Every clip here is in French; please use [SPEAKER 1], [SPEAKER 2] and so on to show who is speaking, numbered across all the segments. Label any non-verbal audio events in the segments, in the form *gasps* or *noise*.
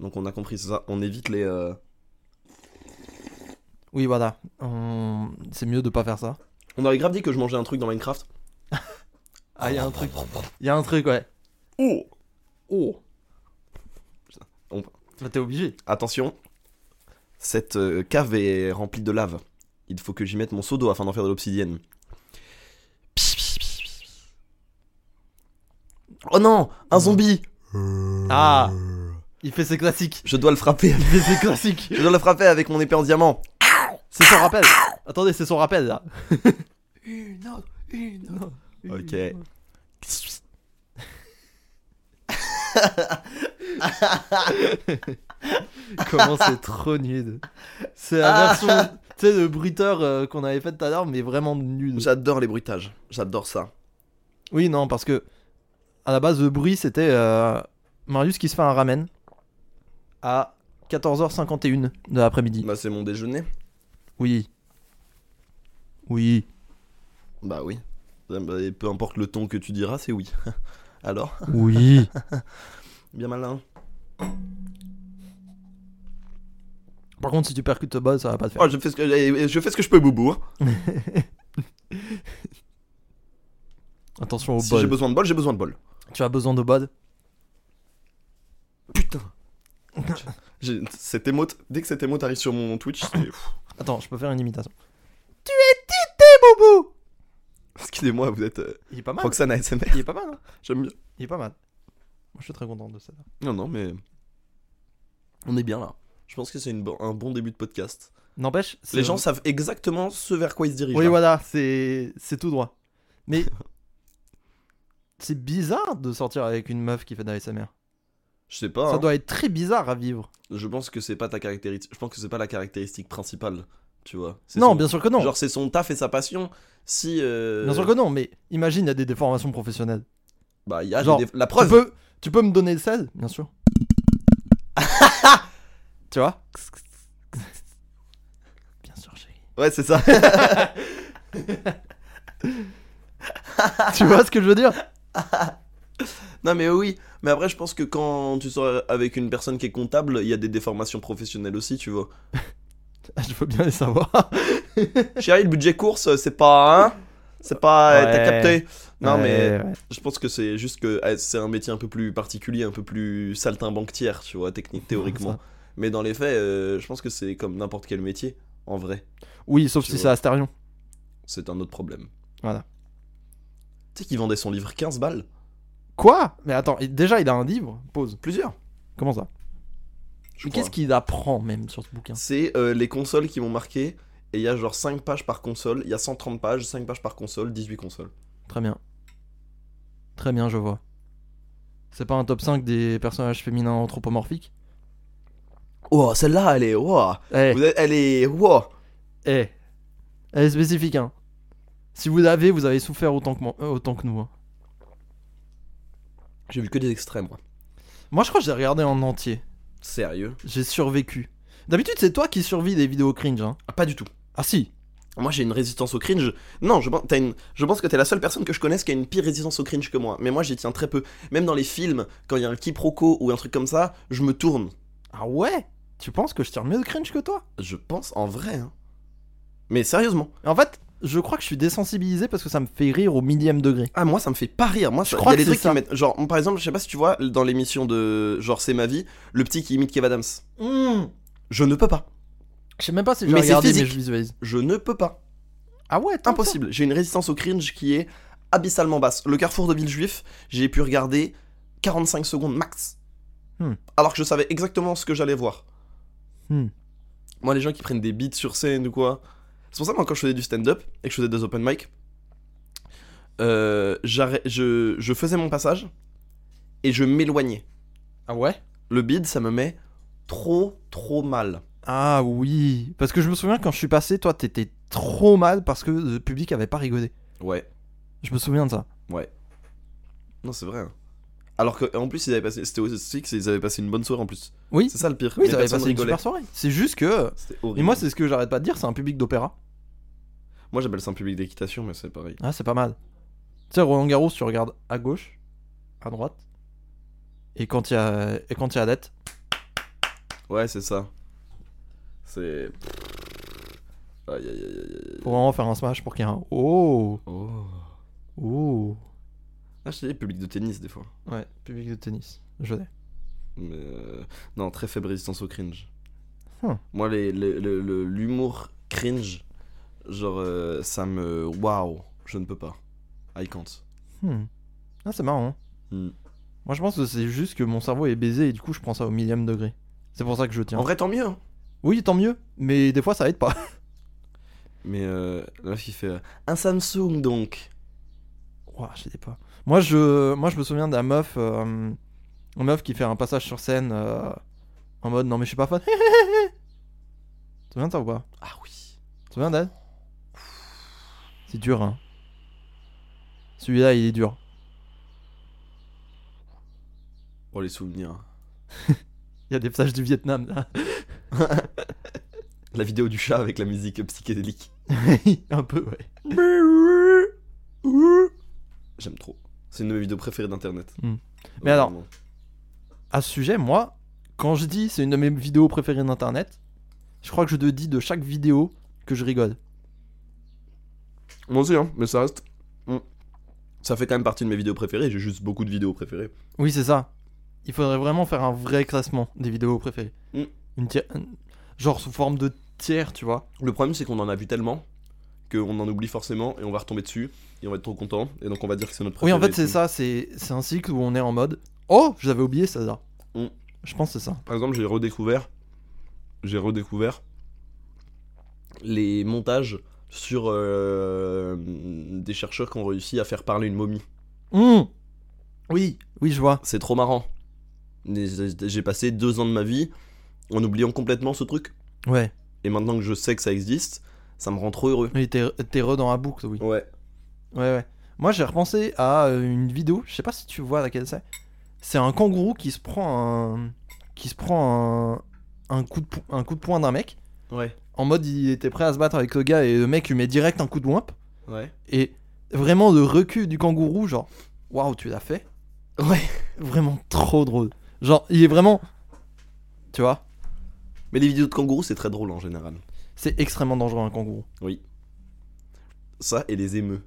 [SPEAKER 1] Donc on a compris, c'est ça. On évite les. euh,
[SPEAKER 2] Oui, voilà. On- C'est mieux de pas faire ça.
[SPEAKER 1] On aurait grave dit que je mangeais un truc dans Minecraft.
[SPEAKER 2] Ah, il y a un truc. Il y a un truc, ouais.
[SPEAKER 1] Oh
[SPEAKER 2] Oh
[SPEAKER 1] Putain, on-
[SPEAKER 2] Bah, T'es obligé.
[SPEAKER 1] Attention, cette euh, cave est remplie de lave. Il faut que j'y mette mon seau d'eau afin d'en faire de l'obsidienne. Oh non Un zombie
[SPEAKER 2] Ah Il fait ses classiques.
[SPEAKER 1] Je dois le frapper.
[SPEAKER 2] Il fait ses classiques.
[SPEAKER 1] Je dois le frapper avec mon épée en diamant.
[SPEAKER 2] C'est son rappel. Attendez, c'est son rappel là. une autre, une autre.
[SPEAKER 1] Ok.
[SPEAKER 2] Comment c'est trop nul. C'est la version, tu sais, le bruiteur euh, qu'on avait fait tout à l'heure, mais vraiment nul.
[SPEAKER 1] J'adore les bruitages. J'adore ça.
[SPEAKER 2] Oui, non, parce que à la base, le bruit c'était euh, Marius qui se fait un ramen à 14h51 de l'après-midi.
[SPEAKER 1] Bah c'est mon déjeuner.
[SPEAKER 2] Oui. Oui.
[SPEAKER 1] Bah oui. Euh, bah, et peu importe le ton que tu diras, c'est oui. *laughs* Alors,
[SPEAKER 2] Oui.
[SPEAKER 1] bien malin.
[SPEAKER 2] *laughs* Par contre, si tu percutes le bol, ça va pas te faire.
[SPEAKER 1] Oh, je fais ce que eh, je fais ce que je peux, boubou. hein.
[SPEAKER 2] Attention au
[SPEAKER 1] si
[SPEAKER 2] bol.
[SPEAKER 1] j'ai besoin de bol, j'ai besoin de bol.
[SPEAKER 2] Tu as besoin de bol
[SPEAKER 1] Putain. J'ai- Cette émote, dès que cette émote arrive sur mon Twitch, c'est- pff,
[SPEAKER 2] Attends, je peux faire une imitation. Tu es tité, Boubou
[SPEAKER 1] *laughs* excusez-moi, vous êtes euh,
[SPEAKER 2] Il est pas mal.
[SPEAKER 1] Roxane ASMR.
[SPEAKER 2] Il est pas mal, hein
[SPEAKER 1] J'aime bien.
[SPEAKER 2] Il est pas mal. Moi, je suis très content de ça.
[SPEAKER 1] Non, non, mais on est bien là. Je pense que c'est une bo- un bon début de podcast.
[SPEAKER 2] N'empêche, c'est-
[SPEAKER 1] Les gens savent exactement ce vers quoi ils se dirigent.
[SPEAKER 2] Oui,
[SPEAKER 1] là.
[SPEAKER 2] voilà, c'est c'est tout droit.
[SPEAKER 1] *laughs*
[SPEAKER 2] Mais c'est bizarre de sortir avec une meuf qui fait d'ASMR.
[SPEAKER 1] Je sais pas.
[SPEAKER 2] Ça
[SPEAKER 1] hein.
[SPEAKER 2] doit être très bizarre à vivre.
[SPEAKER 1] Je pense que c'est pas ta caractéristique. Je pense que c'est pas la caractéristique principale. Tu vois. C'est
[SPEAKER 2] Non,
[SPEAKER 1] son-
[SPEAKER 2] bien sûr que non.
[SPEAKER 1] Genre c'est son taf et sa passion. Si. euh,
[SPEAKER 2] Bien sûr que non, mais imagine, il y a des déformations professionnelles.
[SPEAKER 1] Bah il y a
[SPEAKER 2] Genre,
[SPEAKER 1] des- la
[SPEAKER 2] Tu
[SPEAKER 1] preuve.
[SPEAKER 2] peux, tu peux me donner le 16 Bien
[SPEAKER 1] *laughs*
[SPEAKER 2] sûr. tu vois Bien sûr, chérie. *laughs*
[SPEAKER 1] Ouais c'est ça.
[SPEAKER 2] tu vois ce que je veux dire
[SPEAKER 1] non mais oui. Mais après je pense que quand tu sors avec une personne qui est comptable, il y a des déformations professionnelles aussi, tu vois.
[SPEAKER 2] Je veux bien les savoir.
[SPEAKER 1] Chérie, le budget course, c'est pas. hein, c'est pas.
[SPEAKER 2] Ouais.
[SPEAKER 1] T'as capté. Non mais.
[SPEAKER 2] Ouais, ouais.
[SPEAKER 1] Je pense que c'est juste que eh, c'est un métier un peu plus particulier, un peu plus saltimbanquière, tu vois, technique, théoriquement.
[SPEAKER 2] Ça.
[SPEAKER 1] Mais dans les faits, euh, je pense que c'est comme n'importe quel métier, en vrai.
[SPEAKER 2] Oui, sauf
[SPEAKER 1] Tu
[SPEAKER 2] si
[SPEAKER 1] vois.
[SPEAKER 2] c'est Astérion.
[SPEAKER 1] C'est un autre problème.
[SPEAKER 2] Voilà.
[SPEAKER 1] Tu sais qu'il vendait son livre 15 balles
[SPEAKER 2] Quoi Mais attends, il- déjà il a un livre Pause.
[SPEAKER 1] Plusieurs
[SPEAKER 2] Comment ça
[SPEAKER 1] je
[SPEAKER 2] Mais
[SPEAKER 1] crois.
[SPEAKER 2] qu'est-ce qu'il apprend même sur ce bouquin
[SPEAKER 1] C'est euh, les consoles qui m'ont marqué, et il y a genre 5 pages par console, il y a 130 pages, 5 pages par console, 18 consoles.
[SPEAKER 2] Très bien. Très bien, je vois. C'est pas un top 5 des personnages féminins anthropomorphiques
[SPEAKER 1] Oh, celle-là, elle est. Oh.
[SPEAKER 2] Eh,
[SPEAKER 1] Vous êtes- elle est. Oh.
[SPEAKER 2] eh. Elle est spécifique, hein. Si vous l'avez, vous avez souffert autant que, moi- euh, autant que nous. hein.
[SPEAKER 1] J'ai vu que des extrêmes, moi.
[SPEAKER 2] Moi, je crois que j'ai regardé en entier.
[SPEAKER 1] Sérieux
[SPEAKER 2] J'ai survécu. D'habitude, c'est toi qui survis des vidéos cringe, hein.
[SPEAKER 1] Ah, Pas du tout.
[SPEAKER 2] Ah si
[SPEAKER 1] Moi, j'ai une résistance au cringe. Non, je pense, t'as une- je pense que t'es la seule personne que je connaisse qui a une pire résistance au cringe que moi. Mais moi, j'y tiens très peu. Même dans les films, quand il y a un quiproquo ou un truc comme ça, je me tourne.
[SPEAKER 2] Ah ouais Tu penses que je tire mieux de cringe que toi
[SPEAKER 1] Je pense en vrai. hein. Mais sérieusement.
[SPEAKER 2] En fait, je crois que je suis désensibilisé parce que ça me fait rire au millième degré.
[SPEAKER 1] Ah, moi, ça me fait pas rire. Moi, ça-
[SPEAKER 2] crois
[SPEAKER 1] il y a
[SPEAKER 2] que
[SPEAKER 1] des
[SPEAKER 2] c'est
[SPEAKER 1] trucs qui
[SPEAKER 2] ça.
[SPEAKER 1] me mettent. Genre, par exemple, je sais pas si tu vois, dans l'émission de Genre, c'est ma vie, le petit qui imite Kev Adams. Je ne peux pas.
[SPEAKER 2] Hmm. Je sais même pas si j'ai
[SPEAKER 1] Mais c'est
[SPEAKER 2] regardé, mais
[SPEAKER 1] physique.
[SPEAKER 2] je visualise.
[SPEAKER 1] Je ne peux pas.
[SPEAKER 2] Ah ouais, tant que ça.
[SPEAKER 1] Impossible. J'ai une résistance au cringe qui est abyssalement basse. Le carrefour de Villejuif, j'ai pu regarder 45 secondes max.
[SPEAKER 2] Hmm.
[SPEAKER 1] Alors que je savais exactement ce que j'allais voir.
[SPEAKER 2] Hmm.
[SPEAKER 1] Moi, les gens qui prennent des beats sur scène ou quoi. C'est pour ça, moi, quand je faisais du stand-up et que je faisais des open mic, euh, j'arrê- je, je faisais mon passage et je m'éloignais.
[SPEAKER 2] Ah ouais
[SPEAKER 1] Le bid, ça me met trop, trop mal.
[SPEAKER 2] Ah oui. Parce que je me souviens quand je suis passé, toi t'étais trop mal parce que le public avait pas rigolé.
[SPEAKER 1] Ouais.
[SPEAKER 2] Je me souviens de ça.
[SPEAKER 1] Non, c'est vrai. hein. Alors que, en plus, ils avaient passé. C'était aussi que c'est- ils avaient passé une bonne soirée en plus.
[SPEAKER 2] Oui.
[SPEAKER 1] C'est ça le pire.
[SPEAKER 2] Oui,
[SPEAKER 1] Les
[SPEAKER 2] t'avais
[SPEAKER 1] personnes
[SPEAKER 2] passé une
[SPEAKER 1] rigolaient.
[SPEAKER 2] super soirée. C'est juste que.
[SPEAKER 1] C'était horrible.
[SPEAKER 2] Et moi, c'est ce que j'arrête pas de dire, c'est un public d'opéra.
[SPEAKER 1] Moi, j'appelle ça un public d'équitation, mais c'est pareil.
[SPEAKER 2] Ah, c'est pas mal. Tu sais, Roland Garros, tu regardes à gauche, à droite. Et quand il y a, et quand il y a dette,
[SPEAKER 1] Ouais, c'est ça. C'est. Aïe aïe aïe aïe aïe.
[SPEAKER 2] Pour vraiment faire un smash pour qu'il y ait un oh
[SPEAKER 1] Oh.
[SPEAKER 2] oh.
[SPEAKER 1] Ah, je te dis, public de tennis des fois.
[SPEAKER 2] Ouais, public de tennis. Je l'ai.
[SPEAKER 1] Mais euh, non, très faible résistance au cringe.
[SPEAKER 2] Hmm.
[SPEAKER 1] Moi, les- les- le- le- l'humour cringe, genre, euh, ça me. Waouh, je ne peux pas. I can't.
[SPEAKER 2] Hmm. Ah, c'est marrant. hein.
[SPEAKER 1] Hmm.
[SPEAKER 2] Moi, je pense que c'est juste que mon cerveau est baisé et du coup, je prends ça au millième degré. C'est pour ça que je tiens.
[SPEAKER 1] En vrai, tant mieux. hein.
[SPEAKER 2] Oui, tant mieux, mais des fois, ça aide pas.
[SPEAKER 1] Mais euh, la meuf qui fait euh, un Samsung donc.
[SPEAKER 2] Ouah, je sais pas. Moi, je, moi, je me souviens d'un meuf, euh, une meuf qui fait un passage sur scène euh, en mode non mais je suis pas fan. *laughs* tu te souviens de ça ou pas
[SPEAKER 1] Ah oui.
[SPEAKER 2] Tu te souviens d'elle C'est dur, hein. Celui-là, il est dur.
[SPEAKER 1] Oh, les souvenirs.
[SPEAKER 2] Il y a des passages du Vietnam là.
[SPEAKER 1] La vidéo du chat avec la musique psychédélique.
[SPEAKER 2] un peu, ouais.
[SPEAKER 1] J'aime trop. C'est une de mes vidéos préférées d'internet.
[SPEAKER 2] Hmm. Mais alors-
[SPEAKER 1] Vraiment.
[SPEAKER 2] À ce sujet, moi, quand je dis c'est une de mes vidéos préférées d'internet, je crois que je te dis de chaque vidéo que je rigole.
[SPEAKER 1] Moi aussi, hein, mais ça reste. Hmm. Ça fait quand même partie de mes vidéos préférées. J'ai juste beaucoup de vidéos préférées.
[SPEAKER 2] Oui, c'est ça. Il faudrait vraiment faire un vrai classement des vidéos préférées.
[SPEAKER 1] Mm.
[SPEAKER 2] Une tier- un- Genre sous forme de tiers, tu vois.
[SPEAKER 1] Le problème, c'est qu'on en a vu tellement qu'on en oublie forcément et on va retomber dessus et on va être trop content et donc on va dire que c'est notre
[SPEAKER 2] Oui,
[SPEAKER 1] préféré.
[SPEAKER 2] en fait,
[SPEAKER 1] et
[SPEAKER 2] c'est
[SPEAKER 1] tout.
[SPEAKER 2] ça. C'est c'est un cycle où on est en mode Oh, j'avais oublié ça là.
[SPEAKER 1] Mm.
[SPEAKER 2] Je pense que c'est ça.
[SPEAKER 1] Par exemple, j'ai redécouvert. J'ai redécouvert. Les montages sur euh, des chercheurs qui ont réussi à faire parler une momie.
[SPEAKER 2] Mm. Oui, oui, je vois.
[SPEAKER 1] C'est trop marrant. Mais J'ai j'ai passé deux ans de ma vie en oubliant complètement ce truc.
[SPEAKER 2] Ouais.
[SPEAKER 1] Et maintenant que je sais que ça existe, ça me rend trop heureux.
[SPEAKER 2] Oui, t'es t'es re dans la boucle, oui.
[SPEAKER 1] Ouais.
[SPEAKER 2] Ouais, ouais. Moi, j'ai repensé à euh, une vidéo. Je sais pas si tu vois laquelle c'est. C'est un kangourou qui se prend un. qui se prend un. un coup de, po- un coup de poing d'un mec.
[SPEAKER 1] Ouais.
[SPEAKER 2] En mode, il était prêt à se battre avec le gars et le mec lui met direct un coup de wimp.
[SPEAKER 1] Ouais.
[SPEAKER 2] Et vraiment le recul du kangourou, genre, waouh, tu l'as fait.
[SPEAKER 1] *laughs* Ouais.
[SPEAKER 2] Vraiment trop drôle. Genre, il est vraiment. Tu vois,
[SPEAKER 1] Mais les vidéos de kangourous, c'est très drôle en général.
[SPEAKER 2] c'est extrêmement dangereux un kangourou.
[SPEAKER 1] Ça et les émeux.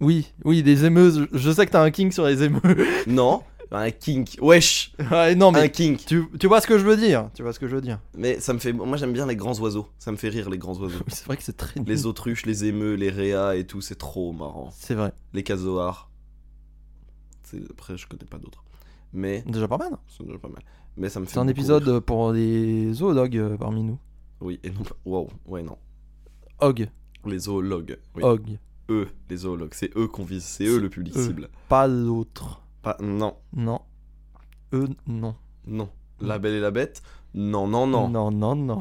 [SPEAKER 2] Oui, oui, des émeuses. je- Je sais que t'as un king sur les émeuses.
[SPEAKER 1] non Un kink. Wesh
[SPEAKER 2] *laughs* ouais, non, mais.
[SPEAKER 1] Un kink.
[SPEAKER 2] Tu, tu vois ce que je veux dire Tu vois ce que je veux dire
[SPEAKER 1] Mais ça me fait. Moi, j'aime bien les grands oiseaux. Ça me fait rire, les grands oiseaux.
[SPEAKER 2] Oui, C'est vrai que c'est très.
[SPEAKER 1] les autruches, les émeux, les réas et tout, c'est trop marrant.
[SPEAKER 2] C'est vrai.
[SPEAKER 1] Les casoars. C'est- Après, je connais pas d'autres. Mais.
[SPEAKER 2] Déjà pas mal. hein.
[SPEAKER 1] C'est déjà pas mal. Mais ça me fait.
[SPEAKER 2] C'est un
[SPEAKER 1] beaucoup
[SPEAKER 2] épisode
[SPEAKER 1] rire.
[SPEAKER 2] pour les zoologues euh, parmi nous.
[SPEAKER 1] Oui, et non. Waouh, ouais, non.
[SPEAKER 2] Hog,
[SPEAKER 1] Les zoologues. Oui.
[SPEAKER 2] hog,
[SPEAKER 1] Eux, les zoologues. C'est eux qu'on vise. C'est eux
[SPEAKER 2] Oh. C'est
[SPEAKER 1] le public
[SPEAKER 2] eux.
[SPEAKER 1] cible.
[SPEAKER 2] pas l'autre.
[SPEAKER 1] Pas. Non.
[SPEAKER 2] Non. Eux, non.
[SPEAKER 1] Non. La Belle et la Bête Non, non, non.
[SPEAKER 2] Non, non, non.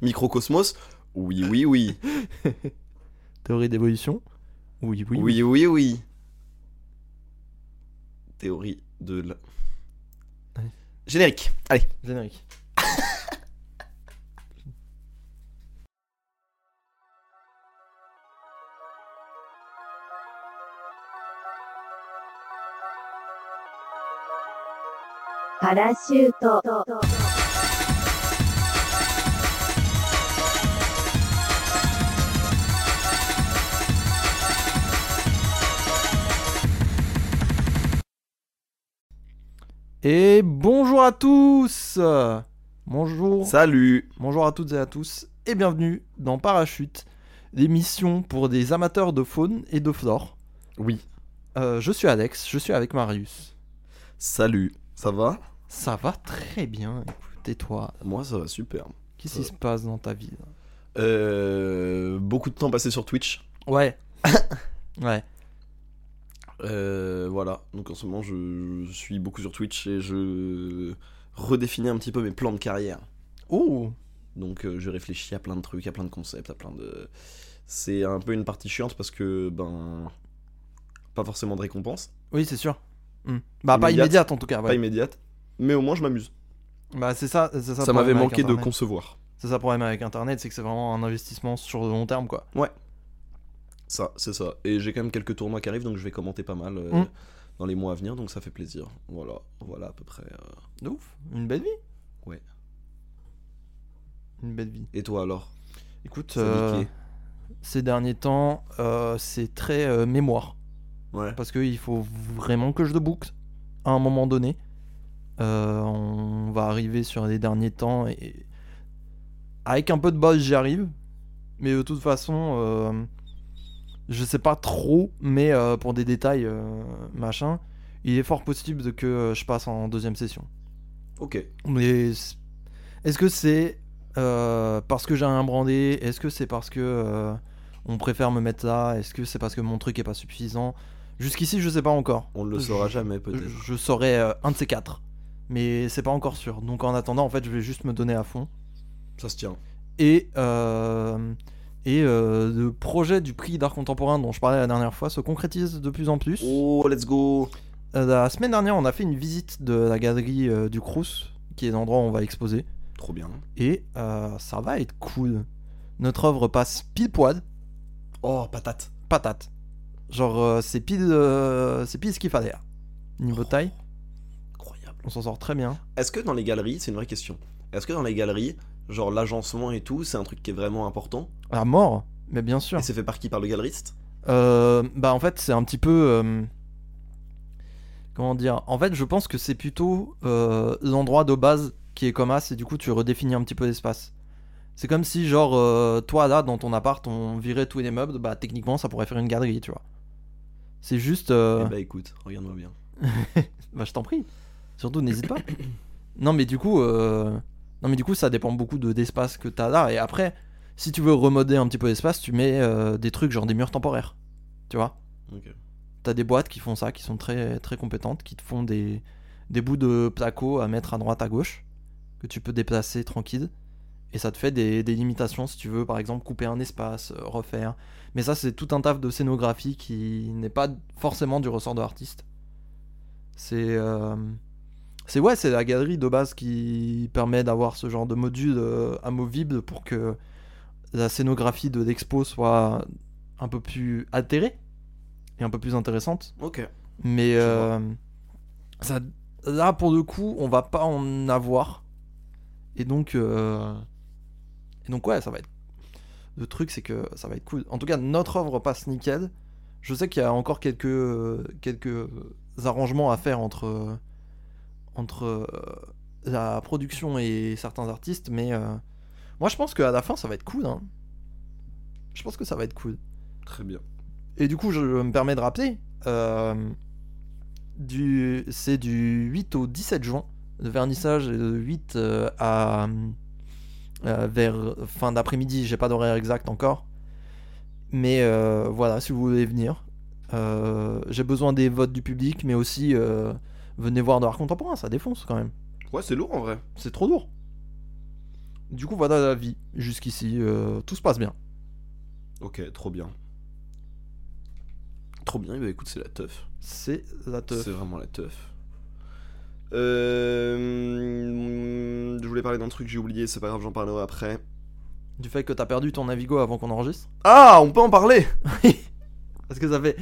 [SPEAKER 1] Microcosmos Oui, oui, oui.
[SPEAKER 2] Théorie d'évolution Oui, oui.
[SPEAKER 1] oui, oui, oui. Théorie de la...
[SPEAKER 2] Allez.
[SPEAKER 1] Générique. Allez.
[SPEAKER 2] Générique.
[SPEAKER 3] Parachute.
[SPEAKER 2] Et bonjour à tous Bonjour.
[SPEAKER 1] Salut.
[SPEAKER 2] Bonjour à toutes et à tous et bienvenue dans Parachute, l'émission pour des amateurs de faune et de flore.
[SPEAKER 1] Oui.
[SPEAKER 2] Euh, je suis Alex, je suis avec Marius.
[SPEAKER 1] Salut. Ça va
[SPEAKER 2] Ça va très bien, écoute, et toi
[SPEAKER 1] Moi, ça va super.
[SPEAKER 2] Qu'est-ce
[SPEAKER 1] Euh.
[SPEAKER 2] qui se passe dans ta vie là
[SPEAKER 1] Euh, beaucoup de temps passé sur Twitch.
[SPEAKER 2] Ouais. *coughs* ouais.
[SPEAKER 1] Euh, voilà. Donc en ce moment, je, je suis beaucoup sur Twitch et je redéfinis un petit peu mes plans de carrière.
[SPEAKER 2] Oh
[SPEAKER 1] Donc euh, je réfléchis à plein de trucs, à plein de concepts, à plein de... C'est un peu une partie chiante parce que, ben... Pas forcément de récompense.
[SPEAKER 2] Oui, c'est sûr. Hmm. Bah, pas
[SPEAKER 1] Immédiate.
[SPEAKER 2] immédiate en tout cas.
[SPEAKER 1] pas
[SPEAKER 2] Ouais.
[SPEAKER 1] immédiate, mais au moins je m'amuse.
[SPEAKER 2] Bah, c'est ça, c'est ça. le
[SPEAKER 1] Ça m'avait
[SPEAKER 2] problème avec
[SPEAKER 1] manqué de
[SPEAKER 2] Internet.
[SPEAKER 1] concevoir.
[SPEAKER 2] C'est ça le problème avec Internet, c'est que c'est vraiment un investissement sur le long terme, quoi.
[SPEAKER 1] Ça, c'est ça. Et j'ai quand même quelques tournois qui arrivent, donc je vais commenter pas mal euh,
[SPEAKER 2] Mm.
[SPEAKER 1] dans les mois à venir, donc ça fait plaisir. Voilà, voilà à peu près. euh.
[SPEAKER 2] De ouf. Une belle vie.
[SPEAKER 1] Ouais.
[SPEAKER 2] Une belle vie.
[SPEAKER 1] Et toi alors
[SPEAKER 2] Écoute,
[SPEAKER 1] Ça
[SPEAKER 2] euh,
[SPEAKER 1] niqué.
[SPEAKER 2] ces derniers temps, euh, c'est très euh, mémoire.
[SPEAKER 1] Ouais.
[SPEAKER 2] Parce qu'il faut vraiment que je le boucle à un moment donné. Euh, on va arriver sur les derniers temps et. Avec un peu de bol, j'y arrive. Mais de toute façon, euh, je sais pas trop, mais euh, pour des détails, euh, machin, il est fort possible de que euh, je passe en deuxième session.
[SPEAKER 1] Ok.
[SPEAKER 2] Mais c- est-ce que c'est euh, parce que j'ai rien brandé Est-ce que c'est parce que euh, on préfère me mettre là Est-ce que c'est parce que mon truc est pas suffisant Jusqu'ici, je sais pas encore.
[SPEAKER 1] On ne le saura
[SPEAKER 2] Je-
[SPEAKER 1] jamais peut-être.
[SPEAKER 2] Je, je saurai euh, un de ces quatre, mais c'est pas encore sûr. Donc en attendant, en fait, je vais juste me donner à fond.
[SPEAKER 1] Ça se tient.
[SPEAKER 2] Et euh, et euh, le projet du prix d'art contemporain dont je parlais la dernière fois se concrétise de plus en plus.
[SPEAKER 1] Oh, let's go.
[SPEAKER 2] Euh, la semaine dernière, on a fait une visite de la galerie euh, du Crous, qui est l'endroit où on va exposer.
[SPEAKER 1] Trop bien.
[SPEAKER 2] et euh, ça va être cool. Notre œuvre passe pile poil,
[SPEAKER 1] Oh, patate.
[SPEAKER 2] patate. Genre, euh, c'est pile, euh, c'est pile ce qu'il fallait. Niveau taille,
[SPEAKER 1] Incroyable.
[SPEAKER 2] on s'en sort très bien.
[SPEAKER 1] Est-ce que dans les galeries, c'est une vraie question. Est-ce que dans les galeries, genre l'agencement et tout, c'est un truc qui est vraiment important
[SPEAKER 2] À Ah, mort, mais bien sûr.
[SPEAKER 1] Et c'est fait par qui Par le galeriste
[SPEAKER 2] Euh, bah, en fait, c'est un petit peu. euh, comment dire En fait, je pense que c'est plutôt euh, l'endroit de base qui est comme as, et du coup, tu redéfinis un petit peu l'espace. C'est comme si, genre, euh, toi là, dans ton appart, on virait tous les meubles, bah, techniquement, ça pourrait faire une galerie, tu vois. C'est juste. euh,
[SPEAKER 1] Eh bah écoute, regarde-moi bien.
[SPEAKER 2] Bah je t'en prie. Surtout n'hésite pas. *coughs* non mais du coup, euh, non mais du coup ça dépend beaucoup de d'espace que t'as là. Et après, si tu veux remodeler un petit peu l'espace, tu mets euh, des trucs genre des murs temporaires. Tu vois,
[SPEAKER 1] Ok.
[SPEAKER 2] t'as des boîtes qui font ça, qui sont très très compétentes, qui te font des des bouts de placo à mettre à droite à gauche que tu peux déplacer tranquille. Et ça te fait des, des limitations si tu veux, par exemple, couper un espace, euh, refaire. Mais ça, c'est tout un taf de scénographie qui n'est pas forcément du ressort de l'artiste. C'est. euh, C'est ouais, c'est la galerie de base qui permet d'avoir ce genre de module euh, amovible pour que la scénographie de l'expo soit un peu plus altérée et un peu plus intéressante.
[SPEAKER 1] Ok.
[SPEAKER 2] Mais
[SPEAKER 1] Je
[SPEAKER 2] euh, ça, là, pour le coup, on va pas en avoir. Et donc, euh, et donc ouais, ça va être. Le truc, c'est que ça va être cool. En tout cas, notre œuvre passe nickel. Je sais qu'il y a encore quelques, euh, quelques arrangements à faire entre, euh, entre euh, la production et certains artistes, mais euh, moi je pense qu'à la fin ça va être cool. hein. Je pense que ça va être cool.
[SPEAKER 1] Très bien.
[SPEAKER 2] Et du coup, je me permets de rappeler, euh, du, c'est du 8 au 17 juin. Le vernissage est de 8 euh, à euh, vers fin d'après-midi. J'ai pas d'horaire exact encore. Mais euh, voilà, si vous voulez venir, euh, j'ai besoin des votes du public, mais aussi euh, venez voir de l'art contemporain, ça défonce quand même.
[SPEAKER 1] Ouais, c'est lourd en vrai.
[SPEAKER 2] C'est trop lourd. Du coup, voilà la vie jusqu'ici. euh, tout se passe bien.
[SPEAKER 1] Ok, trop bien. Trop bien, bah écoute, c'est la teuf.
[SPEAKER 2] C'est la teuf.
[SPEAKER 1] C'est vraiment la teuf. Euh, Je voulais parler d'un truc, j'ai oublié, c'est pas grave, j'en parlerai après.
[SPEAKER 2] Du fait que t'as perdu ton Navigo avant qu'on enregistre.
[SPEAKER 1] Ah, on peut en parler
[SPEAKER 2] Parce que ça fait.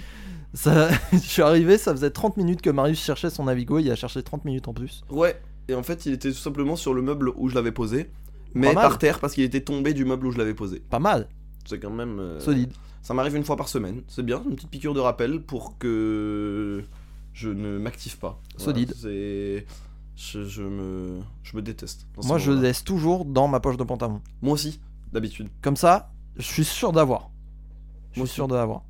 [SPEAKER 2] Ça... *laughs* je suis arrivé, ça faisait 30 minutes que Marius cherchait son Navigo, il a cherché 30 minutes en plus.
[SPEAKER 1] Ouais, et en fait, il était tout simplement sur le meuble où je l'avais posé, mais
[SPEAKER 2] Pas mal.
[SPEAKER 1] par terre parce qu'il était tombé du meuble où je l'avais posé.
[SPEAKER 2] Pas mal,
[SPEAKER 1] C'est quand même. euh,
[SPEAKER 2] solide.
[SPEAKER 1] Ça m'arrive une fois par semaine, c'est bien, une petite piqûre de rappel pour que je ne m'active pas.
[SPEAKER 2] Solide.
[SPEAKER 1] c'est. Je, je me... je me déteste. dans ce
[SPEAKER 2] Moi je
[SPEAKER 1] moment-là.
[SPEAKER 2] laisse toujours dans ma poche de pantalon.
[SPEAKER 1] Moi aussi, d'habitude.
[SPEAKER 2] Comme ça, je suis sûr d'avoir. Je
[SPEAKER 1] Moi
[SPEAKER 2] suis
[SPEAKER 1] aussi.
[SPEAKER 2] sûr de l'avoir.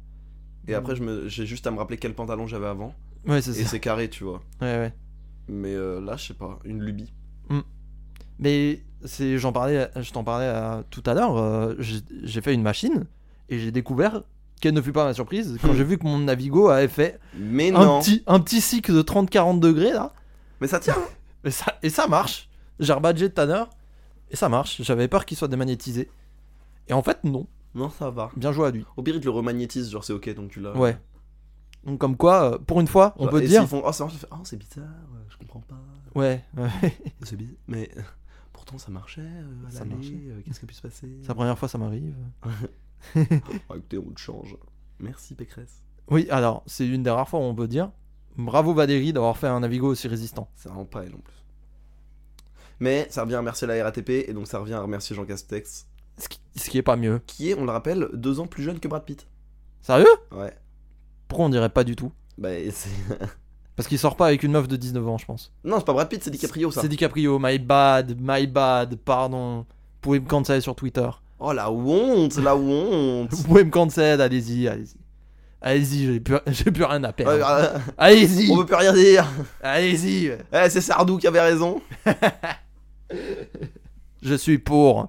[SPEAKER 1] Et après, je me- j'ai juste à me rappeler quel pantalon j'avais avant.
[SPEAKER 2] Ouais, Mm. c'est
[SPEAKER 1] Et
[SPEAKER 2] ça.
[SPEAKER 1] c'est carré, tu vois.
[SPEAKER 2] Ouais, ouais.
[SPEAKER 1] Mais euh, là, je sais pas, une lubie.
[SPEAKER 2] Mais c'est, j'en parlais, je t'en parlais euh, tout à l'heure. euh, j'ai j'ai fait une machine et j'ai découvert qu'elle ne fut pas ma surprise quand j'ai vu que mon Navigo avait fait
[SPEAKER 1] Mais
[SPEAKER 2] un
[SPEAKER 1] Hmm. non
[SPEAKER 2] petit, un petit cycle de 30-40 degrés là.
[SPEAKER 1] Mais ça tient
[SPEAKER 2] Et ça, et ça marche. J'ai rebadgé Tanner. Et ça marche. J'avais peur qu'il soit démagnétisé. Et en fait, non.
[SPEAKER 1] Non, ça va.
[SPEAKER 2] Bien joué à lui.
[SPEAKER 1] Au pire, ils te le remagnétisent, genre c'est ok, donc tu l'as.
[SPEAKER 2] Ouais. Donc, comme quoi, euh, pour une fois, on
[SPEAKER 1] Genre,
[SPEAKER 2] peut
[SPEAKER 1] Euh. et
[SPEAKER 2] dire.
[SPEAKER 1] s'ils font, oh, ça marche, tu fais, Oh, c'est bizarre, euh, je comprends pas.
[SPEAKER 2] Ouais. ouais.
[SPEAKER 1] *laughs* C'est bizarre. Mais euh, pourtant, ça marchait euh, à
[SPEAKER 2] Ça
[SPEAKER 1] l'aller,
[SPEAKER 2] marchait.
[SPEAKER 1] euh, qu'est-ce qui a pu se passer
[SPEAKER 2] c'est la première fois, ça m'arrive.
[SPEAKER 1] Oh, Écoutez, on te change. Merci, Pécresse.
[SPEAKER 2] Oui, alors, c'est une des rares fois où on peut dire. Bravo Valérie d'avoir fait un Navigo aussi résistant.
[SPEAKER 1] C'est vraiment pas elle en plus. Mais ça revient à remercier la RATP et donc ça revient à remercier Jean Castex,
[SPEAKER 2] Ce qui, ce qui est pas mieux.
[SPEAKER 1] qui est, on le rappelle, deux ans plus jeune que Brad Pitt.
[SPEAKER 2] Sérieux
[SPEAKER 1] Ouais.
[SPEAKER 2] Pourquoi on dirait pas du tout
[SPEAKER 1] Bah, et c'est... *laughs*
[SPEAKER 2] Parce qu'il sort pas avec une meuf de 19 ans, je pense.
[SPEAKER 1] non, c'est pas Brad Pitt, c'est DiCaprio ça.
[SPEAKER 2] C'est DiCaprio, my bad, my bad, pardon. Vous pouvez me cancel sur Twitter.
[SPEAKER 1] Oh la honte, la
[SPEAKER 2] *laughs*
[SPEAKER 1] honte.
[SPEAKER 2] Vous pouvez me cancel, allez-y, allez-y. Allez-y, j'ai plus, *laughs* j'ai plus rien à perdre.
[SPEAKER 1] Ouais, euh,
[SPEAKER 2] allez-y,
[SPEAKER 1] on peut plus rien dire.
[SPEAKER 2] allez-y.
[SPEAKER 1] Eh, c'est Sardou qui avait raison.
[SPEAKER 2] Je suis pour.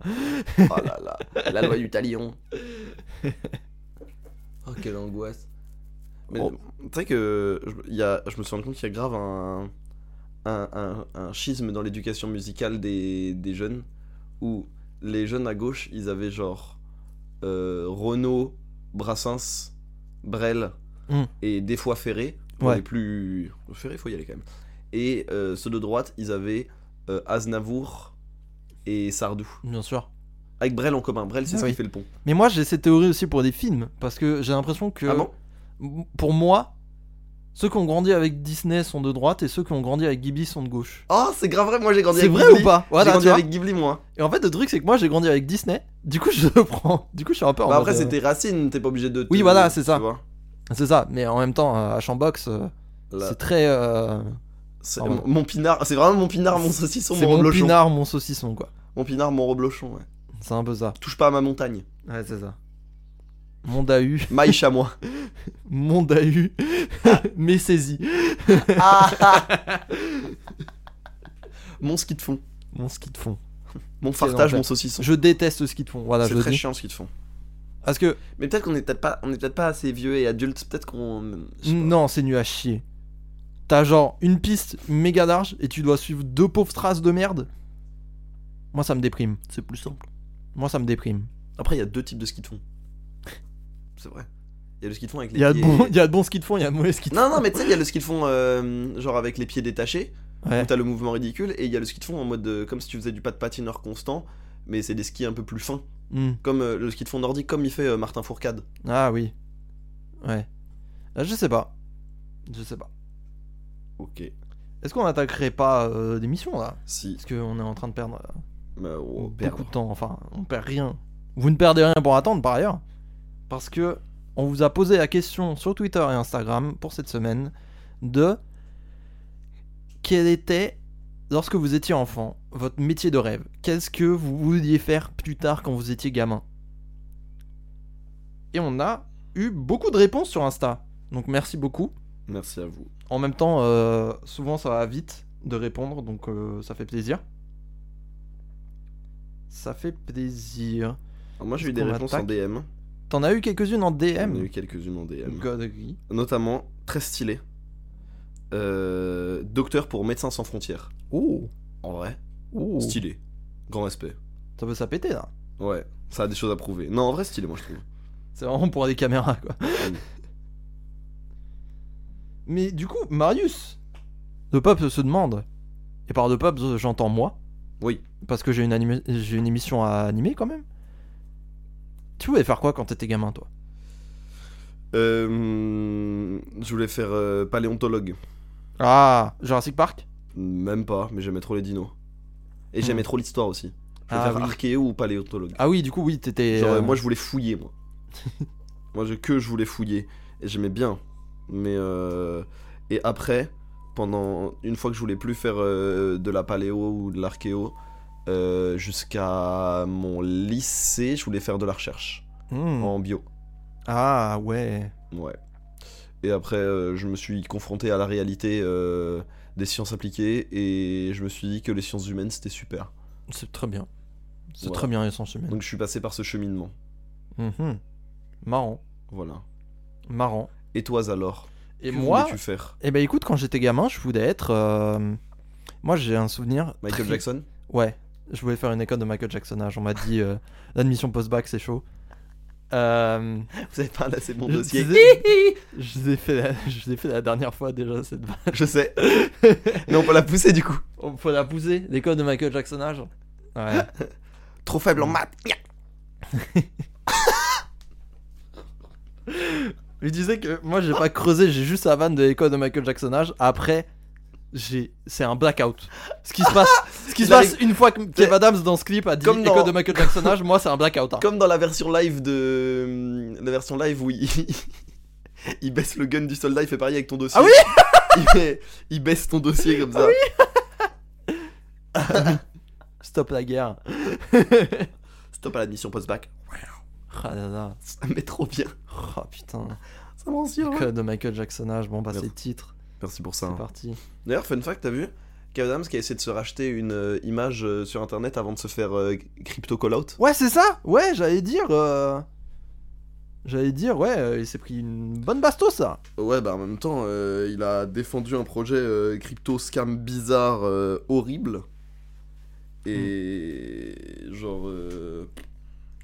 [SPEAKER 1] Oh là là, la loi du talion. Oh, quelle angoisse. Mais
[SPEAKER 2] Bon.
[SPEAKER 1] tu sais que je, il y a, je me suis rendu compte qu'il y a grave un, un, un- un schisme dans l'éducation musicale des, des jeunes où les jeunes à gauche ils avaient genre euh, Renaud, Brassens, Brel
[SPEAKER 2] Mm.
[SPEAKER 1] et des fois Ferré. Pour
[SPEAKER 2] Ouais.
[SPEAKER 1] les plus. Ferré, faut y aller quand même. Et euh, ceux de droite ils avaient euh, Aznavour et Sardou.
[SPEAKER 2] Bien sûr.
[SPEAKER 1] Avec Brel en commun. Brel, c'est
[SPEAKER 2] Ah
[SPEAKER 1] ce
[SPEAKER 2] oui.
[SPEAKER 1] qui fait le pont.
[SPEAKER 2] Mais moi, j'ai cette théorie aussi pour des films. Parce que j'ai l'impression que.
[SPEAKER 1] Ah bon
[SPEAKER 2] pour moi, ceux qui ont grandi avec Disney sont de droite et ceux qui ont grandi avec Ghibli sont de gauche.
[SPEAKER 1] Oh, c'est grave vrai, Ah, moi j'ai grandi
[SPEAKER 2] Ah, C'est
[SPEAKER 1] avec
[SPEAKER 2] vrai
[SPEAKER 1] Ghibli.
[SPEAKER 2] ou pas Voilà,
[SPEAKER 1] j'ai grandi
[SPEAKER 2] tu vois.
[SPEAKER 1] avec Ghibli, moi.
[SPEAKER 2] Et en fait, le truc, c'est que moi, j'ai grandi avec Disney. Du coup, je *laughs* prends. Du coup, je suis un peu en
[SPEAKER 1] Bah, après,
[SPEAKER 2] mode, euh,
[SPEAKER 1] c'était Racine, t'es pas obligé de. te-
[SPEAKER 2] Oui, voilà, c'est
[SPEAKER 1] tu
[SPEAKER 2] ça.
[SPEAKER 1] vois.
[SPEAKER 2] C'est ça. Mais en même temps, euh, à Chambox, euh,
[SPEAKER 1] Là,
[SPEAKER 2] c'est très. euh,
[SPEAKER 1] c'est
[SPEAKER 2] pardon.
[SPEAKER 1] mon- mon pinard, c'est vraiment mon pinard, mon saucisson,
[SPEAKER 2] C'est
[SPEAKER 1] mon
[SPEAKER 2] mon
[SPEAKER 1] reblochon.
[SPEAKER 2] pinard, mon saucisson, quoi.
[SPEAKER 1] Mon pinard, mon reblochon, ouais.
[SPEAKER 2] C'est un peu ça.
[SPEAKER 1] Touche pas à ma montagne.
[SPEAKER 2] Ouais, c'est ça. Mon *laughs* dahu,
[SPEAKER 1] Maï chamois.
[SPEAKER 2] mon dahu, *laughs* mais saisi.
[SPEAKER 1] ah ah. *laughs* Mon ski de fond.
[SPEAKER 2] Mon ski de fond.
[SPEAKER 1] Mon
[SPEAKER 2] Quel
[SPEAKER 1] fartage,
[SPEAKER 2] enfer.
[SPEAKER 1] mon saucisson.
[SPEAKER 2] Je déteste le ski de fond. Voilà, je
[SPEAKER 1] c'est
[SPEAKER 2] le
[SPEAKER 1] très
[SPEAKER 2] dis.
[SPEAKER 1] chiant ce ski de fond.
[SPEAKER 2] Parce que
[SPEAKER 1] Mais peut-être qu'on est peut-être pas, on est peut-être pas assez vieux et adultes. Peut-être qu'on. je sais pas.
[SPEAKER 2] non, c'est nul à chier. T'as genre une piste méga large et tu dois suivre deux pauvres traces de merde. Moi, ça me déprime.
[SPEAKER 1] C'est plus simple.
[SPEAKER 2] Moi, ça me déprime.
[SPEAKER 1] Après, il y a deux types de ski de fond. C'est vrai. Il y a le ski de fond avec les
[SPEAKER 2] Il y a de
[SPEAKER 1] pieds-
[SPEAKER 2] bons, il y a de bons skis de fond, il y a de mauvais skis de
[SPEAKER 1] Non, non, mais tu sais, il y a le ski de fond, euh, genre avec les pieds détachés,
[SPEAKER 2] fond. Ouais.
[SPEAKER 1] où t'as le mouvement ridicule, et il y a le ski de fond en mode euh, comme si tu faisais du pas de patineur constant, mais c'est des skis un peu plus fins,
[SPEAKER 2] Hmm.
[SPEAKER 1] comme euh, le ski de fond nordique, comme il fait euh, Martin Fourcade.
[SPEAKER 2] Ah oui. Ouais. Ah, Je sais pas. Je sais pas.
[SPEAKER 1] Ok.
[SPEAKER 2] Est-ce qu'on attaquerait pas euh, des missions là
[SPEAKER 1] Si.
[SPEAKER 2] Parce qu'on est en train de perdre euh,
[SPEAKER 1] Bah, oh,
[SPEAKER 2] beaucoup
[SPEAKER 1] perdre.
[SPEAKER 2] de temps. Enfin, on perd rien. Vous ne perdez rien pour attendre par ailleurs. Parce que on vous a posé la question sur Twitter et Instagram pour cette semaine de quel était, lorsque vous étiez enfant, votre métier de rêve Qu'est-ce que vous vouliez faire plus tard quand vous étiez gamin Et on a eu beaucoup de réponses sur Insta. Donc merci beaucoup.
[SPEAKER 1] Merci à vous.
[SPEAKER 2] En même temps, euh, souvent ça va vite de répondre, donc euh, ça fait plaisir. Ça fait plaisir.
[SPEAKER 1] Alors, moi, j'ai
[SPEAKER 2] Est-ce
[SPEAKER 1] eu des
[SPEAKER 2] qu'on
[SPEAKER 1] réponses en
[SPEAKER 2] attaque
[SPEAKER 1] DM.
[SPEAKER 2] T'en as eu quelques-unes en
[SPEAKER 1] J'en ai
[SPEAKER 2] DM
[SPEAKER 1] eu quelques-unes en DM.
[SPEAKER 2] God, oui.
[SPEAKER 1] Notamment, très stylé. Euh, docteur pour Médecins sans frontières.
[SPEAKER 2] Oh,
[SPEAKER 1] En vrai,
[SPEAKER 2] oh.
[SPEAKER 1] stylé. Grand respect.
[SPEAKER 2] Ça peut ça péter là.
[SPEAKER 1] Ouais, ça a des choses à prouver. Non, en vrai, stylé, moi, je trouve.
[SPEAKER 2] C'est vraiment pour des caméras quoi.
[SPEAKER 1] Mm.
[SPEAKER 2] *laughs* Mais du coup, Marius, le peuple se demande. Et par le peuple, j'entends moi.
[SPEAKER 1] Oui.
[SPEAKER 2] Parce que j'ai une, anime- j'ai une émission à animer quand même. Tu voulais faire quoi quand t'étais gamin toi
[SPEAKER 1] Euh, je voulais faire euh, paléontologue.
[SPEAKER 2] Ah, Jurassic Park
[SPEAKER 1] Même pas, mais j'aimais trop les dinos. Et j'aimais
[SPEAKER 2] Hmm.
[SPEAKER 1] trop l'histoire aussi. Je voulais
[SPEAKER 2] Ah
[SPEAKER 1] faire
[SPEAKER 2] oui.
[SPEAKER 1] archéo ou paléontologue.
[SPEAKER 2] Ah oui, du coup, oui, t'étais.
[SPEAKER 1] Genre, euh,
[SPEAKER 2] euh,
[SPEAKER 1] Moi, je voulais fouiller,
[SPEAKER 2] *laughs*
[SPEAKER 1] moi. moi, je, que je voulais fouiller. Et j'aimais bien. Mais. euh, Et après, pendant. Une fois que je voulais plus faire euh, de la paléo ou de l'archéo, euh, jusqu'à mon lycée, je voulais faire de la recherche
[SPEAKER 2] hmm.
[SPEAKER 1] en bio.
[SPEAKER 2] Ah ouais.
[SPEAKER 1] Ouais. Et après, euh, je me suis confronté à la réalité euh, des sciences appliquées et je me suis dit que les sciences humaines c'était super.
[SPEAKER 2] C'est très bien. C'est
[SPEAKER 1] Voilà.
[SPEAKER 2] très bien, les sens humains.
[SPEAKER 1] Donc je suis passé par ce cheminement.
[SPEAKER 2] Mhm. Marrant.
[SPEAKER 1] Voilà.
[SPEAKER 2] Marrant.
[SPEAKER 1] Et toi alors
[SPEAKER 2] Et
[SPEAKER 1] Que
[SPEAKER 2] moi,
[SPEAKER 1] voulais-tu faire
[SPEAKER 2] eh ben écoute, quand j'étais gamin, je voulais être. euh, Moi, j'ai un souvenir.
[SPEAKER 1] Michael
[SPEAKER 2] très-
[SPEAKER 1] Jackson
[SPEAKER 2] Ouais, je voulais faire une école de Michael Jacksonage. On m'a dit euh, *laughs* l'admission post-bac, c'est chaud. Euh,
[SPEAKER 1] Vous avez pas un assez bon
[SPEAKER 2] je-
[SPEAKER 1] dossier
[SPEAKER 2] je vous ai *laughs* fait la, je vous ai fait la dernière fois déjà cette *laughs* vanne.
[SPEAKER 1] *laughs* Je sais. Mais on peut la pousser du coup.
[SPEAKER 2] On peut la pousser, l'école de Michael Jacksonage. Ouais.
[SPEAKER 1] Trop faible en maths.
[SPEAKER 2] Il disait que moi j'ai pas creusé, j'ai juste la vanne de l'école de Michael Jacksonage. Après, j'ai c'est un blackout. Ce qui se passe, ce qui se
[SPEAKER 1] Il a
[SPEAKER 2] passe une fois que Kev Adams dans ce clip a dit
[SPEAKER 1] Comme dans-
[SPEAKER 2] écho de Michael Jackson âge, moi c'est un blackout. hein.
[SPEAKER 1] Comme dans la version live de. hum, La version live où il. *laughs* il baisse le gun du soldat, il fait pareil avec ton dossier.
[SPEAKER 2] Ah oui
[SPEAKER 1] *laughs*
[SPEAKER 2] Ah
[SPEAKER 1] il, fait- il baisse ton dossier comme ça.
[SPEAKER 2] Stop
[SPEAKER 1] *laughs*
[SPEAKER 2] la guerre.
[SPEAKER 1] Stop à l'admission post-bac. *laughs*
[SPEAKER 2] Ah là là.
[SPEAKER 1] Ça met trop bien.
[SPEAKER 2] Oh putain.
[SPEAKER 1] Ça m'en
[SPEAKER 2] Écho de Michael Jackson âge, bon bah c'est le titre.
[SPEAKER 1] Merci pour ça.
[SPEAKER 2] C'est
[SPEAKER 1] hein.
[SPEAKER 2] parti.
[SPEAKER 1] D'ailleurs, fun fact, t'as vu Kev Adams qui a essayé de se racheter une euh, image euh, sur internet avant de se faire euh, crypto call-out.
[SPEAKER 2] Ouais, c'est ça Ouais, j'allais dire. euh, J'allais dire, ouais, euh, il s'est pris une bonne bastos, ça
[SPEAKER 1] Ouais, bah en même temps, euh, il a défendu un projet euh, crypto scam bizarre euh, horrible. Et
[SPEAKER 2] Hmm.
[SPEAKER 1] genre, euh,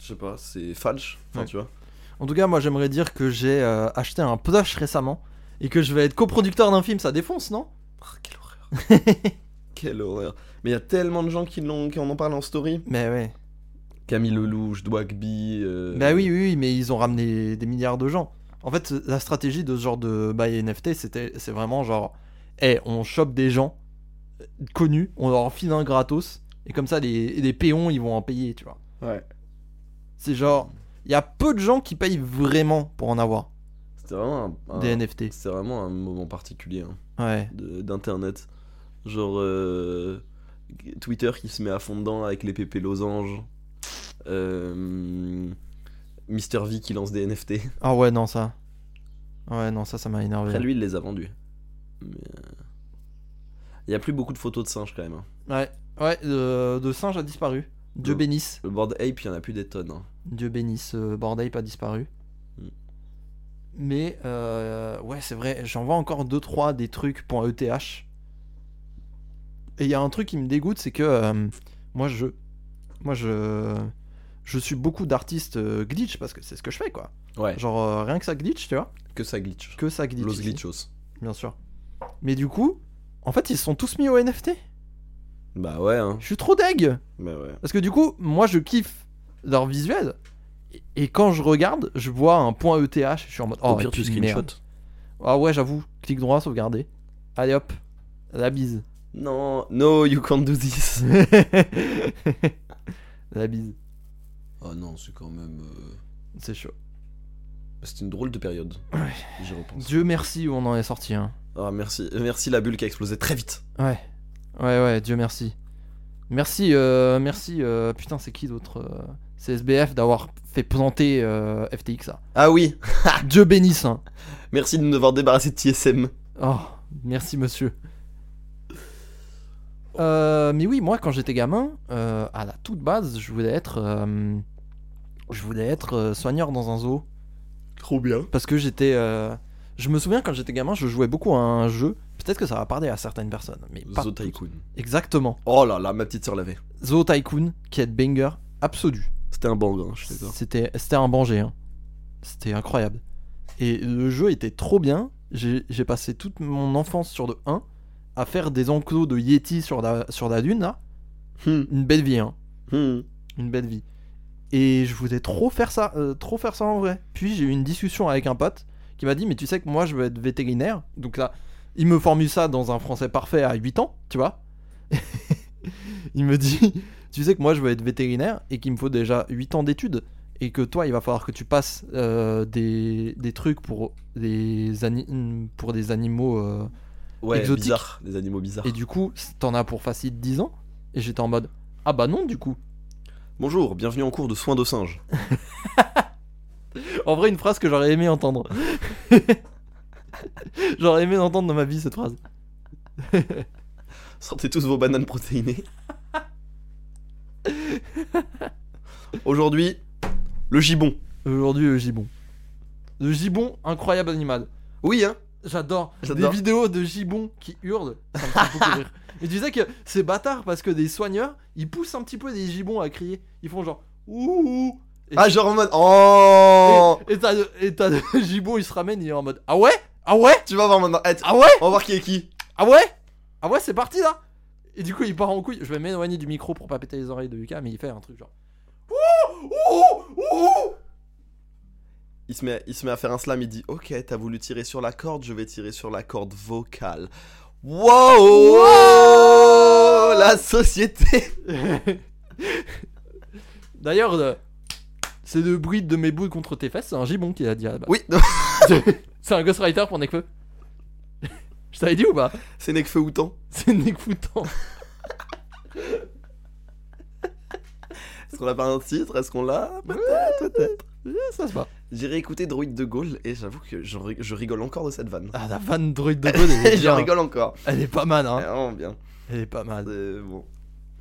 [SPEAKER 1] je sais pas, c'est falche. Enfin,
[SPEAKER 2] Ouais.
[SPEAKER 1] tu vois.
[SPEAKER 2] En tout cas, moi, j'aimerais dire que j'ai euh, acheté un plush récemment et que je vais être coproducteur d'un film, ça défonce, non
[SPEAKER 1] Oh, quelle horreur. *laughs* quelle horreur. Mais il y a tellement de gens qui, l'ont- qui en ont parlé en story.
[SPEAKER 2] Mais ouais.
[SPEAKER 1] Camille Lelouch, Dwagby. euh,
[SPEAKER 2] Bah oui, oui, oui, mais ils ont ramené des milliards de gens. En fait, la stratégie de ce genre de bail NFT, c'était, c'est vraiment genre, Eh, on chope des gens euh, connus, on leur file un gratos, et comme ça, les, les péons, ils vont en payer, tu vois.
[SPEAKER 1] Ouais.
[SPEAKER 2] C'est genre, il y a peu de gens qui payent vraiment pour en avoir
[SPEAKER 1] C'était vraiment un, un-
[SPEAKER 2] des NFT.
[SPEAKER 1] c'était vraiment un moment particulier hein,
[SPEAKER 2] Ouais.
[SPEAKER 1] de- d'internet. Genre, euh, Twitter qui se met à fond dedans avec les pépés losanges. Euh, Mister V qui lance des NFT.
[SPEAKER 2] Ah ouais, non, ça. Ouais, non, ça, ça m'a énervé.
[SPEAKER 1] Après, lui, il les a vendus. Mais, euh, Il y a plus beaucoup de photos de singes quand même. hein.
[SPEAKER 2] Ouais, ouais, de, de singe a disparu. Dieu
[SPEAKER 1] Mm.
[SPEAKER 2] bénisse.
[SPEAKER 1] Le board Ape, il y en a plus des tonnes. hein.
[SPEAKER 2] Dieu bénisse, euh, Bordel pas disparu.
[SPEAKER 1] Mm.
[SPEAKER 2] Mais euh, ouais, c'est vrai, j'en vois encore 2-3 des trucs E .eth. Et il y a un truc qui me dégoûte, c'est que euh, moi je. Moi je. Je suis beaucoup d'artistes euh, glitch parce que c'est ce que je fais quoi.
[SPEAKER 1] Ouais.
[SPEAKER 2] Genre euh, rien que ça glitch, tu vois.
[SPEAKER 1] Que ça glitch.
[SPEAKER 2] Que ça glitch.
[SPEAKER 1] Los
[SPEAKER 2] ici,
[SPEAKER 1] glitchos.
[SPEAKER 2] Bien sûr. Mais du coup, en fait, ils se sont tous mis au NFT.
[SPEAKER 1] Bah ouais, hein.
[SPEAKER 2] Je suis trop deg.
[SPEAKER 1] Mais Bah ouais.
[SPEAKER 2] Parce que du coup, moi je kiffe leur visuel. Et- Et quand je regarde, je vois un point ETH. Je suis en mode. Oh,
[SPEAKER 1] Au pire, tu
[SPEAKER 2] putain,
[SPEAKER 1] screenshot.
[SPEAKER 2] merde. Ah ouais, j'avoue. Clic droit, sauvegarder. Allez hop. La bise. *laughs*
[SPEAKER 1] Non, no, you can't do this.
[SPEAKER 2] la bise.
[SPEAKER 1] *laughs* oh non, c'est quand même.
[SPEAKER 2] C'est chaud.
[SPEAKER 1] C'était une drôle de période.
[SPEAKER 2] Ouais.
[SPEAKER 1] J'y repense.
[SPEAKER 2] Dieu merci où on en est sorti. Hein.
[SPEAKER 1] Ah, merci. Merci la bulle qui a explosé très vite.
[SPEAKER 2] Ouais. Ouais, ouais, Dieu merci. Merci, euh, merci. euh, putain, c'est qui d'autre euh, C'est SBF d'avoir fait planter euh, FTX. là.
[SPEAKER 1] Ah oui,
[SPEAKER 2] Dieu bénisse. hein.
[SPEAKER 1] merci de nous avoir débarrassé de TSM.
[SPEAKER 2] Oh, merci monsieur. Euh, mais oui, moi quand j'étais gamin, euh, à la toute base, je voulais être, euh, je voulais être euh, soigneur dans un zoo
[SPEAKER 1] Trop bien.
[SPEAKER 2] parce que j'étais, euh, je me souviens quand j'étais gamin, je jouais beaucoup à un jeu. Peut-être que ça va parler à certaines personnes, mais pas
[SPEAKER 1] Zo
[SPEAKER 2] toutes.
[SPEAKER 1] Tycoon.
[SPEAKER 2] Exactement,
[SPEAKER 1] Oh là là, ma petite sœur l'avait.
[SPEAKER 2] Zoo Tycoon, qui est banger absolu.
[SPEAKER 1] C'était un bang, hein, je suis d'accord.
[SPEAKER 2] C'était, c'était un banger. hein. C'était incroyable. Et le jeu était trop bien. J'ai j'ai passé toute mon enfance sur le 1 à faire des enclos de Yeti sur la, sur la lune, là.
[SPEAKER 1] Hmm,
[SPEAKER 2] Une belle vie, hein.
[SPEAKER 1] hmm.
[SPEAKER 2] Une belle vie. Et je voulais trop faire ça, euh, trop faire ça en vrai. Puis j'ai eu une discussion avec un pote qui m'a dit, mais tu sais que moi je veux être vétérinaire. Donc là, il me formule ça dans un français parfait à 8 ans, tu vois. *laughs* il me dit, tu sais que moi je veux être vétérinaire et qu'il me faut déjà 8 ans d'études. Et que toi, il va falloir que tu passes euh, des, des trucs pour des, ani- pour des animaux. euh.
[SPEAKER 1] Ouais,
[SPEAKER 2] Exotique.
[SPEAKER 1] bizarre, des animaux bizarres.
[SPEAKER 2] Et du coup, t'en as pour facile 10 ans. Et j'étais en mode, ah bah non, du coup.
[SPEAKER 1] Bonjour, bienvenue en cours de soins de singes.
[SPEAKER 2] En vrai, une phrase que j'aurais aimé entendre. j'aurais aimé entendre dans ma vie cette phrase.
[SPEAKER 1] Sortez tous vos bananes protéinées.
[SPEAKER 2] *laughs*
[SPEAKER 1] Aujourd'hui, le gibon.
[SPEAKER 2] Aujourd'hui, le gibon. Le gibon, incroyable animal.
[SPEAKER 1] Oui, hein
[SPEAKER 2] J'adore des
[SPEAKER 1] J'adore.
[SPEAKER 2] vidéos de gibons qui hurlent. Ça me fait beaucoup rire. Et tu sais que c'est bâtard parce que des soigneurs, ils poussent un petit peu des gibons à crier. Ils font genre ouh. ouh. Et
[SPEAKER 1] Ah,
[SPEAKER 2] tu-
[SPEAKER 1] genre en mode. Oh
[SPEAKER 2] et- Et t'as le- et t'as le *laughs* gibon, il se ramène, il est en mode ah ouais, ah ouais,
[SPEAKER 1] Tu vas voir maintenant. Eh, t-
[SPEAKER 2] ah ouais.
[SPEAKER 1] On va voir qui est qui.
[SPEAKER 2] Ah ouais Ah ouais, c'est parti là Et du coup, il part en couille. Je vais m'éloigner du micro pour pas péter les oreilles de Lucas, mais il fait un truc genre. Ouh Ouh Ouh
[SPEAKER 1] Il se, met, il se met à faire un slam, il dit Ok, t'as voulu tirer sur la corde, je vais tirer sur la corde vocale. Wow,
[SPEAKER 2] Wow
[SPEAKER 1] la
[SPEAKER 2] *laughs*
[SPEAKER 1] société
[SPEAKER 2] D'ailleurs, euh, c'est le bruit de mes boules contre tes fesses, c'est un gibon qui a dit. ah, bah.
[SPEAKER 1] Oui,
[SPEAKER 2] C'est un ghostwriter pour Nekfeu. *laughs* Je t'avais dit ou pas
[SPEAKER 1] c'est Nekfeu Outan.
[SPEAKER 2] C'est Nekfoutan.
[SPEAKER 1] Est-ce qu'on l'a pas un titre Est-ce qu'on l'a
[SPEAKER 2] *laughs* Ça se va.
[SPEAKER 1] J'ai réécouté Droid de Gaulle et j'avoue que j'en ri- je rigole encore de cette vanne.
[SPEAKER 2] Ah, la vanne droïde de Gaulle, elle
[SPEAKER 1] *laughs*
[SPEAKER 2] est,
[SPEAKER 1] J'en
[SPEAKER 2] bien.
[SPEAKER 1] rigole encore.
[SPEAKER 2] Elle est pas mal,
[SPEAKER 1] Ah,
[SPEAKER 2] hein.
[SPEAKER 1] Vraiment bien.
[SPEAKER 2] Elle est pas mal.
[SPEAKER 1] Euh, bon.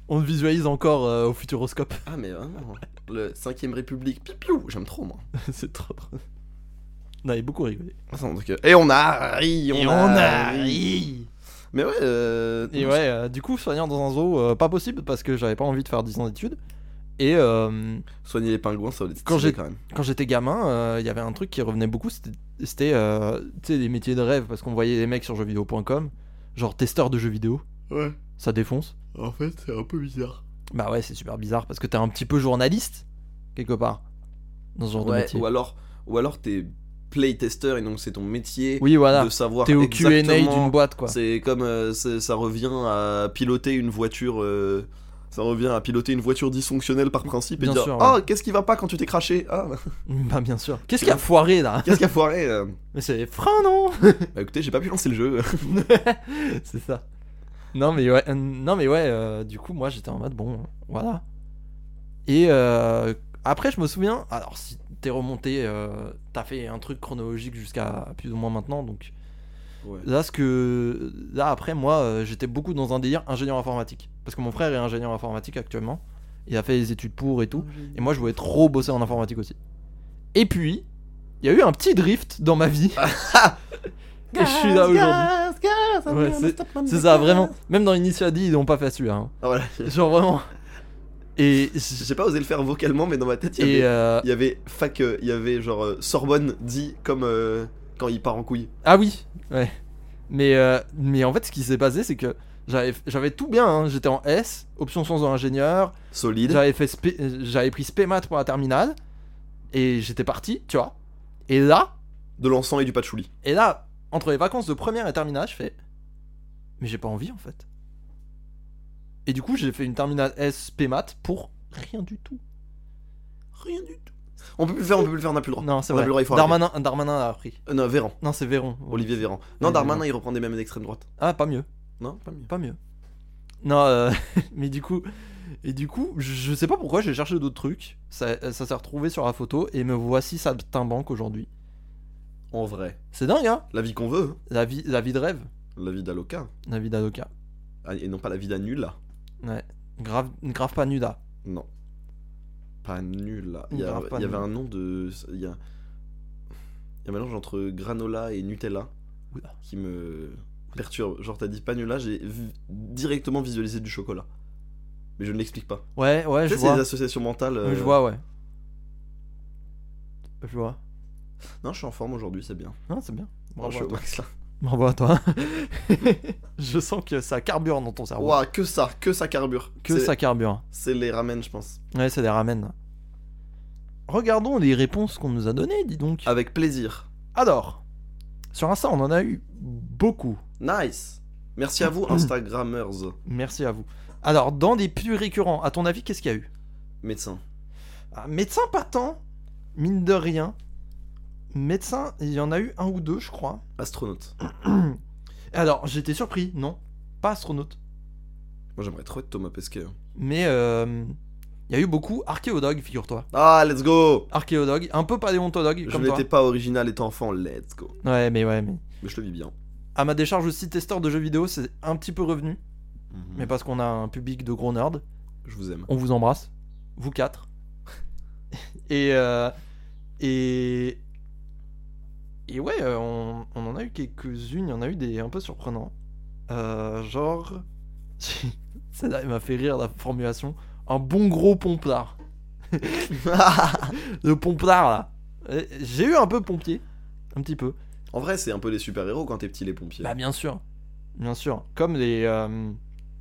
[SPEAKER 2] On le visualise encore euh, au futuroscope. *laughs*
[SPEAKER 1] Ah, mais vraiment. Le 5ème République, pipiou, j'aime trop moi.
[SPEAKER 2] c'est trop drôle. On avait beaucoup rigolé.
[SPEAKER 1] Attends, donc, euh, Et on a ri, on,
[SPEAKER 2] Et
[SPEAKER 1] a,
[SPEAKER 2] ri.
[SPEAKER 1] Mais ouais, euh,
[SPEAKER 2] Et
[SPEAKER 1] non,
[SPEAKER 2] ouais, euh, du coup, soignant dans un zoo, euh, pas possible parce que j'avais pas envie de faire 10 ans d'études. Et euh,
[SPEAKER 1] soigner les pingouins, ça va être
[SPEAKER 2] Quand
[SPEAKER 1] stylé,
[SPEAKER 2] j'ai-
[SPEAKER 1] quand même.
[SPEAKER 2] quand j'étais gamin, euh, il y avait un truc qui revenait beaucoup, c'était- c'était euh, tu sais, des métiers de rêve parce qu'on voyait des mecs sur jeuxvideo.com, genre testeur de jeux vidéo,
[SPEAKER 1] Ouais,
[SPEAKER 2] ça défonce.
[SPEAKER 1] en fait, c'est un peu bizarre.
[SPEAKER 2] Bah ouais, c'est super bizarre parce que t'es un petit peu journaliste, quelque part, dans ce genre de
[SPEAKER 1] Ouais,
[SPEAKER 2] métier.
[SPEAKER 1] ou alors, ou alors t'es playtester et donc c'est ton métier
[SPEAKER 2] Oui, voilà,
[SPEAKER 1] de savoir
[SPEAKER 2] t'es au QA
[SPEAKER 1] exactement.
[SPEAKER 2] d'une boîte quoi.
[SPEAKER 1] C'est comme euh, c'est- ça revient à piloter une voiture. euh, ça revient à piloter une voiture dysfonctionnelle par principe et
[SPEAKER 2] Bien
[SPEAKER 1] dire
[SPEAKER 2] sûr,
[SPEAKER 1] ah qu'est-ce qui va pas quand tu t'es craché ah
[SPEAKER 2] *laughs* Bah bien sûr. Qu'est-ce qui a foiré là
[SPEAKER 1] qu'est-ce qui a foiré euh
[SPEAKER 2] Mais c'est frein non
[SPEAKER 1] bah écoutez j'ai pas pu lancer le jeu *laughs*
[SPEAKER 2] *laughs* C'est ça. Non mais ouais, euh, non mais ouais. euh, du coup, moi j'étais en mode bon, voilà. Et euh, après, je me souviens. Alors, si t'es remonté, euh, t'as fait un truc chronologique jusqu'à plus ou moins maintenant. Donc
[SPEAKER 1] ouais.
[SPEAKER 2] là, ce que là après, moi, euh, j'étais beaucoup dans un délire ingénieur informatique parce que mon frère est ingénieur informatique actuellement. Il a fait les études pour et tout. Et moi, je voulais trop bosser en informatique aussi. Et puis, il y a eu un petit drift dans ma vie. et je suis là aujourd'hui. Ouais, C'est ça, vraiment. Même dans Initiadi, ils n'ont pas fait celui-là. hein.
[SPEAKER 1] Ah, voilà.
[SPEAKER 2] Genre vraiment. Et.
[SPEAKER 1] j'ai pas osé le faire vocalement mais dans ma tête il y
[SPEAKER 2] et
[SPEAKER 1] avait,
[SPEAKER 2] euh,
[SPEAKER 1] il y avait fac euh, il y avait genre euh, Sorbonne dit comme euh, quand il part en couille
[SPEAKER 2] Ah oui, ouais. Mais, euh, mais en fait, ce qui s'est passé, c'est que j'avais j'avais tout bien. hein. J'étais en S, option sciences de l'ingénieur.
[SPEAKER 1] solide
[SPEAKER 2] J'avais fait spé- euh, j'avais pris spé maths pour la terminale. Et j'étais parti, tu vois. Et là,
[SPEAKER 1] de l'encens et du patchouli
[SPEAKER 2] et là, entre les vacances de première et terminale, je fais. Mais j'ai pas envie en fait. Et du coup, j'ai fait une terminale S spé maths pour rien du tout.
[SPEAKER 1] rien du tout on peut plus le faire on peut plus le faire on n'a plus le droit
[SPEAKER 2] Non, c'est
[SPEAKER 1] On a
[SPEAKER 2] vrai.
[SPEAKER 1] plus le droit, il faut
[SPEAKER 2] Darmanin, Darmanin a appris.
[SPEAKER 1] Euh, non Véran
[SPEAKER 2] Non, c'est Véron.
[SPEAKER 1] Olivier Véran non
[SPEAKER 2] Ouais,
[SPEAKER 1] Darmanin il reprend des mêmes d'extrême droite
[SPEAKER 2] Ah, pas mieux,
[SPEAKER 1] non pas mieux
[SPEAKER 2] pas mieux. Non, euh, *laughs* mais du coup, et du coup, je, je sais pas pourquoi j'ai cherché d'autres trucs. Ça, ça s'est retrouvé sur la photo et me voici saltimbanque aujourd'hui.
[SPEAKER 1] en vrai
[SPEAKER 2] C'est dingue, hein
[SPEAKER 1] la vie qu'on veut hein.
[SPEAKER 2] La vie, la vie de rêve,
[SPEAKER 1] la vie d'Aloca
[SPEAKER 2] la vie d'Adoka.
[SPEAKER 1] Ah, et non pas la vie d'Anula.
[SPEAKER 2] Ouais, grave, grave pas nuda.
[SPEAKER 1] Non. Pas Nula. Il y, a-
[SPEAKER 2] Grave pas
[SPEAKER 1] il y avait
[SPEAKER 2] Nula.
[SPEAKER 1] un nom de. Il y a il y a un mélange entre granola et Nutella
[SPEAKER 2] Oula.
[SPEAKER 1] qui me perturbe. Genre, t'as dit pas Nula, j'ai vi- directement visualisé du chocolat. Mais je ne l'explique pas.
[SPEAKER 2] Ouais, ouais,
[SPEAKER 1] Tu
[SPEAKER 2] je
[SPEAKER 1] sais, c'est
[SPEAKER 2] vois.
[SPEAKER 1] des associations mentales. euh,
[SPEAKER 2] Je vois, ouais. Je vois.
[SPEAKER 1] Non, je suis en forme aujourd'hui, c'est bien.
[SPEAKER 2] Non, c'est bien.
[SPEAKER 1] je
[SPEAKER 2] Bravo,
[SPEAKER 1] suis
[SPEAKER 2] à
[SPEAKER 1] au
[SPEAKER 2] toi.
[SPEAKER 1] max là.
[SPEAKER 2] Bravo à toi. *laughs* je sens que ça carbure dans ton cerveau.
[SPEAKER 1] Ouah, que ça, que ça carbure.
[SPEAKER 2] Que
[SPEAKER 1] C'est-
[SPEAKER 2] ça carbure.
[SPEAKER 1] C'est les ramen, je pense.
[SPEAKER 2] Ouais, ça les ramène. Regardons les réponses qu'on nous a données, dis donc.
[SPEAKER 1] Avec plaisir.
[SPEAKER 2] Alors, sur Insta, on en a eu beaucoup.
[SPEAKER 1] Nice. Merci à vous, Instagrammers.
[SPEAKER 2] Merci à vous. Alors, dans des plus récurrents, à ton avis, qu'est-ce qu'il y a eu
[SPEAKER 1] Médecin.
[SPEAKER 2] Ah, Médecin pas tant, mine de rien. Médecin, il y en a eu un ou deux, je crois.
[SPEAKER 1] Astronaute.
[SPEAKER 2] Alors, j'étais surpris, non, pas astronaute.
[SPEAKER 1] Moi, j'aimerais trop être Thomas Pesquet. hein.
[SPEAKER 2] Mais euh, il y a eu beaucoup archéologue, figure-toi.
[SPEAKER 1] Ah, let's go!
[SPEAKER 2] Archéologue, un peu paléontologue,
[SPEAKER 1] Je
[SPEAKER 2] comme toi.
[SPEAKER 1] n'étais pas original étant enfant, let's go.
[SPEAKER 2] Ouais, mais ouais, mais...
[SPEAKER 1] Mais je le vis bien.
[SPEAKER 2] À ma décharge aussi, testeur de jeux vidéo, c'est un petit peu revenu. Mais parce qu'on a un public de gros nerds.
[SPEAKER 1] Je vous aime.
[SPEAKER 2] On vous embrasse, vous quatre. *laughs* et, euh, et. Et ouais, euh, on, on en a eu quelques-unes, il y en a eu des un peu surprenants. Euh, genre. *laughs* Celle-là, elle m'a fait rire la formulation. Un bon gros pomplard. *laughs* Le pomplard, là. Euh, J'ai eu un peu pompier. Un petit peu.
[SPEAKER 1] En vrai, c'est un peu les super-héros quand t'es petit, les pompiers.
[SPEAKER 2] Bah, bien sûr. Bien sûr. Comme les, euh,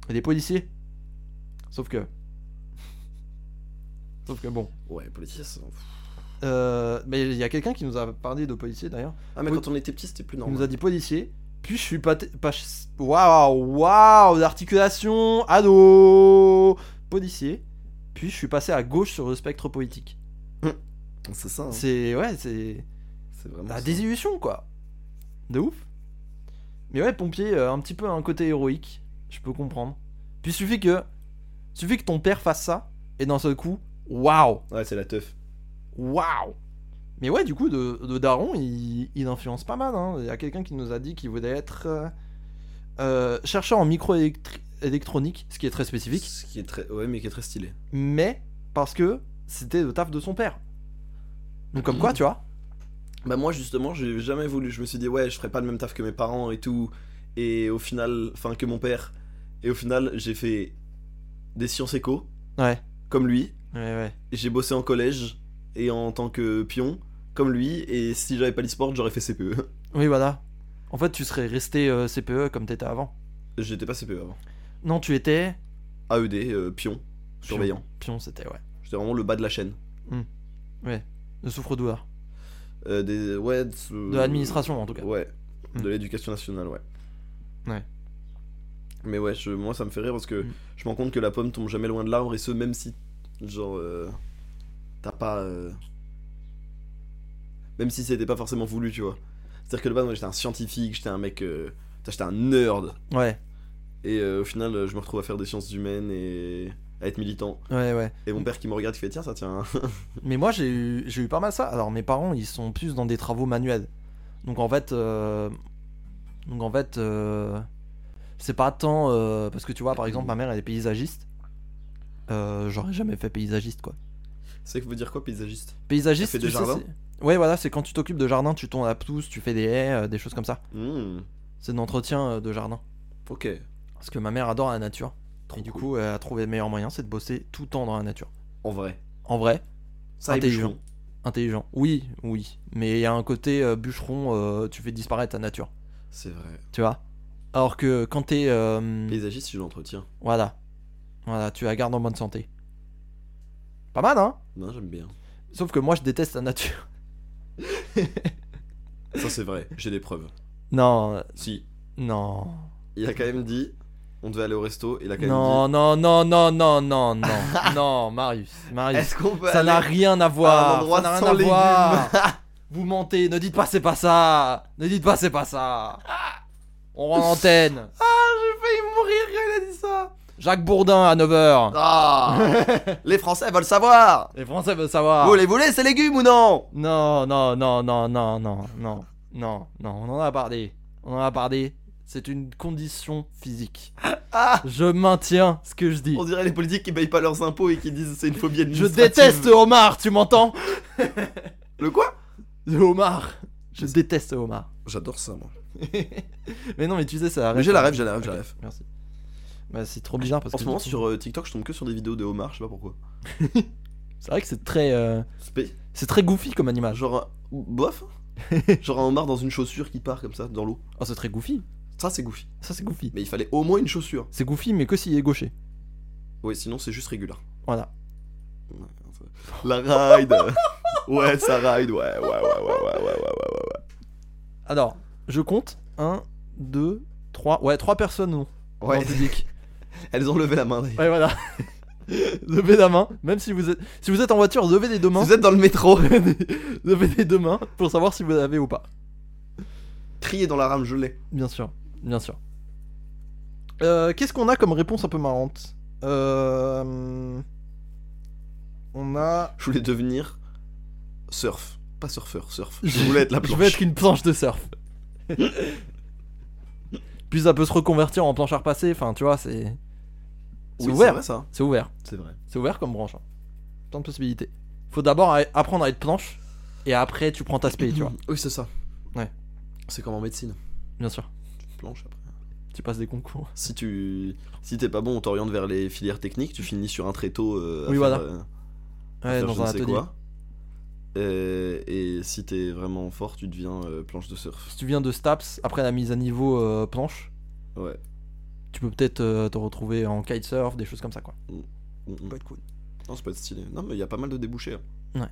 [SPEAKER 2] les policiers. Sauf que. Sauf que bon.
[SPEAKER 1] Ouais, policiers. c'est- pff.
[SPEAKER 2] Euh, mais il y a quelqu'un qui nous a parlé de policier d'ailleurs.
[SPEAKER 1] Ah, mais
[SPEAKER 2] Oui.
[SPEAKER 1] quand on était petit, c'était plus
[SPEAKER 2] Il
[SPEAKER 1] normal.
[SPEAKER 2] nous a dit policier. Puis je suis pas. pas waouh, waouh, l'articulation, ado, policier. Puis je suis passé à gauche sur le spectre politique.
[SPEAKER 1] C'est
[SPEAKER 2] Oh.
[SPEAKER 1] ça. hein.
[SPEAKER 2] C'est Bah, ouais, c'est
[SPEAKER 1] C'est vraiment.
[SPEAKER 2] la
[SPEAKER 1] ça.
[SPEAKER 2] désillusion quoi. De ouf. Mais ouais, pompier, euh, un petit peu un côté héroïque, je peux comprendre. Puis suffit que suffit que ton père fasse ça et d'un seul coup, waouh,
[SPEAKER 1] Ouais, c'est la teuf.
[SPEAKER 2] Waouh Mais ouais, du coup, de, de Daron, il, il influence pas mal. hein. Il y a quelqu'un qui nous a dit qu'il voulait être euh, euh, chercheur en micro-électronique, ce qui est très spécifique,
[SPEAKER 1] Ce qui est très. Ouais, mais qui est très stylé.
[SPEAKER 2] mais parce que c'était le taf de son père. Donc comme quoi, tu vois
[SPEAKER 1] Bah, moi, justement, j'ai jamais voulu. Je me suis dit, ouais, je ferai pas le même taf que mes parents et tout. Et au final. Enfin, que mon père. Et au final, j'ai fait des sciences éco,
[SPEAKER 2] Ouais,
[SPEAKER 1] comme lui.
[SPEAKER 2] ouais, ouais.
[SPEAKER 1] J'ai bossé en collège et en tant que pion, comme lui. Et si j'avais pas l'e-sport, j'aurais fait E. CPE.
[SPEAKER 2] Oui, voilà. En fait, tu serais resté euh, CPE comme t'étais avant.
[SPEAKER 1] J'étais pas CPE avant.
[SPEAKER 2] Non, tu étais...
[SPEAKER 1] AED, euh, pion, surveillant.
[SPEAKER 2] Pion, c'était, ouais.
[SPEAKER 1] J'étais vraiment le bas de la chaîne.
[SPEAKER 2] Le souffre-douleur.
[SPEAKER 1] Euh, des, ouais, de,
[SPEAKER 2] De l'administration, en tout cas.
[SPEAKER 1] Euh, Ouais,
[SPEAKER 2] Mm.
[SPEAKER 1] de l'éducation nationale, ouais.
[SPEAKER 2] Ouais.
[SPEAKER 1] Mais ouais, je- moi ça me fait rire parce que
[SPEAKER 2] Mm.
[SPEAKER 1] je me rends compte que la pomme tombe jamais loin de l'arbre et ce, même si. Genre. euh, T'as pas. euh, Même si c'était pas forcément voulu, tu vois. C'est-à-dire que de base, moi j'étais un scientifique, j'étais un mec. euh, putain, J'étais un nerd.
[SPEAKER 2] Ouais,
[SPEAKER 1] Et euh, au final, euh, je me retrouve à faire des sciences humaines et à être militant.
[SPEAKER 2] ouais, ouais.
[SPEAKER 1] Et mon père qui me regarde qui fait Tiens, ça tient. hein. *laughs* un-
[SPEAKER 2] Mais moi, j'ai eu, j'ai eu pas mal ça. Alors, mes parents, ils sont plus dans des travaux manuels. Donc, en fait, euh, donc en fait, euh, c'est pas tant euh, parce que tu vois, par exemple, ma mère, elle est paysagiste. Euh, J'aurais jamais fait paysagiste, quoi.
[SPEAKER 1] C'est que veut dire quoi, paysagiste
[SPEAKER 2] Paysagiste,
[SPEAKER 1] Elle fait
[SPEAKER 2] tu
[SPEAKER 1] des
[SPEAKER 2] sais,
[SPEAKER 1] jardins
[SPEAKER 2] c'est- Ouais, voilà, c'est quand tu t'occupes de jardin, tu tournes la pelouse, tu fais des haies, euh, des choses comme ça.
[SPEAKER 1] Hmm,
[SPEAKER 2] C'est de l'entretien euh, de jardin.
[SPEAKER 1] Ok.
[SPEAKER 2] Parce que ma mère adore la nature.
[SPEAKER 1] Trop
[SPEAKER 2] et du
[SPEAKER 1] cool.
[SPEAKER 2] coup, elle a trouvé le meilleur moyen, c'est de bosser tout le temps dans la nature.
[SPEAKER 1] En vrai.
[SPEAKER 2] En vrai,
[SPEAKER 1] Ça, et
[SPEAKER 2] Intelligent.
[SPEAKER 1] bûcheron.
[SPEAKER 2] intelligent. Oui, oui. Mais il y a un côté euh, bûcheron, euh, tu fais disparaître la nature.
[SPEAKER 1] C'est vrai.
[SPEAKER 2] tu vois. Alors que quand t'es. euh,
[SPEAKER 1] Paysagiste, je l'entretiens.
[SPEAKER 2] voilà. Voilà, tu la gardes en bonne santé. Pas mal, hein
[SPEAKER 1] Non, j'aime bien.
[SPEAKER 2] Sauf que moi, je déteste la nature. *laughs*
[SPEAKER 1] Ça, c'est vrai. J'ai des preuves.
[SPEAKER 2] Non, euh,
[SPEAKER 1] Si.
[SPEAKER 2] non.
[SPEAKER 1] Il a quand même dit on devait aller au resto. Il a quand
[SPEAKER 2] Non,
[SPEAKER 1] même
[SPEAKER 2] non, non, non, non, non, non.
[SPEAKER 1] *laughs*
[SPEAKER 2] non, Marius.
[SPEAKER 1] dit
[SPEAKER 2] Marius.
[SPEAKER 1] est-ce qu'on peut
[SPEAKER 2] Ça n'a
[SPEAKER 1] aller
[SPEAKER 2] rien à
[SPEAKER 1] à un
[SPEAKER 2] voir.
[SPEAKER 1] endroit
[SPEAKER 2] ça n'a rien
[SPEAKER 1] sans
[SPEAKER 2] à
[SPEAKER 1] légumes *laughs*
[SPEAKER 2] voir. Vous mentez, ne dites pas c'est pas ça. Ne dites pas c'est pas ça. On rend l'antenne.
[SPEAKER 1] J'ai failli mourir quand il a dit ça
[SPEAKER 2] Jacques Bourdin à 9h.
[SPEAKER 1] *laughs* Ah Les Français veulent savoir
[SPEAKER 2] Les Français veulent savoir.
[SPEAKER 1] Voulez-vous les légumes ou non
[SPEAKER 2] Non, non, non, non, non, non, non, non, non, on en a parlé. On en a parlé. C'est une condition physique.
[SPEAKER 1] Ah
[SPEAKER 2] Je maintiens ce que je dis.
[SPEAKER 1] On dirait les politiques qui payent pas leurs impôts et qui disent c'est une phobie
[SPEAKER 2] Je
[SPEAKER 1] administrative.
[SPEAKER 2] déteste Omar, tu m'entends
[SPEAKER 1] Le quoi
[SPEAKER 2] Le Omar. Je
[SPEAKER 1] *laughs*
[SPEAKER 2] déteste Omar.
[SPEAKER 1] J'adore ça, moi.
[SPEAKER 2] mais non, mais tu sais, ça
[SPEAKER 1] Mais j'ai la rêve,
[SPEAKER 2] rêve.
[SPEAKER 1] j'ai la rêve, j'ai la
[SPEAKER 2] Ok,
[SPEAKER 1] rêve.
[SPEAKER 2] Merci. Bah, c'est trop bizarre parce
[SPEAKER 1] En
[SPEAKER 2] que.
[SPEAKER 1] ce moment,
[SPEAKER 2] du coup,
[SPEAKER 1] sur euh, TikTok, je tombe que sur des vidéos de Omar, je sais pas pourquoi.
[SPEAKER 2] C'est vrai que c'est très. euh,
[SPEAKER 1] Spé-
[SPEAKER 2] C'est très goofy comme animal.
[SPEAKER 1] Genre, un- *laughs* bof Genre un Omar dans une chaussure qui part comme ça, dans l'eau.
[SPEAKER 2] Oh, c'est très goofy.
[SPEAKER 1] Ça, c'est goofy.
[SPEAKER 2] Ça, c'est goofy.
[SPEAKER 1] Mais il fallait au moins une chaussure.
[SPEAKER 2] C'est goofy, mais que s'il est gaucher.
[SPEAKER 1] Ouais, sinon c'est juste régulier.
[SPEAKER 2] Voilà.
[SPEAKER 1] La ride *laughs* Ouais, ça ride, ouais, ouais, ouais, ouais, ouais, ouais, ouais, ouais, ouais.
[SPEAKER 2] Alors, je compte 1, 2, 3. Ouais, 3 personnes non.
[SPEAKER 1] Ouais.
[SPEAKER 2] Dans
[SPEAKER 1] *laughs*
[SPEAKER 2] le public.
[SPEAKER 1] Elles ont levé la main. d'ailleurs.
[SPEAKER 2] Ouais, voilà. *laughs* levez la main, même si vous êtes, si vous êtes en voiture, levez les deux mains.
[SPEAKER 1] Vous êtes dans le métro, *laughs*
[SPEAKER 2] Levez les deux mains pour savoir si vous avez ou pas.
[SPEAKER 1] criez dans la rame, je l'ai.
[SPEAKER 2] Bien sûr, bien sûr. Euh, Qu'est-ce qu'on a comme réponse un peu marrante Euh, On a.
[SPEAKER 1] Je voulais devenir surf, pas surfeur, surf. Je
[SPEAKER 2] Je-
[SPEAKER 1] voulais être la
[SPEAKER 2] Je
[SPEAKER 1] planche.
[SPEAKER 2] veux être une planche de surf. Puis ça peut se reconvertir en planche à repasser. Enfin, tu vois, c'est.
[SPEAKER 1] Oui,
[SPEAKER 2] C'est
[SPEAKER 1] c'est
[SPEAKER 2] ouvert.
[SPEAKER 1] vrai ça.
[SPEAKER 2] C'est ouvert.
[SPEAKER 1] C'est vrai.
[SPEAKER 2] C'est ouvert comme branche. hein. Plein de possibilités. Faut d'abord a- apprendre à être planche. Et après, tu prends ta spé,
[SPEAKER 1] *clears throat*
[SPEAKER 2] tu vois.
[SPEAKER 1] Oui, c'est ça.
[SPEAKER 2] Ouais.
[SPEAKER 1] C'est comme en médecine,
[SPEAKER 2] Bien sûr.
[SPEAKER 1] planche après.
[SPEAKER 2] Tu passes des concours.
[SPEAKER 1] Si tu si t'es pas bon, on t'oriente vers les filières techniques, tu finis sur un tréteau euh, à
[SPEAKER 2] Oui,
[SPEAKER 1] faire,
[SPEAKER 2] voilà.
[SPEAKER 1] euh,
[SPEAKER 2] Ouais,
[SPEAKER 1] faire
[SPEAKER 2] dans
[SPEAKER 1] je
[SPEAKER 2] un
[SPEAKER 1] ne sais
[SPEAKER 2] atelier.
[SPEAKER 1] quoi. Euh, et si t'es vraiment fort, tu deviens euh, planche de surf.
[SPEAKER 2] Si tu viens de Staps, après la mise à niveau euh, planche,
[SPEAKER 1] Ouais.
[SPEAKER 2] tu peux peut-être euh, te retrouver en kitesurf, des choses comme ça, quoi.
[SPEAKER 1] Mm, mm.
[SPEAKER 2] Ça peut être cool.
[SPEAKER 1] Non, c'est pas stylé. Non, mais il y a pas mal de débouchés. hein.
[SPEAKER 2] Ouais.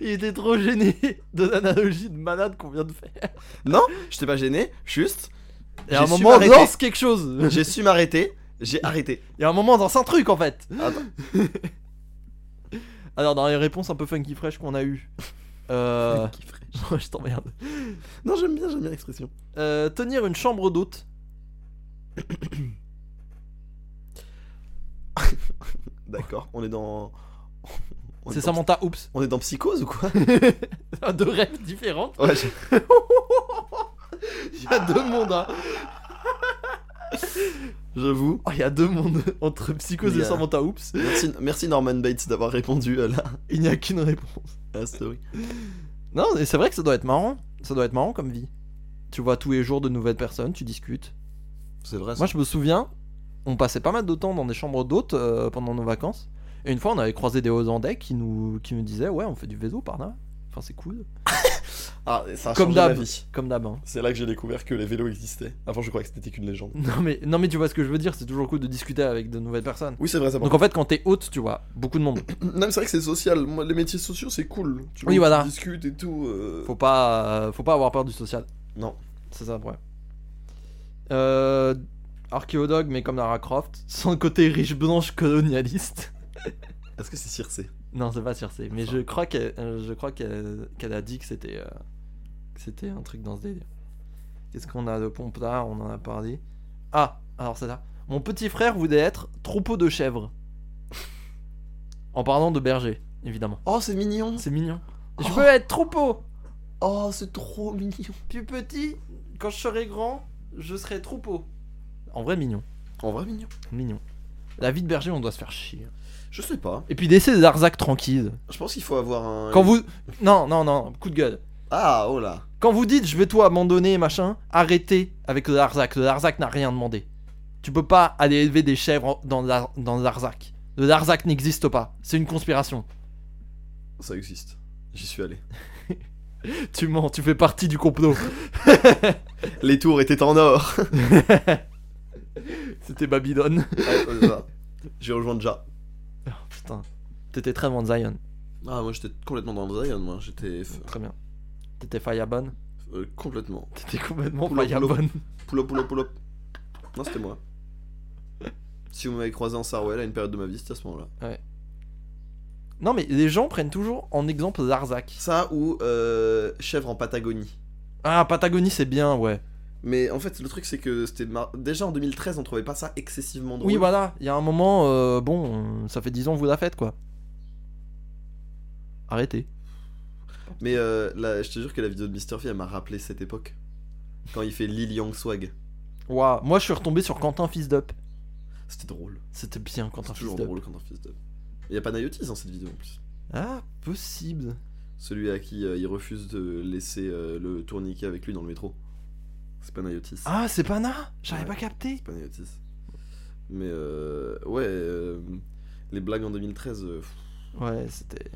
[SPEAKER 2] Il était trop gêné de l'analogie de malade qu'on vient de faire.
[SPEAKER 1] Non, je t'ai pas gêné, juste.
[SPEAKER 2] Et à un
[SPEAKER 1] J'ai su
[SPEAKER 2] moment, on
[SPEAKER 1] m'arrêter.
[SPEAKER 2] lance quelque chose.
[SPEAKER 1] *laughs* J'ai su m'arrêter,
[SPEAKER 2] *laughs*
[SPEAKER 1] j'ai arrêté.
[SPEAKER 2] Il y a un moment, on lance un truc en fait.
[SPEAKER 1] Attends.
[SPEAKER 2] *laughs* Alors, dans les réponses un peu funky fresh qu'on a eues. Euh...
[SPEAKER 1] Qui ferait-
[SPEAKER 2] *laughs* je t'emmerde.
[SPEAKER 1] Non, j'aime bien, j'aime bien l'expression.
[SPEAKER 2] Euh, tenir une chambre d'hôte.
[SPEAKER 1] D'accord, on est dans. on est
[SPEAKER 2] C'est
[SPEAKER 1] dans-
[SPEAKER 2] Samantha Oops.
[SPEAKER 1] On est dans psychose ou quoi
[SPEAKER 2] *laughs* Deux rêves différentes.
[SPEAKER 1] Ouais, j'ai-
[SPEAKER 2] *laughs* Il y a deux mondes. hein.
[SPEAKER 1] j'avoue.
[SPEAKER 2] Oh, il y a deux mondes entre Psychose
[SPEAKER 1] Il y
[SPEAKER 2] et
[SPEAKER 1] a-
[SPEAKER 2] Samantha Oops.
[SPEAKER 1] Merci, merci Norman Bates d'avoir répondu à la,
[SPEAKER 2] Il n'y a qu'une réponse.
[SPEAKER 1] à la story.
[SPEAKER 2] Non, mais c'est vrai que ça doit être marrant. Ça doit être marrant comme vie. Tu vois tous les jours de nouvelles personnes, tu discutes.
[SPEAKER 1] C'est vrai.
[SPEAKER 2] Moi, je me souviens, on passait pas mal de temps dans des chambres d'hôtes euh, pendant nos vacances. Et une fois, on avait croisé des Hollandais qui nous, qui nous disaient Ouais, on fait du vélo par là. Enfin, c'est cool.
[SPEAKER 1] Ah, ça a
[SPEAKER 2] Comme
[SPEAKER 1] changé ma
[SPEAKER 2] d'hab.
[SPEAKER 1] vie.
[SPEAKER 2] Comme d'hab. hein. *laughs*
[SPEAKER 1] C'est là que j'ai découvert que les vélos existaient. Avant, je croyais que c'était qu'une légende.
[SPEAKER 2] Non, mais, non, mais tu vois ce que je veux dire, c'est toujours cool de discuter avec de nouvelles personnes.
[SPEAKER 1] Oui, c'est vrai, ça
[SPEAKER 2] Donc, en fait, quand t'es hôte, tu vois, beaucoup de monde.
[SPEAKER 1] Même c'est vrai que c'est social. Moi, les métiers sociaux, c'est cool. Tu
[SPEAKER 2] Oui,
[SPEAKER 1] vois,
[SPEAKER 2] voilà.
[SPEAKER 1] Tu discutes et tout. euh,
[SPEAKER 2] Faut pas, euh, faut pas avoir peur du social.
[SPEAKER 1] Non.
[SPEAKER 2] C'est ça le problème. Euh, archéologue, mais comme Lara Croft, sans le côté riche blanche colonialiste.
[SPEAKER 1] Est-ce que c'est Circé
[SPEAKER 2] Non, c'est pas Circe, mais je crois qu'elle, euh, je crois qu'elle, qu'elle a dit que c'était, euh, que c'était un truc dans ce délire. Qu'est-ce qu'on a de pompe là On en a parlé. Ah, alors c'est là. Mon petit frère voulait être troupeau de chèvres. en parlant de berger, évidemment.
[SPEAKER 1] Oh, c'est mignon.
[SPEAKER 2] C'est mignon. Je
[SPEAKER 1] Oh.
[SPEAKER 2] veux être troupeau.
[SPEAKER 1] Oh, c'est trop mignon.
[SPEAKER 2] Plus petit, quand je serai grand, je serai troupeau. En vrai, mignon.
[SPEAKER 1] En vrai, mignon.
[SPEAKER 2] Mignon. La vie de berger, on doit se faire chier.
[SPEAKER 1] Je sais pas.
[SPEAKER 2] Et puis laisser Darzac tranquille.
[SPEAKER 1] Je pense qu'il faut avoir un.
[SPEAKER 2] Quand vous. Non, non, non, coup de gueule.
[SPEAKER 1] Ah, oh là.
[SPEAKER 2] Quand vous dites je vais tout abandonner, machin, arrêtez avec le Darzac. Le Darzac n'a rien demandé. Tu peux pas aller élever des chèvres en- dans, la... dans le Darzac. Le Darzac n'existe pas. C'est une conspiration.
[SPEAKER 1] Ça existe. J'y suis allé.
[SPEAKER 2] Tu mens, tu fais partie du complot.
[SPEAKER 1] Les tours étaient en or.
[SPEAKER 2] C'était Babylone.
[SPEAKER 1] *laughs*
[SPEAKER 2] *laughs*
[SPEAKER 1] Ouais, ouais, c'est ça. J'ai rejoint déjà.
[SPEAKER 2] Oh, putain. T'étais très loin de Zion.
[SPEAKER 1] Ah, moi j'étais complètement dans le Zion, moi. J'étais f-
[SPEAKER 2] Très bien. T'étais Fayabonne.
[SPEAKER 1] euh, complètement.
[SPEAKER 2] T'étais complètement
[SPEAKER 1] Poulop,
[SPEAKER 2] Fayabonne.
[SPEAKER 1] Pull up, pull up, pull up. Non, c'était moi. Si vous m'avez croisé en Sarwell à une période de ma vie, c'était à ce moment-là.
[SPEAKER 2] Non mais les gens prennent toujours en exemple Larzac.
[SPEAKER 1] Ça ou euh, chèvre en Patagonie.
[SPEAKER 2] Ah Patagonie c'est bien ouais.
[SPEAKER 1] Mais en fait, le truc c'est que c'était mar- déjà en 2013, on trouvait pas ça excessivement drôle.
[SPEAKER 2] Oui voilà, il y a un moment, euh, bon, euh, ça fait 10 ans que vous la faites quoi. Arrêtez.
[SPEAKER 1] Mais euh, là, je te jure que la vidéo de Mr. V, elle m'a rappelé cette époque. Quand il fait Lil Yang Swag.
[SPEAKER 2] Waouh, moi je suis retombé sur Quentin Fils d'Up.
[SPEAKER 1] C'était drôle.
[SPEAKER 2] C'était bien
[SPEAKER 1] C'est
[SPEAKER 2] Quentin Fils
[SPEAKER 1] toujours
[SPEAKER 2] d'Up.
[SPEAKER 1] drôle quand on fait ça. Il y a pas Nayotis dans cette vidéo en plus.
[SPEAKER 2] Ah, possible.
[SPEAKER 1] Celui à qui euh, il refuse de laisser euh, le tourniquet avec lui dans le métro. C'est pas Nayotis.
[SPEAKER 2] Ah, c'est Pana J'avais
[SPEAKER 1] Ouais.
[SPEAKER 2] pas capté.
[SPEAKER 1] C'est pas Nayotis. Mais euh, ouais, euh, les blagues en 2013, euh, pff,
[SPEAKER 2] Ouais, c'était.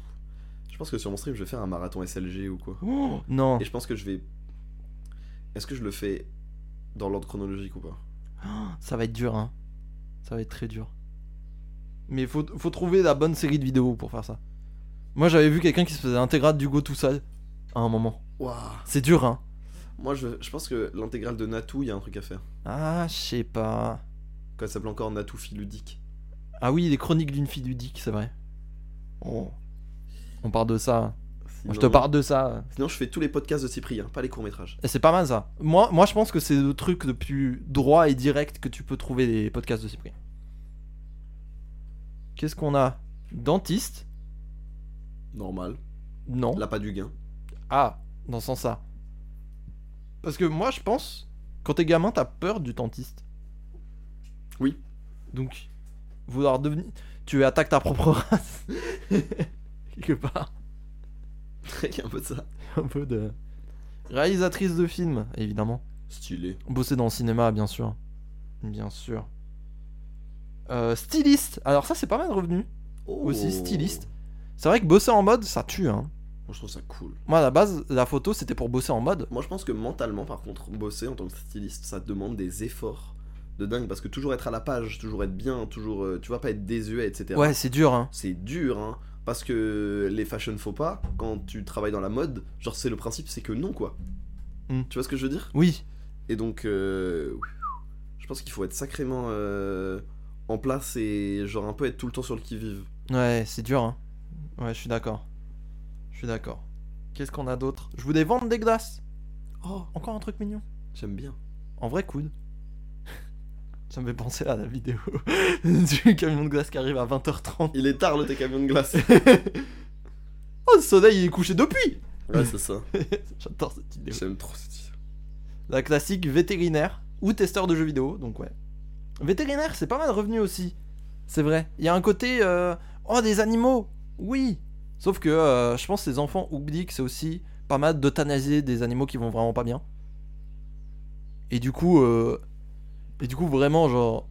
[SPEAKER 1] je pense que sur mon stream, je vais faire un marathon SLG ou quoi.
[SPEAKER 2] Oh, non.
[SPEAKER 1] Et je pense que je vais. Est-ce que je le fais dans l'ordre chronologique ou pas
[SPEAKER 2] Oh, Ça va être dur, hein. Ça va être très dur. Mais faut, faut trouver la bonne série de vidéos pour faire ça. Moi j'avais vu quelqu'un qui se faisait intégrale du go tout seul à un moment.
[SPEAKER 1] Waouh
[SPEAKER 2] C'est dur, hein.
[SPEAKER 1] Moi, je, je pense que l'intégrale de Natou, il y a un truc à faire.
[SPEAKER 2] Ah, je sais pas.
[SPEAKER 1] Quand elle s'appelle encore Natou Filudique.
[SPEAKER 2] Ah oui, les chroniques d'une fille ludique, c'est vrai. Oh. On part de ça. Moi, je te
[SPEAKER 1] Sinon-
[SPEAKER 2] parle de ça.
[SPEAKER 1] Sinon, je fais tous les podcasts de Cyprien, pas les courts-métrages.
[SPEAKER 2] Et c'est pas mal ça. Moi, moi, je pense que c'est le truc le plus droit et direct que tu peux trouver des podcasts de Cyprien. Qu'est-ce qu'on a Dentiste
[SPEAKER 1] Normal.
[SPEAKER 2] Non.
[SPEAKER 1] Là, pas du gain. *laughs*
[SPEAKER 2] Ah, dans ce sens-là. Parce que moi, je pense, quand t'es gamin, t'as peur du dentiste.
[SPEAKER 1] Oui.
[SPEAKER 2] Donc, vouloir devenir. Tu attaques ta propre *laughs* race. Quelque part.
[SPEAKER 1] Il y a un peu de ça.
[SPEAKER 2] un peu de réalisatrice de films, évidemment.
[SPEAKER 1] Stylé.
[SPEAKER 2] Bosser dans le cinéma, bien sûr. Bien sûr. Euh, styliste. Alors ça, c'est pas mal revenu.
[SPEAKER 1] Oh.
[SPEAKER 2] Aussi styliste. C'est vrai que bosser en mode, ça tue. Hein.
[SPEAKER 1] Moi, je trouve ça cool.
[SPEAKER 2] Moi, à la base, la photo, c'était pour bosser en mode.
[SPEAKER 1] Moi, je pense que mentalement, par contre, bosser en tant que styliste, ça demande des efforts de dingue parce que toujours être à la page, toujours être bien, toujours euh, tu vois pas être désuet, etc.
[SPEAKER 2] Ouais, c'est dur, hein.
[SPEAKER 1] C'est dur, hein. Parce que les fashion faux pas, quand tu travailles dans la mode, genre c'est le principe, c'est que non quoi.
[SPEAKER 2] Mm.
[SPEAKER 1] Tu vois ce que je veux dire
[SPEAKER 2] Oui,
[SPEAKER 1] Et donc, euh, je pense qu'il faut être sacrément euh, en place et genre un peu être tout le temps sur le qui vive.
[SPEAKER 2] ouais, c'est dur, hein. Ouais, je suis d'accord. Je suis d'accord. Qu'est-ce qu'on a d'autre Je voulais vendre des glaces. Oh, encore un truc mignon.
[SPEAKER 1] J'aime bien.
[SPEAKER 2] En vrai, coude. *laughs* Ça me fait penser à la vidéo *laughs* du camion de glace qui arrive à 20h30.
[SPEAKER 1] Il est tard le tes camions de glace.
[SPEAKER 2] Oh, le soleil il est couché depuis
[SPEAKER 1] ouais, c'est ça.
[SPEAKER 2] J'adore cette vidéo.
[SPEAKER 1] J'aime trop cette idée.
[SPEAKER 2] La classique vétérinaire ou testeur de jeux vidéo, donc ouais. Vétérinaire, c'est pas mal revenu aussi. C'est vrai. Il y a un côté. euh, oh, des animaux Oui Sauf que euh, je pense que les enfants oublient que c'est aussi pas mal d'euthanasier des animaux qui vont vraiment pas bien. Et du coup. euh, et du coup, vraiment, genre.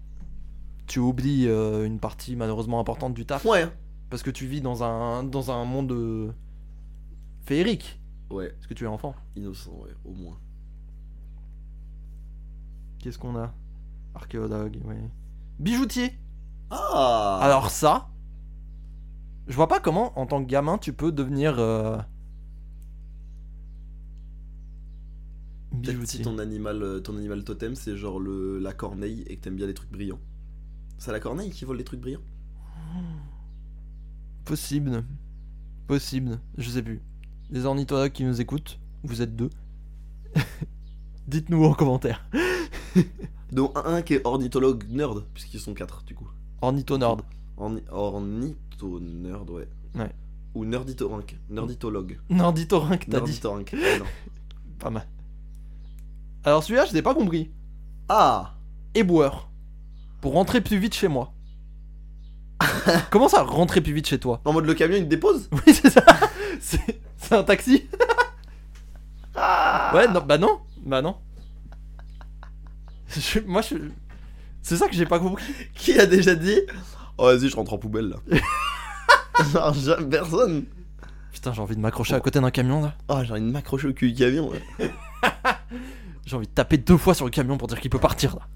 [SPEAKER 2] Tu oublies euh, une partie malheureusement importante du taf.
[SPEAKER 1] Ouais. hein.
[SPEAKER 2] Parce que tu vis dans un, dans un monde. euh, féerique.
[SPEAKER 1] Ouais,
[SPEAKER 2] Parce que tu es enfant.
[SPEAKER 1] innocent, ouais, au moins.
[SPEAKER 2] Qu'est-ce qu'on a Archéologue, ouais. Bijoutier
[SPEAKER 1] Ah
[SPEAKER 2] Alors ça, je vois pas comment en tant que gamin tu peux devenir euh,
[SPEAKER 1] Peut-être si
[SPEAKER 2] bijoutier.
[SPEAKER 1] ton animal, euh, ton animal totem, c'est genre le, la corneille et que t'aimes bien les trucs brillants. C'est la corneille qui vole les trucs brillants
[SPEAKER 2] Possible, possible, je sais plus. Les ornithologues qui nous écoutent, vous êtes deux. *laughs* Dites-nous en commentaire.
[SPEAKER 1] Dont un, un qui est ornithologue nerd, puisqu'ils sont quatre du coup.
[SPEAKER 2] Ornithonord.
[SPEAKER 1] Orni ornitho nerd, ouais.
[SPEAKER 2] Ouais.
[SPEAKER 1] Ou nerditorinque. Nerditologue.
[SPEAKER 2] Nordithorynque, t'as dit.
[SPEAKER 1] Nerditorinque. ouais, non.
[SPEAKER 2] Pas mal. Alors celui-là, je l'ai pas compris.
[SPEAKER 1] Ah
[SPEAKER 2] Éboueur. Pour rentrer plus vite chez *laughs* moi. Comment ça, rentrer plus vite chez toi
[SPEAKER 1] En mode le camion il te dépose
[SPEAKER 2] Oui, c'est ça. *laughs* C'est c'est un taxi. Ouais, non, bah non. Bah non. Je- moi, je. C'est ça que j'ai pas compris.
[SPEAKER 1] *laughs* Qui a déjà dit Oh vas-y, je rentre en poubelle
[SPEAKER 2] *laughs*
[SPEAKER 1] là. genre, jamais- personne
[SPEAKER 2] Putain, j'ai envie de m'accrocher à côté d'un camion là.
[SPEAKER 1] Ah, j'ai envie de m'accrocher au cul du camion. ouais.
[SPEAKER 2] J'ai envie de taper deux fois sur le camion pour dire qu'il peut partir là.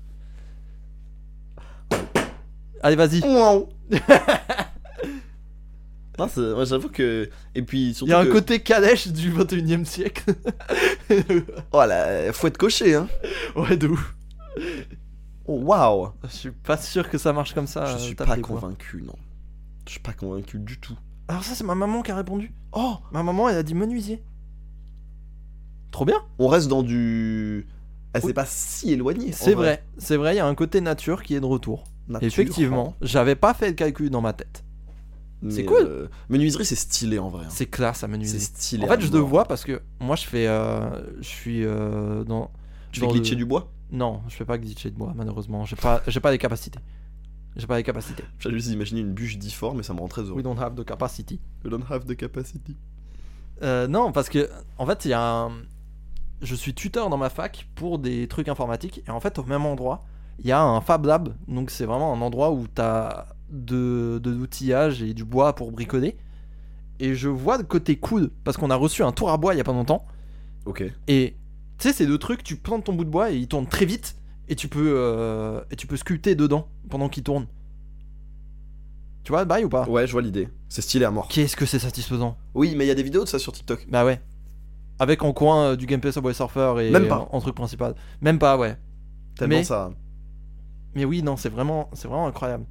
[SPEAKER 2] Allez, vas-y.
[SPEAKER 1] Waouh. Non, c'est- moi j'avoue que. Et puis
[SPEAKER 2] Il
[SPEAKER 1] surtout.
[SPEAKER 2] y a un
[SPEAKER 1] que-
[SPEAKER 2] côté calèche du 21 e siècle. *laughs*
[SPEAKER 1] Oh là, faut être coché hein.
[SPEAKER 2] ouais, de ouf.
[SPEAKER 1] Oh waouh.
[SPEAKER 2] Je suis pas sûr que ça marche comme ça.
[SPEAKER 1] Je
[SPEAKER 2] euh,
[SPEAKER 1] suis
[SPEAKER 2] taper
[SPEAKER 1] pas
[SPEAKER 2] des points.
[SPEAKER 1] convaincu, non. Je suis pas convaincu du tout.
[SPEAKER 2] Alors, ça, c'est ma maman qui a répondu. Oh, ma maman, elle a dit menuisier. Trop bien.
[SPEAKER 1] On reste dans du. Ah, c'est
[SPEAKER 2] Oui.
[SPEAKER 1] pas si éloigné. en
[SPEAKER 2] C'est vrai, c'est vrai, il y a un côté nature qui est de retour.
[SPEAKER 1] Nature,
[SPEAKER 2] Effectivement, j'avais pas fait le calcul dans ma tête.
[SPEAKER 1] mais,
[SPEAKER 2] C'est cool.
[SPEAKER 1] euh, menuiserie, c'est stylé en vrai. hein.
[SPEAKER 2] C'est classe à
[SPEAKER 1] C'est
[SPEAKER 2] menuiser.
[SPEAKER 1] stylé. hein.
[SPEAKER 2] En
[SPEAKER 1] à
[SPEAKER 2] fait, je le
[SPEAKER 1] mort.
[SPEAKER 2] vois parce que moi, je fais. euh, je suis euh, dans.
[SPEAKER 1] Tu fais
[SPEAKER 2] dans
[SPEAKER 1] glitcher
[SPEAKER 2] le-
[SPEAKER 1] du bois
[SPEAKER 2] Non, je fais pas glitcher de bois, malheureusement. J'ai pas, j'ai pas les capacités. J'ai pas les capacités.
[SPEAKER 1] J'avais juste imaginé une bûche difforme et ça me rend très
[SPEAKER 2] We
[SPEAKER 1] heureux.
[SPEAKER 2] don't have the capacity.
[SPEAKER 1] We don't have the capacity.
[SPEAKER 2] Euh, non, parce que en fait, il y a un... je suis tuteur dans ma fac pour des trucs informatiques et en fait, au même endroit, il y a un Fab Lab, donc c'est vraiment un endroit où t'as de, de l'outillage et du bois pour bricoler. Et je vois le côté coude parce qu'on a reçu un tour à bois il y a pas longtemps
[SPEAKER 1] Ok.
[SPEAKER 2] et tu sais, c'est deux trucs, tu plantes ton bout de bois et il tourne très vite et tu peux euh, et tu peux sculpter dedans pendant qu'il tourne. Tu vois le bail ou pas
[SPEAKER 1] Ah. Ouais, je vois l'idée. C'est stylé à mort.
[SPEAKER 2] Qu'est-ce que c'est satisfaisant
[SPEAKER 1] Oui, mais il y a des vidéos de ça sur TikTok.
[SPEAKER 2] Bah ouais. Avec en coin euh, du gameplay Subway Surfer et
[SPEAKER 1] Même pas.
[SPEAKER 2] en, en truc principal. Même pas, ouais.
[SPEAKER 1] Tellement
[SPEAKER 2] Mais-
[SPEAKER 1] ça.
[SPEAKER 2] Mais oui, non, c'est vraiment, c'est vraiment incroyable.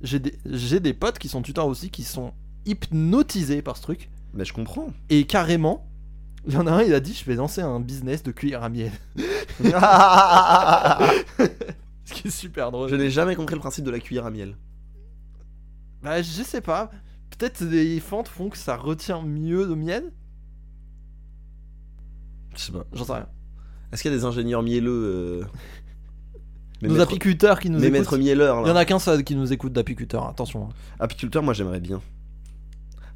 [SPEAKER 2] J'ai des, j'ai des potes qui sont tuteurs aussi, qui sont hypnotisés par ce truc.
[SPEAKER 1] Mais je comprends.
[SPEAKER 2] *laughs* Et carrément, il y en a un, il a dit, je vais lancer un business de cuillère à miel. *laughs*
[SPEAKER 1] je
[SPEAKER 2] ce qui est super drôle.
[SPEAKER 1] n'ai jamais compris le principe de la cuillère à miel.
[SPEAKER 2] Bah, je sais pas. Peut-être les fentes font que ça retient mieux le miel
[SPEAKER 1] Je sais pas.
[SPEAKER 2] J'en sais rien.
[SPEAKER 1] Est-ce qu'il y a des ingénieurs mielleux euh, mes
[SPEAKER 2] nos
[SPEAKER 1] maîtres-
[SPEAKER 2] apiculteurs qui nous
[SPEAKER 1] mes maîtres
[SPEAKER 2] écoutent.
[SPEAKER 1] mielleurs,
[SPEAKER 2] Il y en
[SPEAKER 1] là.
[SPEAKER 2] a qu'un seul qui nous écoute d'apiculteurs, attention.
[SPEAKER 1] Apiculteur, moi j'aimerais bien.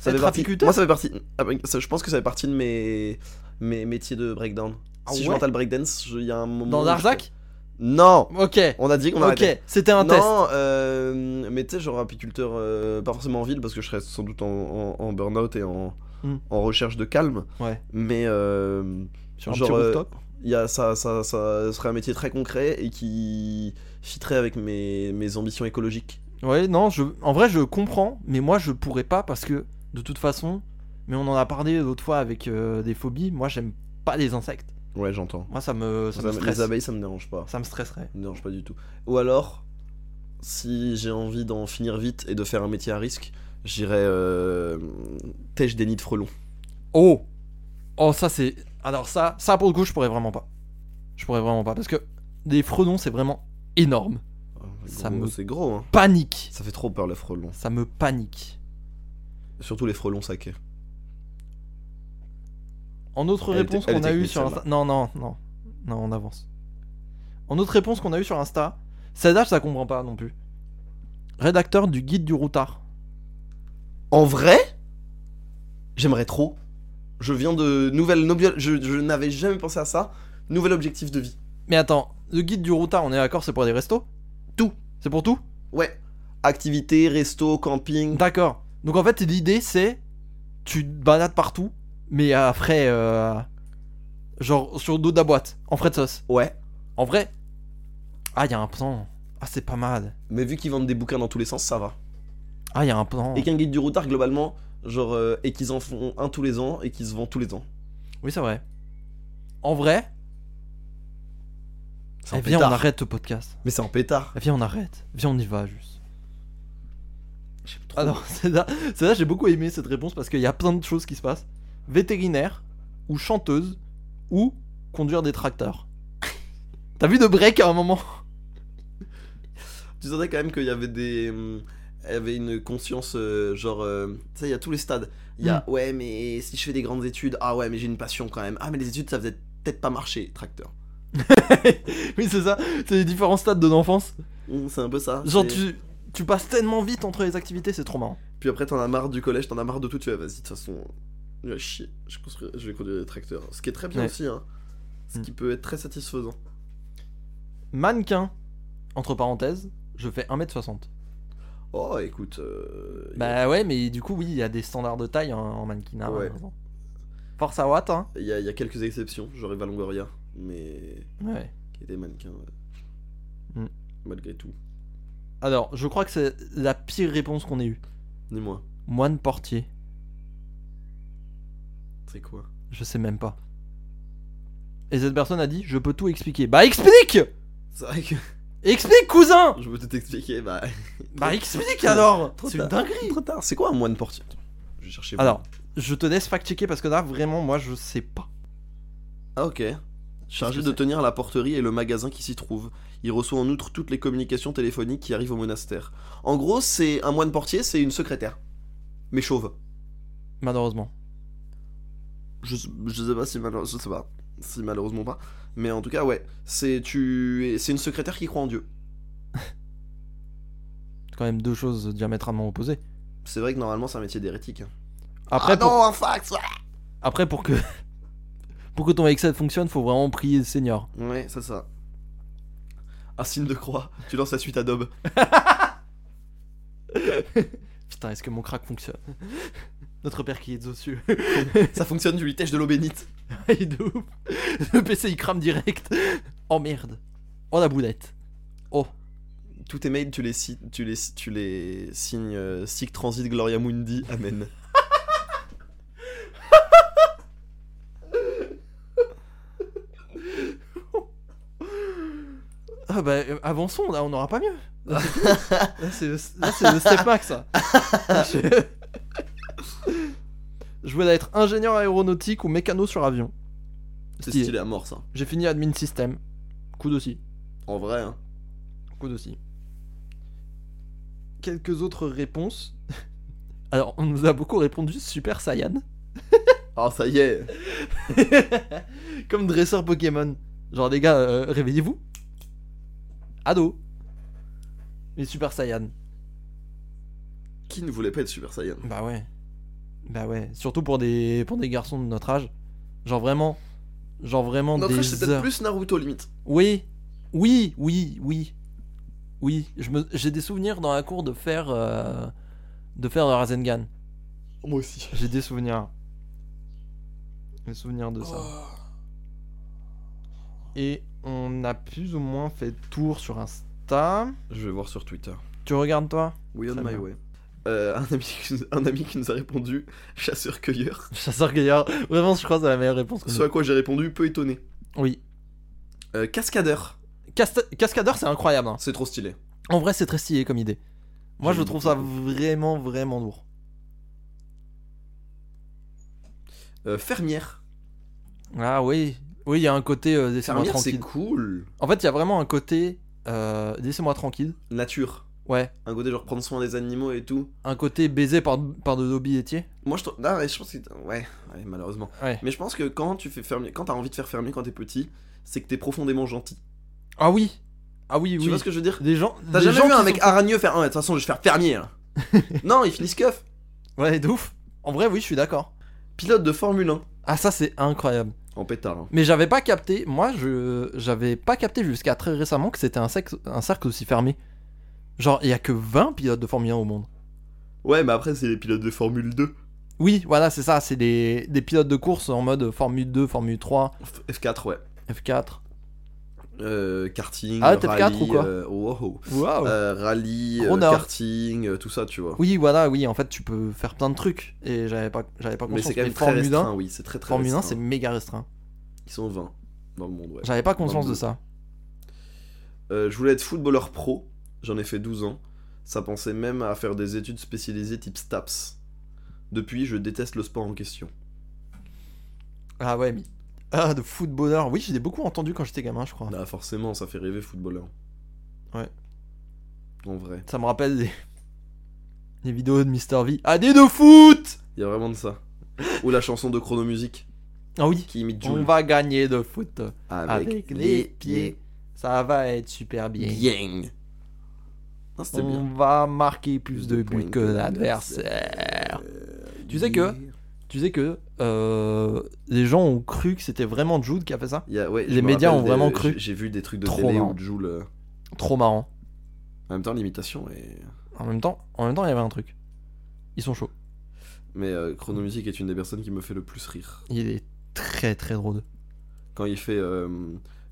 [SPEAKER 2] Être
[SPEAKER 1] fait partie-
[SPEAKER 2] apiculteur
[SPEAKER 1] Moi ça fait partie. ah, bah, ça- Je pense que ça fait partie de mes, mes métiers de breakdown.
[SPEAKER 2] Ah
[SPEAKER 1] si je
[SPEAKER 2] ouais
[SPEAKER 1] m'entends le breakdance, je- il y a un moment.
[SPEAKER 2] Dans
[SPEAKER 1] où je-
[SPEAKER 2] Darzac
[SPEAKER 1] Non
[SPEAKER 2] Ok.
[SPEAKER 1] On a dit qu'on arrêtait.
[SPEAKER 2] Ok, c'était un
[SPEAKER 1] non,
[SPEAKER 2] test.
[SPEAKER 1] euh, mais tu sais, genre apiculteur, euh, pas forcément en ville, parce que je serais sans doute en, en- en burn-out et en,
[SPEAKER 2] Hmm.
[SPEAKER 1] en recherche de calme.
[SPEAKER 2] Ouais.
[SPEAKER 1] Mais euh,
[SPEAKER 2] Sur un
[SPEAKER 1] Genre,
[SPEAKER 2] petit
[SPEAKER 1] euh,
[SPEAKER 2] rooftop.
[SPEAKER 1] Il y a, ça, ça, ça serait un métier très concret et qui fitterait avec mes, mes ambitions écologiques.
[SPEAKER 2] Ouais, non, je, en vrai, je comprends, mais moi, je pourrais pas parce que, de toute façon, mais on en a parlé l'autre fois avec euh, des phobies, moi, j'aime pas les insectes.
[SPEAKER 1] Ouais, j'entends.
[SPEAKER 2] Moi, ça me, ça
[SPEAKER 1] Ça
[SPEAKER 2] me
[SPEAKER 1] me-
[SPEAKER 2] stresse.
[SPEAKER 1] les abeilles, ça me dérange pas.
[SPEAKER 2] Ça me stresserait.
[SPEAKER 1] Ça me dérange pas du tout. Ou alors, si j'ai envie d'en finir vite et de faire un métier à risque, j'irais euh, tèche des nids de frelons.
[SPEAKER 2] Oh Oh, ça, c'est. Alors, ça, ça, pour le coup, je pourrais vraiment pas. Je pourrais vraiment pas parce que des frelons, c'est vraiment énorme. Ça
[SPEAKER 1] Ah, Gros,
[SPEAKER 2] me-
[SPEAKER 1] C'est gros, hein.
[SPEAKER 2] Panique
[SPEAKER 1] Ça fait trop peur les frelons.
[SPEAKER 2] Ça me panique.
[SPEAKER 1] Surtout les frelons saqués.
[SPEAKER 2] En autre
[SPEAKER 1] Elle était-
[SPEAKER 2] réponse
[SPEAKER 1] elle
[SPEAKER 2] qu'on
[SPEAKER 1] était
[SPEAKER 2] a eue
[SPEAKER 1] technique,
[SPEAKER 2] sur Insta. Non, non, non. Non, on avance. En autre réponse qu'on a eue sur Insta, Sadaf, ça comprend pas non plus. Rédacteur du guide du routard.
[SPEAKER 1] En vrai, j'aimerais trop. Je viens de nouvelles nouvelles- Je, je n'avais jamais pensé à ça. Nouvel objectif de vie.
[SPEAKER 2] Mais attends, le guide du routard, on est d'accord, c'est pour des restos
[SPEAKER 1] Tout.
[SPEAKER 2] C'est pour tout
[SPEAKER 1] Ouais. Activité, resto, camping.
[SPEAKER 2] D'accord. Donc en fait, l'idée, c'est. Tu te balades partout, mais à frais. euh, genre sur le dos de la boîte, en frais de sauce.
[SPEAKER 1] Ouais.
[SPEAKER 2] En vrai. Ah, il y a un plan. Ah, c'est pas mal.
[SPEAKER 1] Mais vu qu'ils vendent des bouquins dans tous les sens, ça va.
[SPEAKER 2] Ah, il y a un plan.
[SPEAKER 1] Et qu'un guide du routard, globalement, genre, euh, et qu'ils en font un tous les ans et qu'ils se vendent tous les ans.
[SPEAKER 2] Oui, c'est vrai. En vrai,
[SPEAKER 1] C'est
[SPEAKER 2] eh,
[SPEAKER 1] un
[SPEAKER 2] viens, on
[SPEAKER 1] pétard.
[SPEAKER 2] arrête le podcast.
[SPEAKER 1] Mais c'est un pétard.
[SPEAKER 2] Eh, Viens, on arrête. Viens, on y va juste.
[SPEAKER 1] J'aime trop.
[SPEAKER 2] Ah non, *laughs* c'est là, c'est là, j'ai beaucoup aimé cette réponse parce qu'il y a plein de choses qui se passent. Vétérinaire, ou chanteuse, ou conduire
[SPEAKER 1] *laughs*
[SPEAKER 2] des tracteurs. T'as vu de break à un moment *laughs*
[SPEAKER 1] Tu sentais quand même qu'il y avait des. hum, il y avait une conscience, euh, genre. euh, tu sais, il y a tous les stades. Il y a,
[SPEAKER 2] Mm.
[SPEAKER 1] ouais, mais si je fais des grandes études, ah ouais, mais j'ai une passion quand même. Ah, mais les études, ça faisait peut-être pas marcher, tracteur.
[SPEAKER 2] Oui, c'est ça, c'est les différents stades de l'enfance.
[SPEAKER 1] Hum, C'est un peu ça.
[SPEAKER 2] Genre,
[SPEAKER 1] c'est-
[SPEAKER 2] tu, tu passes tellement vite entre les activités, c'est trop marrant.
[SPEAKER 1] Puis après, t'en as marre du collège, t'en as marre de tout, tu vas, vas-y, de toute façon, je vais chier, je, construis- je vais conduire des tracteurs. Ce qui est très bien
[SPEAKER 2] Ouais.
[SPEAKER 1] aussi, hein. Ce
[SPEAKER 2] Mm.
[SPEAKER 1] qui peut être très satisfaisant.
[SPEAKER 2] Mannequin, entre parenthèses, je fais 1m60.
[SPEAKER 1] Oh, écoute. euh, il y a-
[SPEAKER 2] Bah ouais, mais du coup, oui, il y a des standards de taille en, en mannequinat.
[SPEAKER 1] Ouais.
[SPEAKER 2] malheureusement. Force à Watt, hein.
[SPEAKER 1] il y, a- il y a quelques exceptions, genre Eva Longoria, mais.
[SPEAKER 2] Ouais.
[SPEAKER 1] qui était mannequin, ouais.
[SPEAKER 2] Mm.
[SPEAKER 1] Malgré tout.
[SPEAKER 2] Alors, je crois que c'est la pire réponse qu'on ait eue.
[SPEAKER 1] Dis-moi,
[SPEAKER 2] Moine portier,
[SPEAKER 1] c'est quoi
[SPEAKER 2] je sais même pas. Et cette personne a dit, je peux tout expliquer. Bah explique
[SPEAKER 1] C'est vrai que *laughs*
[SPEAKER 2] Explique, cousin
[SPEAKER 1] je peux tout expliquer, bah.
[SPEAKER 2] Bah explique alors
[SPEAKER 1] Trop
[SPEAKER 2] C'est
[SPEAKER 1] tard.
[SPEAKER 2] une dinguerie
[SPEAKER 1] Trop tard, c'est quoi un moine portier Attends, Je vais chercher.
[SPEAKER 2] Alors, je te laisse fact-checker parce que là, vraiment, moi, je sais pas.
[SPEAKER 1] Ah ok. Chargé
[SPEAKER 2] que
[SPEAKER 1] de
[SPEAKER 2] c'est
[SPEAKER 1] tenir la porterie et le magasin qui s'y trouve. Il reçoit en outre toutes les communications téléphoniques qui arrivent au monastère. En gros, c'est un moine portier, c'est une secrétaire. Mais chauve.
[SPEAKER 2] Malheureusement.
[SPEAKER 1] Je, je sais pas si malheureusement, je sais pas si malheureusement pas. Mais en tout cas, ouais, c'est tu, c'est une secrétaire qui croit en Dieu.
[SPEAKER 2] C'est quand même deux choses diamétralement opposées.
[SPEAKER 1] C'est vrai que normalement c'est un métier d'hérétique. hein.
[SPEAKER 2] Après,
[SPEAKER 1] ah
[SPEAKER 2] pour,
[SPEAKER 1] non, un fax. ah
[SPEAKER 2] après pour que... *laughs* Pour que ton Excel fonctionne, faut vraiment prier le Seigneur.
[SPEAKER 1] Ouais, c'est ça. Un signe de croix. Tu lances la suite Adobe.
[SPEAKER 2] Putain, est-ce que mon crack fonctionne *laughs* Notre père qui est aux cieux.
[SPEAKER 1] ça fonctionne, tu lui tèches de l'eau bénite.
[SPEAKER 2] Et de ouf. Le PC il crame direct. Oh merde. Oh la boulette.
[SPEAKER 1] tous tes mails, tu les, si- tu les, tu les signes euh, Sic Transit Gloria Mundi, Amen.
[SPEAKER 2] Ah bah euh, avançons, là on n'aura *laughs* pas mieux. Là c'est fini. Là, c'est le- là, c'est le step max *laughs* ça. Je... Je voulais être ingénieur aéronautique ou mécano sur avion.
[SPEAKER 1] C'est
[SPEAKER 2] Stylé.
[SPEAKER 1] stylé à mort ça.
[SPEAKER 2] J'ai fini admin système. Coude aussi.
[SPEAKER 1] hein. En vrai, hein.
[SPEAKER 2] Coude aussi. Quelques autres réponses. *laughs* Alors on nous a beaucoup répondu Super Saiyan.
[SPEAKER 1] Ah, ça y est.
[SPEAKER 2] Comme dresseur Pokémon. Genre les gars, euh, réveillez-vous. Ado. Les Super Saiyan.
[SPEAKER 1] Qui ne voulait pas être Super Saiyan
[SPEAKER 2] Bah ouais. Bah ouais. Surtout pour des, pour des garçons de notre âge. Genre vraiment. Genre vraiment
[SPEAKER 1] Notre
[SPEAKER 2] des
[SPEAKER 1] âge, c'est peut-être
[SPEAKER 2] heures.
[SPEAKER 1] plus Naruto limite.
[SPEAKER 2] Oui. Oui, oui, oui. Oui. Je me- J'ai des souvenirs dans la cour de faire. euh, de faire le Rasengan.
[SPEAKER 1] Moi aussi. Oh.
[SPEAKER 2] J'ai des souvenirs. Des souvenirs de ça. Et on a plus ou moins fait le tour sur Insta.
[SPEAKER 1] Je vais voir sur Twitter.
[SPEAKER 2] Tu regardes toi
[SPEAKER 1] We on
[SPEAKER 2] Très
[SPEAKER 1] my
[SPEAKER 2] bien.
[SPEAKER 1] way. Euh, un, ami qui, un ami qui nous a répondu *laughs* chasseur-cueilleur.
[SPEAKER 2] *laughs* Chasseur Gaillard. Vraiment, je crois que c'est la meilleure réponse. qu'on ait.
[SPEAKER 1] Ce à quoi j'ai répondu peu étonné.
[SPEAKER 2] Oui.
[SPEAKER 1] Euh, cascadeur.
[SPEAKER 2] Casta- Cascadeur, c'est incroyable. hein.
[SPEAKER 1] C'est trop stylé.
[SPEAKER 2] En vrai, c'est très stylé comme idée. Moi, je
[SPEAKER 1] J'aime
[SPEAKER 2] trouve ça
[SPEAKER 1] beaucoup.
[SPEAKER 2] vraiment, vraiment lourd.
[SPEAKER 1] Euh, fermière.
[SPEAKER 2] Ah oui. Oui, il y a un côté euh, laissez-moi
[SPEAKER 1] Fermière, c'est
[SPEAKER 2] tranquille.
[SPEAKER 1] cool.
[SPEAKER 2] En fait, il y a vraiment un côté euh, laissez-moi tranquille.
[SPEAKER 1] Nature.
[SPEAKER 2] Ouais.
[SPEAKER 1] Un côté genre prendre soin des animaux et tout.
[SPEAKER 2] Un côté baisé par, par de lobby laitier.
[SPEAKER 1] Moi je trouve. Ah, ouais, je pense que. Ouais, ouais, malheureusement.
[SPEAKER 2] Ouais.
[SPEAKER 1] Mais je pense que quand tu fais fermier, quand t'as envie de faire fermier quand t'es petit, c'est que t'es profondément gentil.
[SPEAKER 2] Ah oui. Ah oui,
[SPEAKER 1] Tu
[SPEAKER 2] oui.
[SPEAKER 1] vois ce que je veux dire
[SPEAKER 2] Des gens.
[SPEAKER 1] T'as
[SPEAKER 2] des
[SPEAKER 1] jamais
[SPEAKER 2] gens
[SPEAKER 1] vu
[SPEAKER 2] qui
[SPEAKER 1] un
[SPEAKER 2] sont-
[SPEAKER 1] mec aragneux faire. Ah, ouais, de toute façon, je vais faire fermier
[SPEAKER 2] *laughs*
[SPEAKER 1] là. non, ils finissent keuf.
[SPEAKER 2] Ouais, de ouf. En vrai, oui, je suis d'accord.
[SPEAKER 1] Pilote de Formule 1.
[SPEAKER 2] Ah, ça, c'est incroyable.
[SPEAKER 1] En pétard. hein.
[SPEAKER 2] Mais j'avais pas capté, moi, je j'avais pas capté jusqu'à très récemment que c'était un, sexe- un cercle aussi fermé. Genre, il y a que 20 pilotes de Formule 1 au monde.
[SPEAKER 1] Ouais, mais après, c'est les pilotes de Formule 2.
[SPEAKER 2] Oui, voilà, c'est ça, c'est des, des pilotes de course en mode Formule 2, Formule 3,
[SPEAKER 1] F- F4, ouais.
[SPEAKER 2] F4.
[SPEAKER 1] Euh, karting,
[SPEAKER 2] Ah, t'es F4
[SPEAKER 1] rallye,
[SPEAKER 2] ou quoi
[SPEAKER 1] euh, wow.
[SPEAKER 2] Waouh
[SPEAKER 1] Euh, rallye,
[SPEAKER 2] Gros
[SPEAKER 1] euh,
[SPEAKER 2] nard.
[SPEAKER 1] karting, euh, tout ça, tu vois.
[SPEAKER 2] Oui, voilà, oui, en fait, tu peux faire plein de trucs. Et j'avais pas, j'avais pas
[SPEAKER 1] mais
[SPEAKER 2] conscience.
[SPEAKER 1] c'est quand même très
[SPEAKER 2] Formule 1,
[SPEAKER 1] restreint, oui, c'est très très
[SPEAKER 2] Formule 1, c'est
[SPEAKER 1] restreint.
[SPEAKER 2] méga restreint.
[SPEAKER 1] Ils sont 20 dans le monde, ouais.
[SPEAKER 2] J'avais pas conscience de
[SPEAKER 1] Dans
[SPEAKER 2] ça.
[SPEAKER 1] Euh, je voulais être footballeur pro, j'en ai fait 12 ans. Ça pensait même à faire des études spécialisées type STAPS. Depuis, je déteste le sport en question.
[SPEAKER 2] Ah ouais, mais. Ah, de footballeur. Oui, je l'ai beaucoup entendu quand j'étais gamin, je crois.
[SPEAKER 1] Bah forcément, ça fait rêver footballeur.
[SPEAKER 2] Ah. Ouais.
[SPEAKER 1] En vrai,
[SPEAKER 2] Ça me rappelle des, des vidéos de Mr. V. Ah, des de foot
[SPEAKER 1] il y a vraiment de ça. Ou la chanson de Chronomusique
[SPEAKER 2] Ah oui
[SPEAKER 1] qui imite
[SPEAKER 2] On
[SPEAKER 1] Jules.
[SPEAKER 2] va gagner de foot
[SPEAKER 1] Avec,
[SPEAKER 2] avec, les pieds. Ça va être super bien.
[SPEAKER 1] Bien. Non, c'était
[SPEAKER 2] On
[SPEAKER 1] bien.
[SPEAKER 2] va marquer plus de buts que l'adversaire.
[SPEAKER 1] Euh,
[SPEAKER 2] Tu sais que- Tu sais que euh, les gens ont cru que c'était vraiment Jude qui a fait ça
[SPEAKER 1] Il y a- ouais, je
[SPEAKER 2] Les
[SPEAKER 1] me
[SPEAKER 2] médias
[SPEAKER 1] rappelle
[SPEAKER 2] ont
[SPEAKER 1] des-
[SPEAKER 2] vraiment cru.
[SPEAKER 1] J'ai j'ai vu des trucs de
[SPEAKER 2] Trop
[SPEAKER 1] télé
[SPEAKER 2] marrant.
[SPEAKER 1] où Jules. euh,
[SPEAKER 2] Trop marrant.
[SPEAKER 1] En même temps, l'imitation est.
[SPEAKER 2] En même temps, en même temps, il y avait un truc. Ils sont chauds.
[SPEAKER 1] Mais euh, Chronomusique est une des personnes qui me fait le plus rire.
[SPEAKER 2] Il est très très drôle.
[SPEAKER 1] Quand il fait. euh,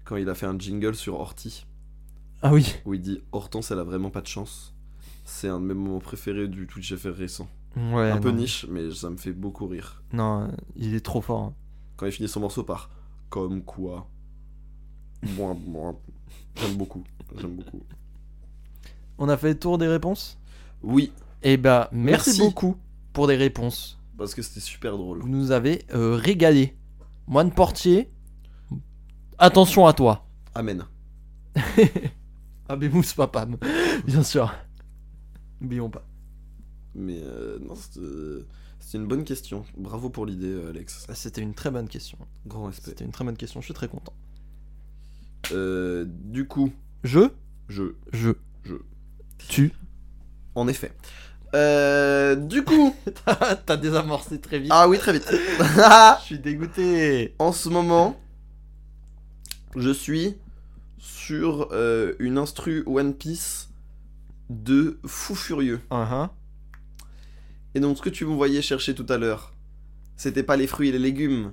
[SPEAKER 1] quand il a fait un jingle sur Horty,
[SPEAKER 2] Ah oui.
[SPEAKER 1] où il dit Hortense, elle a vraiment pas de chance. C'est un de mes moments préférés du Twitch FR récent.
[SPEAKER 2] Ouais,
[SPEAKER 1] un peu
[SPEAKER 2] non.
[SPEAKER 1] niche, mais ça me fait beaucoup rire.
[SPEAKER 2] Non, il est trop fort. hein.
[SPEAKER 1] Quand il finit son morceau par Comme quoi. Moi, moi. J'aime beaucoup. J'aime beaucoup.
[SPEAKER 2] On a fait le tour des réponses
[SPEAKER 1] Oui,
[SPEAKER 2] Eh bah, merci,
[SPEAKER 1] Merci.
[SPEAKER 2] beaucoup pour des réponses.
[SPEAKER 1] parce que c'était super drôle.
[SPEAKER 2] Vous nous avez euh, régalé. Moine Portier, attention à toi. Ah,
[SPEAKER 1] Amen.
[SPEAKER 2] Abemus Papam, *laughs* bien sûr. N'oublions pas.
[SPEAKER 1] Mais euh, non, c'est euh, c'est une bonne question. Bravo pour l'idée, euh, Alex.
[SPEAKER 2] Ah, C'était une très bonne question.
[SPEAKER 1] Grand respect.
[SPEAKER 2] C'était une très bonne question, je suis très content.
[SPEAKER 1] Euh, du coup,
[SPEAKER 2] Je
[SPEAKER 1] je.
[SPEAKER 2] Je.
[SPEAKER 1] Je.
[SPEAKER 2] Tu
[SPEAKER 1] En effet. Euh, du *laughs* coup.
[SPEAKER 2] *laughs* T'as désamorcé très vite.
[SPEAKER 1] ah oui, très vite.
[SPEAKER 2] je suis dégoûté.
[SPEAKER 1] en ce moment, je suis sur euh, une instru One Piece de fou furieux.
[SPEAKER 2] Uh-huh.
[SPEAKER 1] Et donc, ce que tu me voyais chercher tout à l'heure, c'était pas les fruits et les légumes,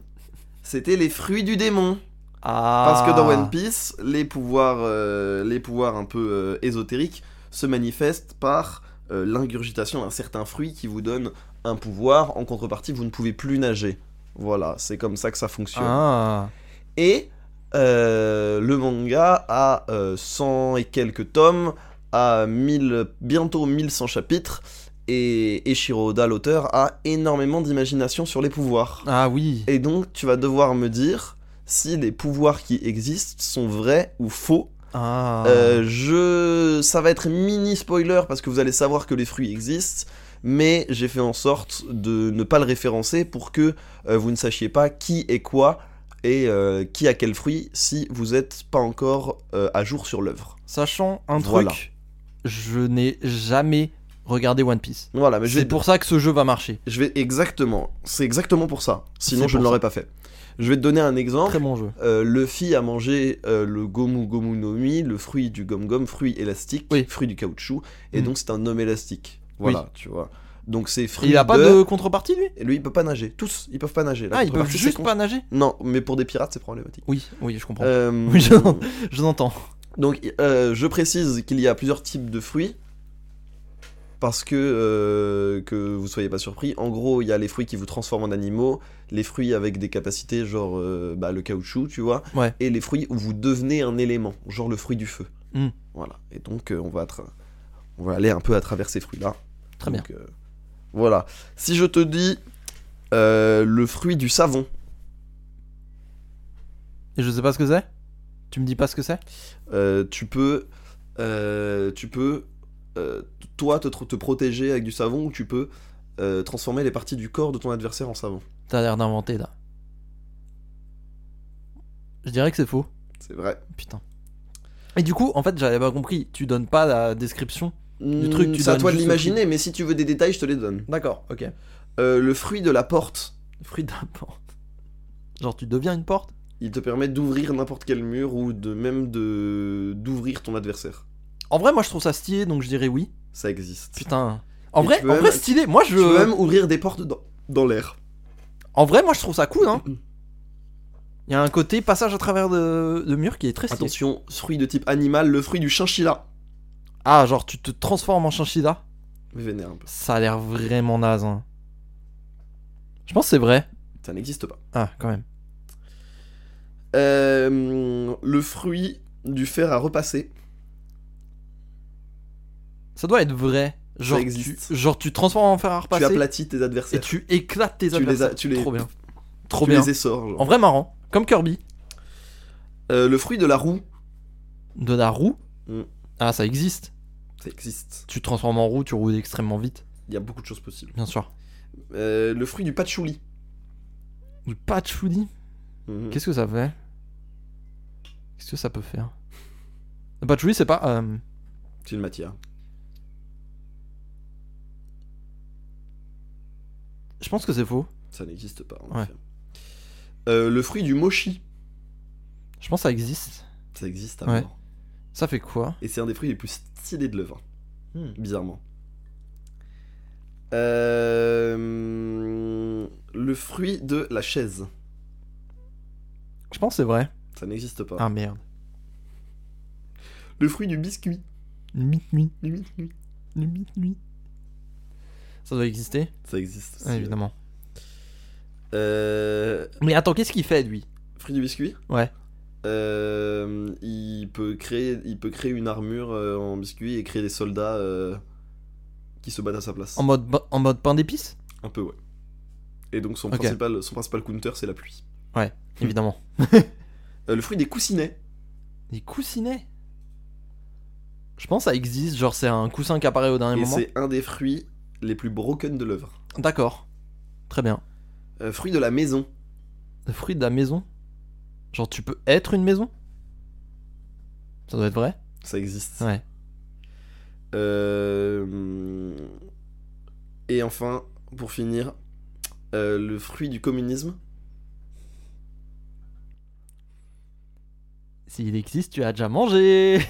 [SPEAKER 1] c'était les fruits du démon.
[SPEAKER 2] Ah.
[SPEAKER 1] Parce que dans One Piece, les pouvoirs, euh, les pouvoirs un peu euh, ésotériques se manifestent par euh, l'ingurgitation d'un certain fruit qui vous donne un pouvoir. En contrepartie, vous ne pouvez plus nager. Voilà, c'est comme ça que ça fonctionne.
[SPEAKER 2] Ah.
[SPEAKER 1] Et euh, le manga a euh, 100 et quelques tomes, a 1000, bientôt 1100 chapitres. Et Eiichiro Oda, l'auteur, a énormément d'imagination sur les pouvoirs.
[SPEAKER 2] Ah oui.
[SPEAKER 1] Et donc, tu vas devoir me dire si les pouvoirs qui existent sont vrais ou faux.
[SPEAKER 2] Ah.
[SPEAKER 1] Euh, je... Ça va être mini spoiler parce que vous allez savoir que les fruits existent, mais j'ai fait en sorte de ne pas le référencer pour que euh, vous ne sachiez pas qui est quoi et euh, qui a quel fruit si vous n'êtes pas encore euh, à jour sur l'œuvre.
[SPEAKER 2] Sachant un
[SPEAKER 1] Voilà.
[SPEAKER 2] truc, je n'ai jamais regardé One Piece.
[SPEAKER 1] Voilà, mais Bah, je vais,
[SPEAKER 2] C'est pour ça que ce jeu va marcher.
[SPEAKER 1] je vais exactement. C'est exactement pour ça. Sinon,
[SPEAKER 2] C'est
[SPEAKER 1] je ne
[SPEAKER 2] pour
[SPEAKER 1] l'aurais pas fait. Je vais te donner un exemple.
[SPEAKER 2] Très bon jeu.
[SPEAKER 1] Euh, Luffy a mangé euh, le gomu gomu no mi, le fruit du gom gom, fruit élastique,
[SPEAKER 2] Oui.
[SPEAKER 1] fruit du caoutchouc, et
[SPEAKER 2] Mm.
[SPEAKER 1] donc c'est un homme élastique. Voilà, tu vois. Donc c'est
[SPEAKER 2] Et
[SPEAKER 1] fruits
[SPEAKER 2] il a pas de contrepartie, lui
[SPEAKER 1] Et lui, il peut pas nager. Tous, ils peuvent pas nager. La
[SPEAKER 2] Ah, ils peuvent
[SPEAKER 1] contrepartie, c'est
[SPEAKER 2] juste
[SPEAKER 1] con.
[SPEAKER 2] pas nager
[SPEAKER 1] Non, mais pour des pirates, c'est problématique.
[SPEAKER 2] Oui, oui, je comprends.
[SPEAKER 1] Euh,
[SPEAKER 2] Oui, je- Je l'entends.
[SPEAKER 1] Donc, euh, je précise qu'il y a plusieurs types de fruits. Parce que, euh, que vous soyez pas surpris, en gros, il y a les fruits qui vous transforment en animaux, les fruits avec des capacités, genre euh, bah, le caoutchouc, tu vois,
[SPEAKER 2] Ouais.
[SPEAKER 1] et les fruits où vous devenez un élément, genre le fruit du feu.
[SPEAKER 2] Hmm.
[SPEAKER 1] Voilà. Et donc, euh, on, va tra- on va aller un peu à travers ces fruits-là.
[SPEAKER 2] Très bien.
[SPEAKER 1] Donc, euh, voilà. Si je te dis euh, le fruit du savon,
[SPEAKER 2] Et je sais pas ce que c'est Tu me dis pas ce que c'est
[SPEAKER 1] Euh, tu peux, euh, tu peux euh, t- toi, te, tr- te protéger avec du savon ou tu peux euh, transformer les parties du corps de ton adversaire en savon.
[SPEAKER 2] T'as l'air d'inventer, là. Je dirais que c'est faux.
[SPEAKER 1] C'est vrai.
[SPEAKER 2] Putain. Et du coup, en fait, j'avais pas compris. Tu donnes pas la description.
[SPEAKER 1] Du
[SPEAKER 2] truc, tu
[SPEAKER 1] c'est à
[SPEAKER 2] donnes
[SPEAKER 1] toi de
[SPEAKER 2] juste au
[SPEAKER 1] l'imaginer, mais si tu veux des détails, je te les donne.
[SPEAKER 2] D'accord, ok.
[SPEAKER 1] Euh, le fruit de la porte,
[SPEAKER 2] Fruit d'un porte. Genre, tu deviens une porte
[SPEAKER 1] il te permet d'ouvrir n'importe quel mur ou de même de d'ouvrir ton adversaire.
[SPEAKER 2] En vrai, moi, je trouve ça stylé, donc je dirais oui.
[SPEAKER 1] Ça existe.
[SPEAKER 2] Putain. euh, En
[SPEAKER 1] Et
[SPEAKER 2] vrai,
[SPEAKER 1] tu
[SPEAKER 2] en
[SPEAKER 1] peux
[SPEAKER 2] vrai,
[SPEAKER 1] même-
[SPEAKER 2] stylé. Moi, je.
[SPEAKER 1] Tu peux même ouvrir des portes dans, dans l'air.
[SPEAKER 2] En vrai, moi, je trouve ça cool, hein. Il y a un côté passage à travers de, de murs qui est très stylé.
[SPEAKER 1] Attention, fruit de type animal, le fruit du chinchilla.
[SPEAKER 2] Ah, genre, tu te transformes en chinchilla
[SPEAKER 1] Vénère un peu.
[SPEAKER 2] Ça a l'air vraiment naze, hein. Je pense que c'est vrai.
[SPEAKER 1] Ça n'existe pas.
[SPEAKER 2] Ah, quand même.
[SPEAKER 1] Euh, le fruit du fer à repasser.
[SPEAKER 2] Ça doit être vrai. Genre,
[SPEAKER 1] existe.
[SPEAKER 2] Tu, genre, tu te transformes en fer à
[SPEAKER 1] Tu
[SPEAKER 2] repasser
[SPEAKER 1] aplatis tes
[SPEAKER 2] et
[SPEAKER 1] adversaires. Tu,
[SPEAKER 2] tu éclates tes
[SPEAKER 1] les
[SPEAKER 2] adversaires.
[SPEAKER 1] as- tu les-
[SPEAKER 2] Trop bien. Trop bien.
[SPEAKER 1] les essors. genre.
[SPEAKER 2] En vrai, marrant. Comme Kirby.
[SPEAKER 1] Euh, le fruit de la roue,
[SPEAKER 2] De la roue.
[SPEAKER 1] Mm.
[SPEAKER 2] Ah, ça existe.
[SPEAKER 1] ça existe.
[SPEAKER 2] Tu te transformes en roue, tu roules extrêmement vite.
[SPEAKER 1] Il y a beaucoup de choses possibles.
[SPEAKER 2] Bien sûr.
[SPEAKER 1] Euh, le fruit du patchouli.
[SPEAKER 2] Du patchouli.
[SPEAKER 1] Mhm.
[SPEAKER 2] Qu'est-ce que ça fait Qu'est-ce que ça peut faire Le patchouli, c'est pas. euh,
[SPEAKER 1] C'est une matière.
[SPEAKER 2] Je pense que c'est faux.
[SPEAKER 1] Ça n'existe pas. en
[SPEAKER 2] Ouais.
[SPEAKER 1] effet. Euh, le fruit du mochi.
[SPEAKER 2] Je pense que ça existe.
[SPEAKER 1] Ça existe à
[SPEAKER 2] Ouais.
[SPEAKER 1] mort.
[SPEAKER 2] Ça fait quoi
[SPEAKER 1] Et c'est un des fruits les plus stylés de levain,
[SPEAKER 2] Hmm.
[SPEAKER 1] bizarrement. Euh, Le fruit de la chaise.
[SPEAKER 2] Je pense que c'est vrai.
[SPEAKER 1] Ça n'existe pas.
[SPEAKER 2] Ah merde.
[SPEAKER 1] Le fruit du biscuit.
[SPEAKER 2] Nuit, nuit, nuit, nuit. Ça doit exister,
[SPEAKER 1] Ça existe. aussi,
[SPEAKER 2] Ouais, évidemment.
[SPEAKER 1] Euh,
[SPEAKER 2] Mais attends, qu'est-ce qu'il fait lui
[SPEAKER 1] fruit du biscuit
[SPEAKER 2] Ouais.
[SPEAKER 1] Euh, il, peut créer, il peut créer une armure euh, en biscuit et créer des soldats euh, qui se battent à sa place.
[SPEAKER 2] En mode, ba- en mode pain d'épices
[SPEAKER 1] Un peu, ouais. Et donc son,
[SPEAKER 2] Ok.
[SPEAKER 1] principal, son principal counter, c'est la pluie. Hmm.
[SPEAKER 2] Évidemment.
[SPEAKER 1] Euh, le fruit des coussinets.
[SPEAKER 2] Des coussinets Je pense que ça existe, genre c'est un coussin qui apparaît au dernier
[SPEAKER 1] et
[SPEAKER 2] moment.
[SPEAKER 1] c'est un des fruits les plus broken de l'œuvre.
[SPEAKER 2] D'accord. Très bien.
[SPEAKER 1] Euh, fruit de la maison.
[SPEAKER 2] Le fruit de la maison Genre tu peux être une maison Ça doit être vrai
[SPEAKER 1] Ça existe.
[SPEAKER 2] Ouais.
[SPEAKER 1] Euh, Et enfin, pour finir, euh, le fruit du communisme.
[SPEAKER 2] S'il existe, tu as déjà mangé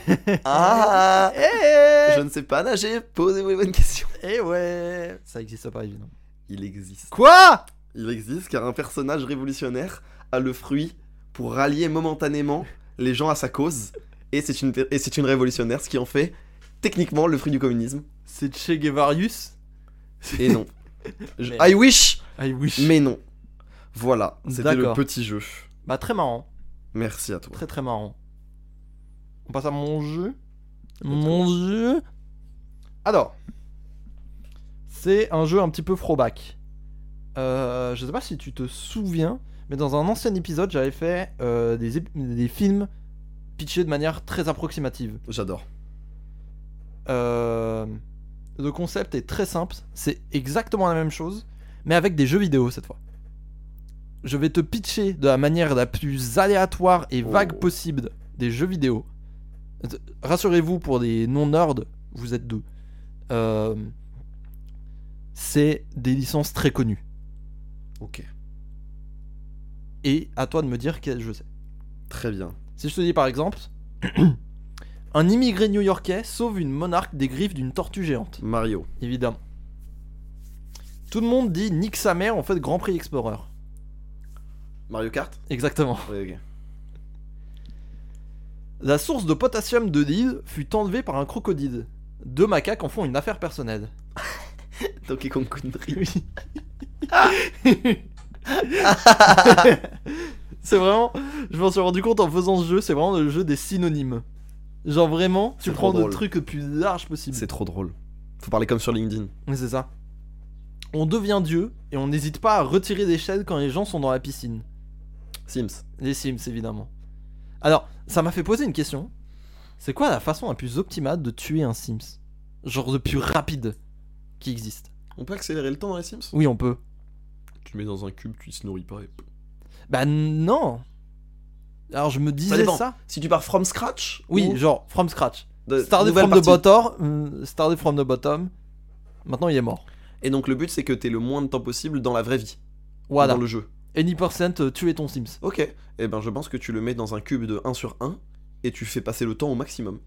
[SPEAKER 1] Ah
[SPEAKER 2] *laughs* Eh
[SPEAKER 1] Je ne sais pas nager, posez-vous les bonnes questions.
[SPEAKER 2] Eh ouais Ça existe pas évidemment.
[SPEAKER 1] Il existe.
[SPEAKER 2] Quoi
[SPEAKER 1] Il existe car un personnage révolutionnaire a le fruit pour rallier momentanément les gens à sa cause. Et c'est une, et c'est une révolutionnaire, ce qui en fait techniquement le fruit du communisme.
[SPEAKER 2] C'est Che Guevarius
[SPEAKER 1] Et *laughs* non. Je-
[SPEAKER 2] Merde.
[SPEAKER 1] I wish,
[SPEAKER 2] I wish.
[SPEAKER 1] mais non. Voilà, c'était le
[SPEAKER 2] D'accord.
[SPEAKER 1] petit jeu.
[SPEAKER 2] Bah très marrant,
[SPEAKER 1] Merci à toi.
[SPEAKER 2] très très marrant. On passe à mon jeu. Mon jeu. Alors, c'est un jeu un petit peu throwback. Euh, je sais pas si tu te souviens, mais dans un ancien épisode, j'avais fait euh, des, ép- des films pitchés de manière très approximative.
[SPEAKER 1] J'adore.
[SPEAKER 2] Euh, le concept est très simple. C'est exactement la même chose, mais avec des jeux vidéo cette fois. Je vais te pitcher de la manière la plus aléatoire et vague
[SPEAKER 1] Oh.
[SPEAKER 2] possible des jeux vidéo. Euh, Rassurez-vous, pour des non-nerds, vous êtes deux. Euh, c'est des licences très connues.
[SPEAKER 1] Ok,
[SPEAKER 2] Et à toi de me dire quel jeu c'est.
[SPEAKER 1] très bien.
[SPEAKER 2] Si je te dis par exemple, *clears throat* un immigré new-yorkais sauve une monarque des griffes d'une tortue géante.
[SPEAKER 1] Mario.
[SPEAKER 2] Évidemment. Tout le monde dit nique sa mère, en fait, Grand Prix Explorer.
[SPEAKER 1] Mario Kart
[SPEAKER 2] Exactement.
[SPEAKER 1] Ouais, ok.
[SPEAKER 2] La source de potassium de l'île fut enlevée par un crocodile. Deux macaques en font une affaire personnelle.
[SPEAKER 1] Donkey Kong Country.
[SPEAKER 2] c'est vraiment. Je m'en suis rendu compte en faisant ce jeu, c'est vraiment le jeu des synonymes. Genre vraiment, tu
[SPEAKER 1] C'est
[SPEAKER 2] prends
[SPEAKER 1] trop
[SPEAKER 2] le
[SPEAKER 1] drôle.
[SPEAKER 2] truc le plus large possible.
[SPEAKER 1] C'est trop drôle. Faut parler comme sur LinkedIn.
[SPEAKER 2] Mais c'est ça. On devient Dieu et on n'hésite pas à retirer des chaînes quand les gens sont dans la piscine.
[SPEAKER 1] Sims.
[SPEAKER 2] Les Sims, évidemment. Alors, ça m'a fait poser une question. C'est quoi la façon la plus optimale de tuer un Sims Genre le plus rapide qui existe.
[SPEAKER 1] On peut accélérer le temps dans les Sims
[SPEAKER 2] Oui, on peut.
[SPEAKER 1] Tu le mets dans un cube, tu se nourris pas. et-
[SPEAKER 2] Bah non Alors je me disais ça,
[SPEAKER 1] dépend. Si tu pars from scratch
[SPEAKER 2] Oui,
[SPEAKER 1] ou
[SPEAKER 2] genre from scratch.
[SPEAKER 1] de-
[SPEAKER 2] Started
[SPEAKER 1] nouvelle
[SPEAKER 2] from the
[SPEAKER 1] partie.
[SPEAKER 2] bottom, euh, started from the bottom. Maintenant il est mort.
[SPEAKER 1] Et donc le but c'est que t'aies le moins de temps possible dans la vraie vie,
[SPEAKER 2] Voilà.
[SPEAKER 1] dans le jeu.
[SPEAKER 2] Any percent euh, tuer ton Sims.
[SPEAKER 1] Ok, et ben je pense que tu le mets dans un cube de 1 sur 1 et tu fais passer le temps au maximum.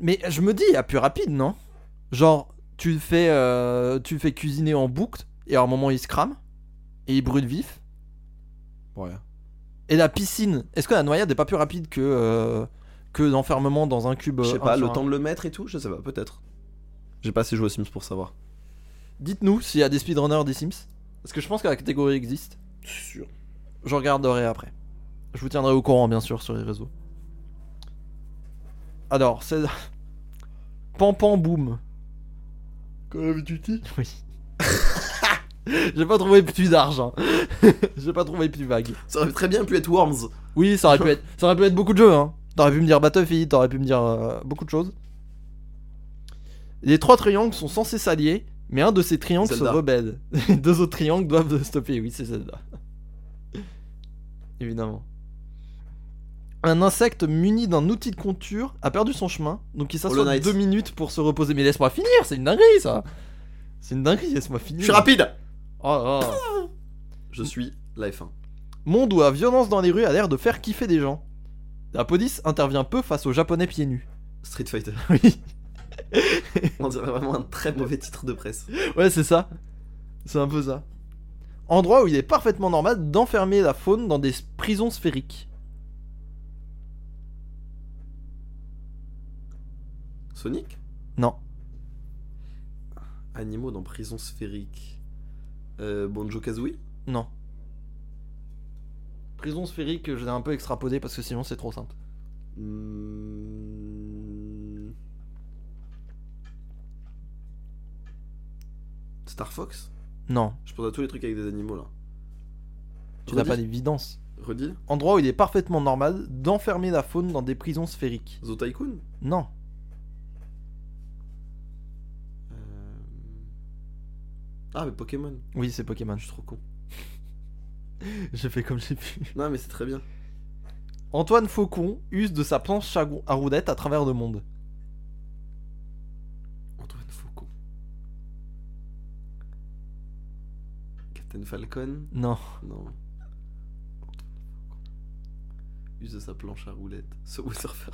[SPEAKER 2] Mais je me dis, il y a plus rapide, non Genre, tu le fais, euh, tu le fais cuisiner en boucle, et à un moment il se crame, et il brûle vif.
[SPEAKER 1] Ouais.
[SPEAKER 2] Et la piscine, est-ce que la noyade est pas plus rapide que, euh, que l'enfermement dans un cube
[SPEAKER 1] Je sais
[SPEAKER 2] euh,
[SPEAKER 1] pas,
[SPEAKER 2] un
[SPEAKER 1] le
[SPEAKER 2] sur un
[SPEAKER 1] temps de le mettre et tout, je sais pas, peut-être. J'ai pas assez joué aux Sims pour savoir.
[SPEAKER 2] Dites-nous s'il y a des speedrunners des Sims. Parce que je pense que la catégorie existe.
[SPEAKER 1] Sûr.
[SPEAKER 2] Je regarderai après. Je vous tiendrai au courant, bien sûr, sur les réseaux. Alors, c'est. *laughs* Pampan Boom.
[SPEAKER 1] Call of Duty
[SPEAKER 2] Oui. *laughs* J'ai pas trouvé plus d'argent. *laughs* J'ai pas trouvé plus vague.
[SPEAKER 1] Ça aurait très bien pu être Worms.
[SPEAKER 2] Oui, ça
[SPEAKER 1] *laughs*
[SPEAKER 2] aurait pu être, ça aurait pu être beaucoup de jeux. Hein. T'aurais pu me dire Battlefield, t'aurais pu me dire euh, beaucoup de choses. Les trois triangles sont censés s'allier, mais un de ces triangles
[SPEAKER 1] Zelda.
[SPEAKER 2] se rebelle. *laughs* Les deux autres triangles doivent le stopper. Oui, c'est Zelda. *laughs* Évidemment. Un insecte muni d'un outil de conture a perdu son chemin, donc il
[SPEAKER 1] Hollow
[SPEAKER 2] s'assoit
[SPEAKER 1] Knight.
[SPEAKER 2] deux minutes pour se reposer. Mais laisse-moi finir, c'est une dinguerie ça C'est une dinguerie, laisse-moi finir.
[SPEAKER 1] Je suis rapide
[SPEAKER 2] Oh, oh.
[SPEAKER 1] Je suis la F1.
[SPEAKER 2] Monde où la violence dans les rues a l'air de faire kiffer des gens. La police intervient peu face aux japonais pieds nus. *laughs*
[SPEAKER 1] Street Fighter. *laughs*
[SPEAKER 2] Oui.
[SPEAKER 1] On dirait vraiment un très mauvais titre de presse.
[SPEAKER 2] Ouais, c'est ça. C'est un peu ça. Endroit où il est parfaitement normal d'enfermer la faune dans des s- prisons sphériques.
[SPEAKER 1] Sonic
[SPEAKER 2] Non.
[SPEAKER 1] Animaux dans prison sphérique. Euh, Banjo Kazooie
[SPEAKER 2] Non. Prison sphérique, je l'ai un peu extrapolé parce que sinon c'est trop simple.
[SPEAKER 1] Hmm. Star Fox
[SPEAKER 2] Non,
[SPEAKER 1] Je pense à tous les trucs avec des animaux là.
[SPEAKER 2] tu n'as
[SPEAKER 1] Redis-
[SPEAKER 2] pas d'évidence.
[SPEAKER 1] Redis
[SPEAKER 2] Endroit où il est parfaitement normal d'enfermer la faune dans des prisons sphériques.
[SPEAKER 1] Zo Tycoon
[SPEAKER 2] Non.
[SPEAKER 1] Euh, Ah, mais Pokémon.
[SPEAKER 2] Oui, c'est Pokémon.
[SPEAKER 1] Je suis trop con.
[SPEAKER 2] *laughs* J'ai fait comme j'ai pu.
[SPEAKER 1] Non, mais c'est très bien.
[SPEAKER 2] Antoine Faucon use de sa planche à gou- à roulettes à travers le monde.
[SPEAKER 1] Antoine Faucon. Captain Falcon
[SPEAKER 2] Non.
[SPEAKER 1] Non. Use de sa planche à roulette. Subway
[SPEAKER 2] *laughs*
[SPEAKER 1] Surfer.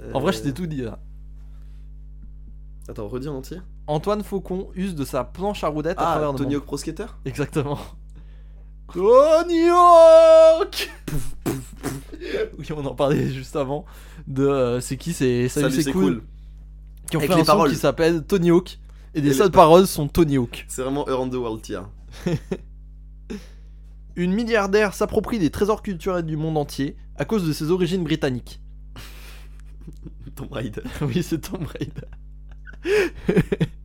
[SPEAKER 1] Euh,
[SPEAKER 2] En vrai, je t'ai tout dit hein. là.
[SPEAKER 1] Attends, redis en entier.
[SPEAKER 2] Antoine Faucon use de sa planche à roulettes à
[SPEAKER 1] Ah,
[SPEAKER 2] travers le
[SPEAKER 1] Tony
[SPEAKER 2] monde.
[SPEAKER 1] Hawk Pro Skater
[SPEAKER 2] *laughs* Exactement. Tony Hawk *laughs* Oui, on en parlait juste avant de euh, c'est qui c'est Salut, c'est cool. qui ont
[SPEAKER 1] Avec
[SPEAKER 2] fait
[SPEAKER 1] les
[SPEAKER 2] un son
[SPEAKER 1] paroles.
[SPEAKER 2] qui s'appelle Tony Hawk et les
[SPEAKER 1] les
[SPEAKER 2] seules
[SPEAKER 1] par-
[SPEAKER 2] paroles sont Tony Hawk.
[SPEAKER 1] C'est vraiment Around the World tier. *laughs*
[SPEAKER 2] Une milliardaire s'approprie des trésors culturels du monde entier à cause de ses origines britanniques. *laughs*
[SPEAKER 1] Tomb Raider.
[SPEAKER 2] Oui, c'est Tomb Raider. *laughs*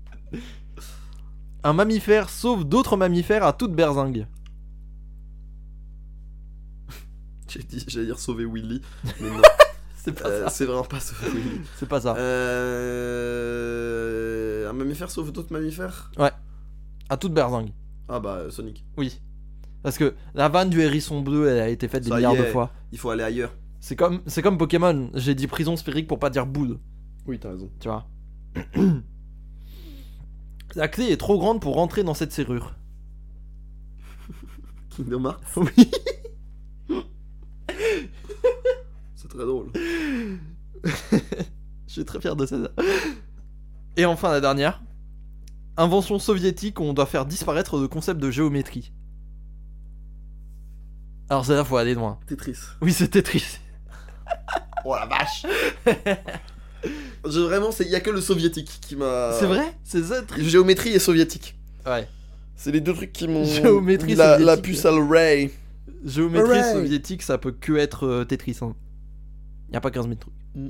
[SPEAKER 2] un mammifère sauve d'autres mammifères à toute berzingue.
[SPEAKER 1] J'ai dit, j'allais dire sauver Willy. Mais
[SPEAKER 2] *laughs*
[SPEAKER 1] non,
[SPEAKER 2] C'est pas
[SPEAKER 1] euh,
[SPEAKER 2] ça.
[SPEAKER 1] c'est vraiment pas sauver Willy.
[SPEAKER 2] C'est pas ça.
[SPEAKER 1] Euh, un mammifère sauve d'autres mammifères
[SPEAKER 2] À toute berzingue.
[SPEAKER 1] Ah bah euh, Sonic.
[SPEAKER 2] Oui. Parce que la vanne du hérisson bleu, elle a été faite des
[SPEAKER 1] Ça y
[SPEAKER 2] milliards de
[SPEAKER 1] est.
[SPEAKER 2] fois.
[SPEAKER 1] Il faut aller ailleurs.
[SPEAKER 2] C'est comme, c'est comme Pokémon. J'ai dit prison sphérique pour pas dire boule,
[SPEAKER 1] Oui, t'as raison.
[SPEAKER 2] tu vois. *clears throat* La clé est trop grande pour rentrer dans cette serrure.
[SPEAKER 1] Kingdom Hearts
[SPEAKER 2] *laughs* Oui.
[SPEAKER 1] C'est très drôle.
[SPEAKER 2] Je suis très fier de ça. Et enfin la dernière, invention soviétique où on doit faire disparaître le concept de géométrie. Alors ça, là faut aller loin.
[SPEAKER 1] Tetris.
[SPEAKER 2] Oui, c'est Tetris.
[SPEAKER 1] Oh la vache *laughs* Je- Vraiment, il y a que le soviétique qui m'a.
[SPEAKER 2] C'est vrai C'est ça Tetris
[SPEAKER 1] Géométrie et soviétique.
[SPEAKER 2] Ouais.
[SPEAKER 1] C'est les deux trucs qui m'ont.
[SPEAKER 2] Géométrie,
[SPEAKER 1] mis la, la
[SPEAKER 2] soviétique.
[SPEAKER 1] puce à l'oreille.
[SPEAKER 2] Géométrie
[SPEAKER 1] Hooray
[SPEAKER 2] soviétique, ça peut que être euh, Tetris. Hein. Y a pas 15 000 trucs.
[SPEAKER 1] Mm.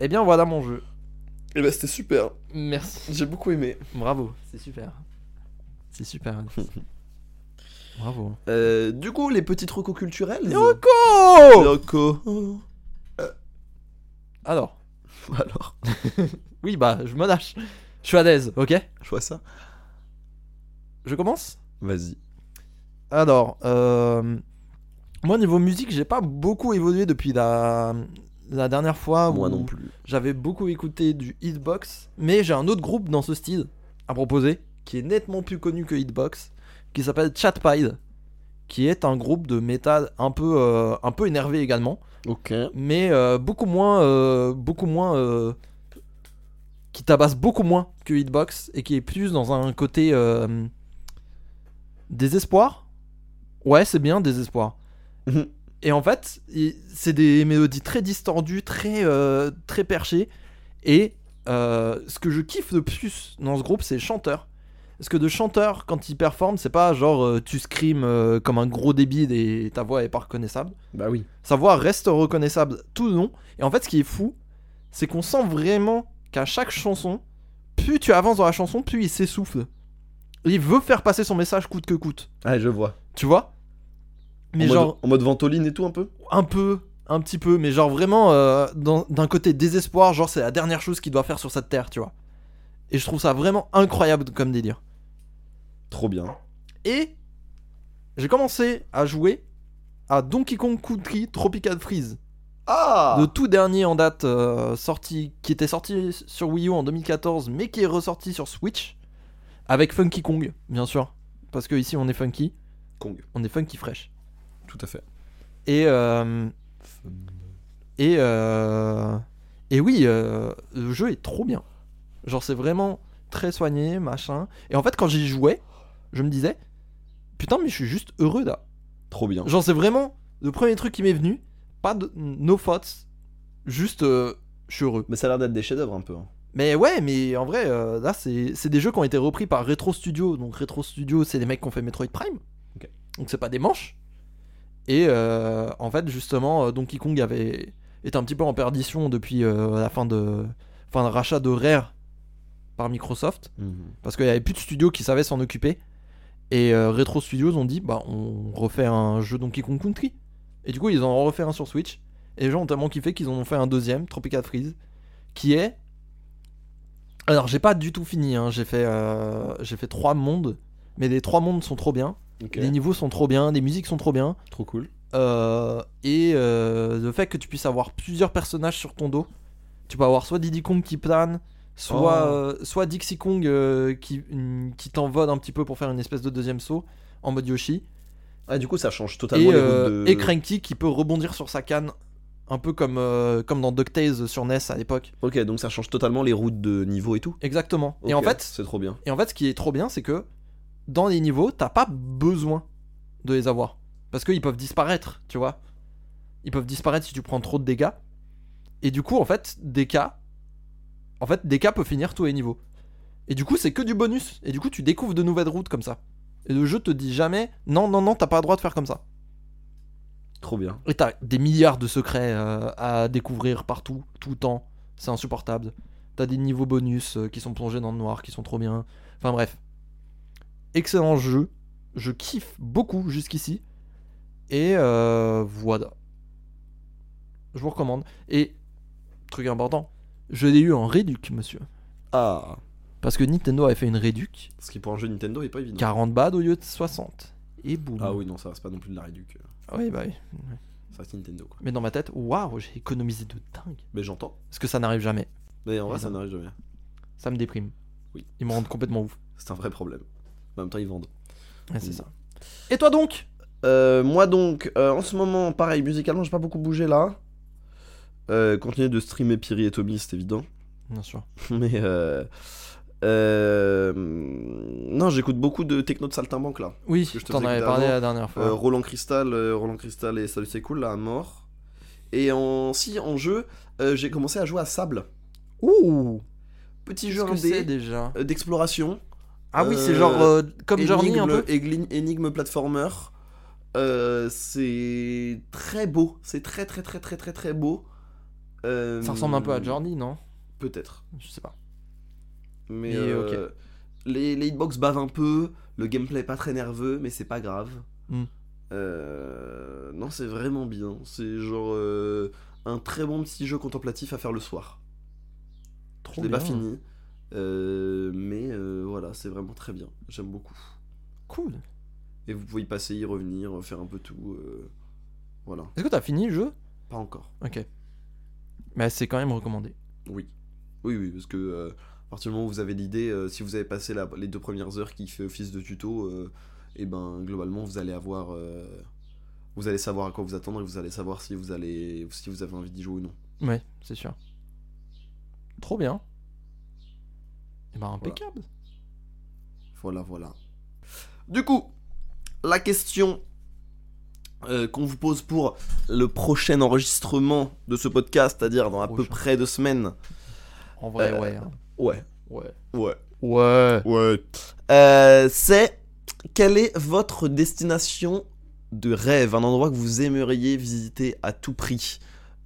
[SPEAKER 2] Eh bien voilà mon jeu.
[SPEAKER 1] Et bah, c'était super.
[SPEAKER 2] Merci.
[SPEAKER 1] J'ai beaucoup aimé.
[SPEAKER 2] Bravo. C'est super. C'est
[SPEAKER 1] *laughs*
[SPEAKER 2] super. Alex. Bravo.
[SPEAKER 1] Euh, du coup, les petits trucs culturels.
[SPEAKER 2] Les
[SPEAKER 1] Les recos.
[SPEAKER 2] Alors,
[SPEAKER 1] *laughs* Alors,
[SPEAKER 2] oui bah je me lâche. Je suis à l'aise, ok
[SPEAKER 1] je vois ça.
[SPEAKER 2] Je commence
[SPEAKER 1] Vas-y.
[SPEAKER 2] Alors, euh, moi niveau musique, j'ai pas beaucoup évolué depuis la, la dernière fois où
[SPEAKER 1] Moi non plus.
[SPEAKER 2] j'avais beaucoup écouté du Hitbox, mais j'ai un autre groupe dans ce style à proposer qui est nettement plus connu que Hitbox, qui s'appelle Chatpile, qui est un groupe de métal un peu euh, un peu énervé également,
[SPEAKER 1] Ok.
[SPEAKER 2] mais euh, beaucoup moins euh, beaucoup moins euh, qui tabasse beaucoup moins que Hitbox et qui est plus dans un côté euh, désespoir. Ouais, c'est bien désespoir.
[SPEAKER 1] Mhm.
[SPEAKER 2] et en fait, il- c'est des mélodies très distordues, très euh, très perchées et euh, ce que je kiffe le plus dans ce groupe, c'est le chanteur. Parce que de chanteur, quand il performe, c'est pas genre euh, tu scream euh, comme un gros débile et ta voix est pas reconnaissable
[SPEAKER 1] Bah oui.
[SPEAKER 2] sa voix reste reconnaissable tout le long. Et en fait, ce qui est fou, c'est qu'on sent vraiment qu'à chaque chanson, plus tu avances dans la chanson, plus il s'essouffle. Il veut faire passer son message coûte que coûte.
[SPEAKER 1] Ah, je vois.
[SPEAKER 2] Tu vois Mais
[SPEAKER 1] en
[SPEAKER 2] genre,
[SPEAKER 1] Mode, en mode ventoline et tout, un peu
[SPEAKER 2] un peu, un petit peu, mais genre vraiment euh, dans- d'un côté désespoir, genre c'est la dernière chose qu'il doit faire sur cette terre, tu vois. Et je trouve ça vraiment incroyable comme délire.
[SPEAKER 1] Trop bien.
[SPEAKER 2] Et j'ai commencé à jouer à Donkey Kong Country Tropical Freeze.
[SPEAKER 1] Ah
[SPEAKER 2] Le tout dernier en date euh, sorti, qui était sorti sur Wii U en 2014, mais qui est ressorti sur Switch, avec Funky Kong, bien sûr. Parce que ici on est funky,
[SPEAKER 1] Kong,
[SPEAKER 2] on est funky fresh.
[SPEAKER 1] tout à fait.
[SPEAKER 2] Et euh, et euh, et oui, euh, le jeu est trop bien. Genre c'est vraiment très soigné, machin. Et en fait quand j'y jouais, je me disais, putain mais je suis juste heureux là.
[SPEAKER 1] Trop bien.
[SPEAKER 2] Genre, c'est vraiment le premier truc qui m'est venu. Pas de no fautes. Juste, euh, je suis heureux.
[SPEAKER 1] Mais ça a l'air d'être des chefs-d'œuvre un peu. hein.
[SPEAKER 2] Mais ouais, mais en vrai, euh, là, c'est c'est des jeux qui ont été repris par Retro Studio. Donc, Retro Studio, c'est les mecs qui ont fait Metroid Prime.
[SPEAKER 1] Ok.
[SPEAKER 2] Donc, c'est pas des manches. Et euh, en fait, justement, euh, Donkey Kong avait était un petit peu en perdition depuis euh, la fin de, fin de rachat de Rare par Microsoft
[SPEAKER 1] Mhm.
[SPEAKER 2] parce qu'il n'y avait plus de studio qui savait s'en occuper. Et euh, Retro Studios ont dit, bah on refait un jeu Donkey Kong Country. Et du coup, ils en ont refait un sur Switch. Et les gens ont tellement kiffé qu'ils en ont fait un deuxième, Tropical Freeze, qui est. Alors, j'ai pas du tout fini, hein. j'ai fait, euh, j'ai fait trois mondes, mais les trois mondes sont trop bien,
[SPEAKER 1] Ok.
[SPEAKER 2] les niveaux sont trop bien, les musiques sont trop bien,
[SPEAKER 1] Trop cool.
[SPEAKER 2] euh, et euh, le fait que tu puisses avoir plusieurs personnages sur ton dos. Tu peux avoir soit Diddy Kong qui plane, soit,
[SPEAKER 1] Oh.
[SPEAKER 2] euh, soit Dixie Kong euh, qui, une- qui t'envole un petit peu pour faire une espèce de deuxième saut en mode Yoshi.
[SPEAKER 1] Ah, du coup, ça change totalement
[SPEAKER 2] Et,
[SPEAKER 1] les
[SPEAKER 2] euh,
[SPEAKER 1] routes de.
[SPEAKER 2] et Cranky qui peut rebondir sur sa canne, un peu comme, euh, comme dans DuckTales sur NES à l'époque.
[SPEAKER 1] Ok, donc ça change totalement les routes de niveau et tout.
[SPEAKER 2] Exactement. Et, en
[SPEAKER 1] Ok,
[SPEAKER 2] fait,
[SPEAKER 1] c'est trop bien.
[SPEAKER 2] et en fait, ce qui est trop bien, c'est que dans les niveaux, t'as pas besoin de les avoir. Parce qu'ils peuvent disparaître, tu vois. Ils peuvent disparaître si tu prends trop de dégâts. Et du coup, en fait, DK. En fait, DK peut finir tous les niveaux. Et du coup, c'est que du bonus. Et du coup, tu découvres de nouvelles routes comme ça. Et le jeu te dit jamais, non, non, non, t'as pas le droit de faire comme ça.
[SPEAKER 1] Trop bien.
[SPEAKER 2] Et t'as des milliards de secrets euh, à découvrir partout, tout le temps. C'est insupportable. T'as des niveaux bonus euh, qui sont plongés dans le noir, qui sont trop bien. Enfin bref. Excellent jeu. Je kiffe beaucoup jusqu'ici. Et euh, voilà. Je vous recommande. Et, truc important, je l'ai eu en réduc, monsieur.
[SPEAKER 1] Ah
[SPEAKER 2] Parce que Nintendo avait fait une réduc.
[SPEAKER 1] Ce qui pour un jeu Nintendo est pas évident.
[SPEAKER 2] 40 balles au lieu de 60. Et boum.
[SPEAKER 1] Ah oui, non, ça reste pas non plus de la réduc. euh,
[SPEAKER 2] Ah oui, bah oui.
[SPEAKER 1] Ça reste Nintendo quoi.
[SPEAKER 2] Mais dans ma tête, waouh, j'ai économisé de dingue.
[SPEAKER 1] Mais j'entends.
[SPEAKER 2] Parce que ça n'arrive jamais.
[SPEAKER 1] Mais en vrai, ça
[SPEAKER 2] Évidemment.
[SPEAKER 1] n'arrive jamais.
[SPEAKER 2] Ça me déprime.
[SPEAKER 1] Oui.
[SPEAKER 2] Ils me rendent complètement ouf.
[SPEAKER 1] C'est un vrai problème. En même temps, ils vendent.
[SPEAKER 2] c'est ça. Et toi donc
[SPEAKER 1] Euh, moi donc, euh, en ce moment, pareil, musicalement, j'ai pas beaucoup bougé là. Euh, continuer de streamer Piri et Tommy, c'est évident. *laughs*
[SPEAKER 2] bien sûr.
[SPEAKER 1] Mais euh, euh, non, j'écoute beaucoup de techno de saltimbanque là.
[SPEAKER 2] Oui,
[SPEAKER 1] que je te
[SPEAKER 2] t'en
[SPEAKER 1] faisais
[SPEAKER 2] avais
[SPEAKER 1] écouter
[SPEAKER 2] parlé
[SPEAKER 1] avant.
[SPEAKER 2] la dernière fois.
[SPEAKER 1] Euh, Roland Cristal, euh, Roland Cristal et Salut c'est cool là à mort. Et en si en jeu, euh, j'ai commencé à jouer à Sable,
[SPEAKER 2] Ouh
[SPEAKER 1] petit
[SPEAKER 2] Qu'est-ce
[SPEAKER 1] jeu
[SPEAKER 2] que c'est
[SPEAKER 1] indé
[SPEAKER 2] déjà
[SPEAKER 1] euh, d'exploration,
[SPEAKER 2] Ah oui, c'est
[SPEAKER 1] Euh,
[SPEAKER 2] genre euh, comme Journey un
[SPEAKER 1] énigme,
[SPEAKER 2] peu
[SPEAKER 1] égli- énigme platformer. Euh, c'est très beau, c'est très très très très très très beau. Euh,
[SPEAKER 2] Ça ressemble un peu à Journey, non
[SPEAKER 1] Peut-être.
[SPEAKER 2] Je sais pas.
[SPEAKER 1] Mais,
[SPEAKER 2] Mais,
[SPEAKER 1] euh, les, les hitbox bavent un peu, le gameplay est pas très nerveux, mais c'est pas grave.
[SPEAKER 2] Mm.
[SPEAKER 1] Euh, non, c'est vraiment bien. C'est genre euh, un très bon petit jeu contemplatif à faire le soir.
[SPEAKER 2] Trop
[SPEAKER 1] Je l'ai pas
[SPEAKER 2] bien.
[SPEAKER 1] fini, euh, mais euh, voilà, c'est vraiment très bien. J'aime beaucoup.
[SPEAKER 2] Cool.
[SPEAKER 1] Et vous pouvez y passer, y revenir, faire un peu tout. euh, voilà,
[SPEAKER 2] Est-ce que t'as fini le jeu
[SPEAKER 1] pas encore.
[SPEAKER 2] Ok. Mais c'est quand même recommandé.
[SPEAKER 1] Oui. Oui, oui, parce que euh, à partir du moment où vous avez l'idée, euh, si vous avez passé la- les deux premières heures qui fait office de tuto, et ben globalement vous allez avoir, euh, vous allez savoir à quoi vous attendre et vous allez savoir si vous allez, si vous avez envie d'y jouer ou non.
[SPEAKER 2] Ouais, c'est sûr. Trop bien. Et bah impeccable.
[SPEAKER 1] Voilà, voilà. Du coup, la question euh, qu'on vous pose pour le prochain enregistrement de ce podcast, c'est-à-dire dans à peu
[SPEAKER 2] Prochain.
[SPEAKER 1] près deux semaines.
[SPEAKER 2] En vrai,
[SPEAKER 1] Euh,
[SPEAKER 2] ouais. hein.
[SPEAKER 1] Ouais.
[SPEAKER 2] Ouais.
[SPEAKER 1] Ouais.
[SPEAKER 2] Ouais.
[SPEAKER 1] Ouais. Euh, c'est quelle est votre destination de rêve, un endroit que vous aimeriez visiter à tout prix.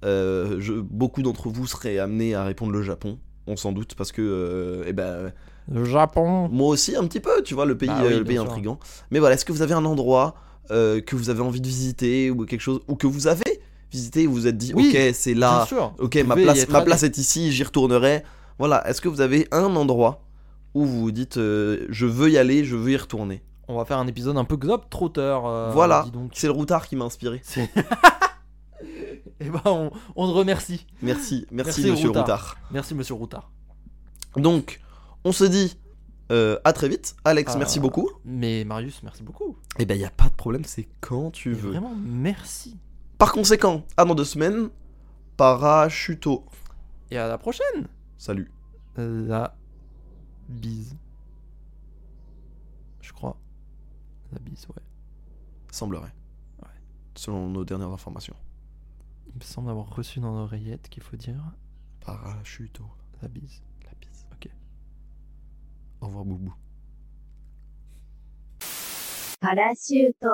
[SPEAKER 1] Euh, je- beaucoup d'entre vous seraient amenés à répondre le Japon, on s'en doute, parce que euh, eh ben,
[SPEAKER 2] Le Japon.
[SPEAKER 1] moi aussi un petit peu, tu vois, le pays,
[SPEAKER 2] Bah oui,
[SPEAKER 1] euh, le
[SPEAKER 2] bien
[SPEAKER 1] pays
[SPEAKER 2] sûr.
[SPEAKER 1] intrigant. Mais voilà, est-ce que vous avez un endroit euh, que vous avez envie de visiter ou quelque chose, ou que vous avez visité, et vous vous êtes dit,
[SPEAKER 2] Oui,
[SPEAKER 1] ok, c'est
[SPEAKER 2] Bien
[SPEAKER 1] là,
[SPEAKER 2] sûr.
[SPEAKER 1] Ok,
[SPEAKER 2] Vous
[SPEAKER 1] ma
[SPEAKER 2] pouvez y
[SPEAKER 1] place,
[SPEAKER 2] être
[SPEAKER 1] ma
[SPEAKER 2] allé.
[SPEAKER 1] place est ici, j'y retournerai. Voilà, est-ce que vous avez un endroit où vous vous dites euh, je veux y aller, je veux y retourner
[SPEAKER 2] On va faire un épisode un peu Xob Trotteur. euh,
[SPEAKER 1] Voilà.
[SPEAKER 2] dis donc.
[SPEAKER 1] C'est le routard qui m'a inspiré. *laughs*
[SPEAKER 2] Et bah on, on te remercie.
[SPEAKER 1] *gasps* Merci, merci,
[SPEAKER 2] Merci,
[SPEAKER 1] monsieur
[SPEAKER 2] routard.
[SPEAKER 1] routard.
[SPEAKER 2] Merci Monsieur Routard.
[SPEAKER 1] Donc, on se dit euh, à très vite. Alex,
[SPEAKER 2] Euh,
[SPEAKER 1] merci beaucoup.
[SPEAKER 2] Mais Marius, merci beaucoup.
[SPEAKER 1] Eh ben, il a pas de problème, c'est quand tu
[SPEAKER 2] Mais
[SPEAKER 1] veux.
[SPEAKER 2] Vraiment, merci.
[SPEAKER 1] Par conséquent, à dans deux semaines, parachuto.
[SPEAKER 2] Et à la prochaine.
[SPEAKER 1] Salut.
[SPEAKER 2] La bise. Je crois. La bise, ouais.
[SPEAKER 1] Semblerait. Selon nos dernières informations.
[SPEAKER 2] Il me semble avoir reçu dans l'oreillette qu'il faut dire
[SPEAKER 1] Parachuto.
[SPEAKER 2] la bise. La bise. Ok.
[SPEAKER 1] Au revoir, Boubou.
[SPEAKER 3] パラシュート。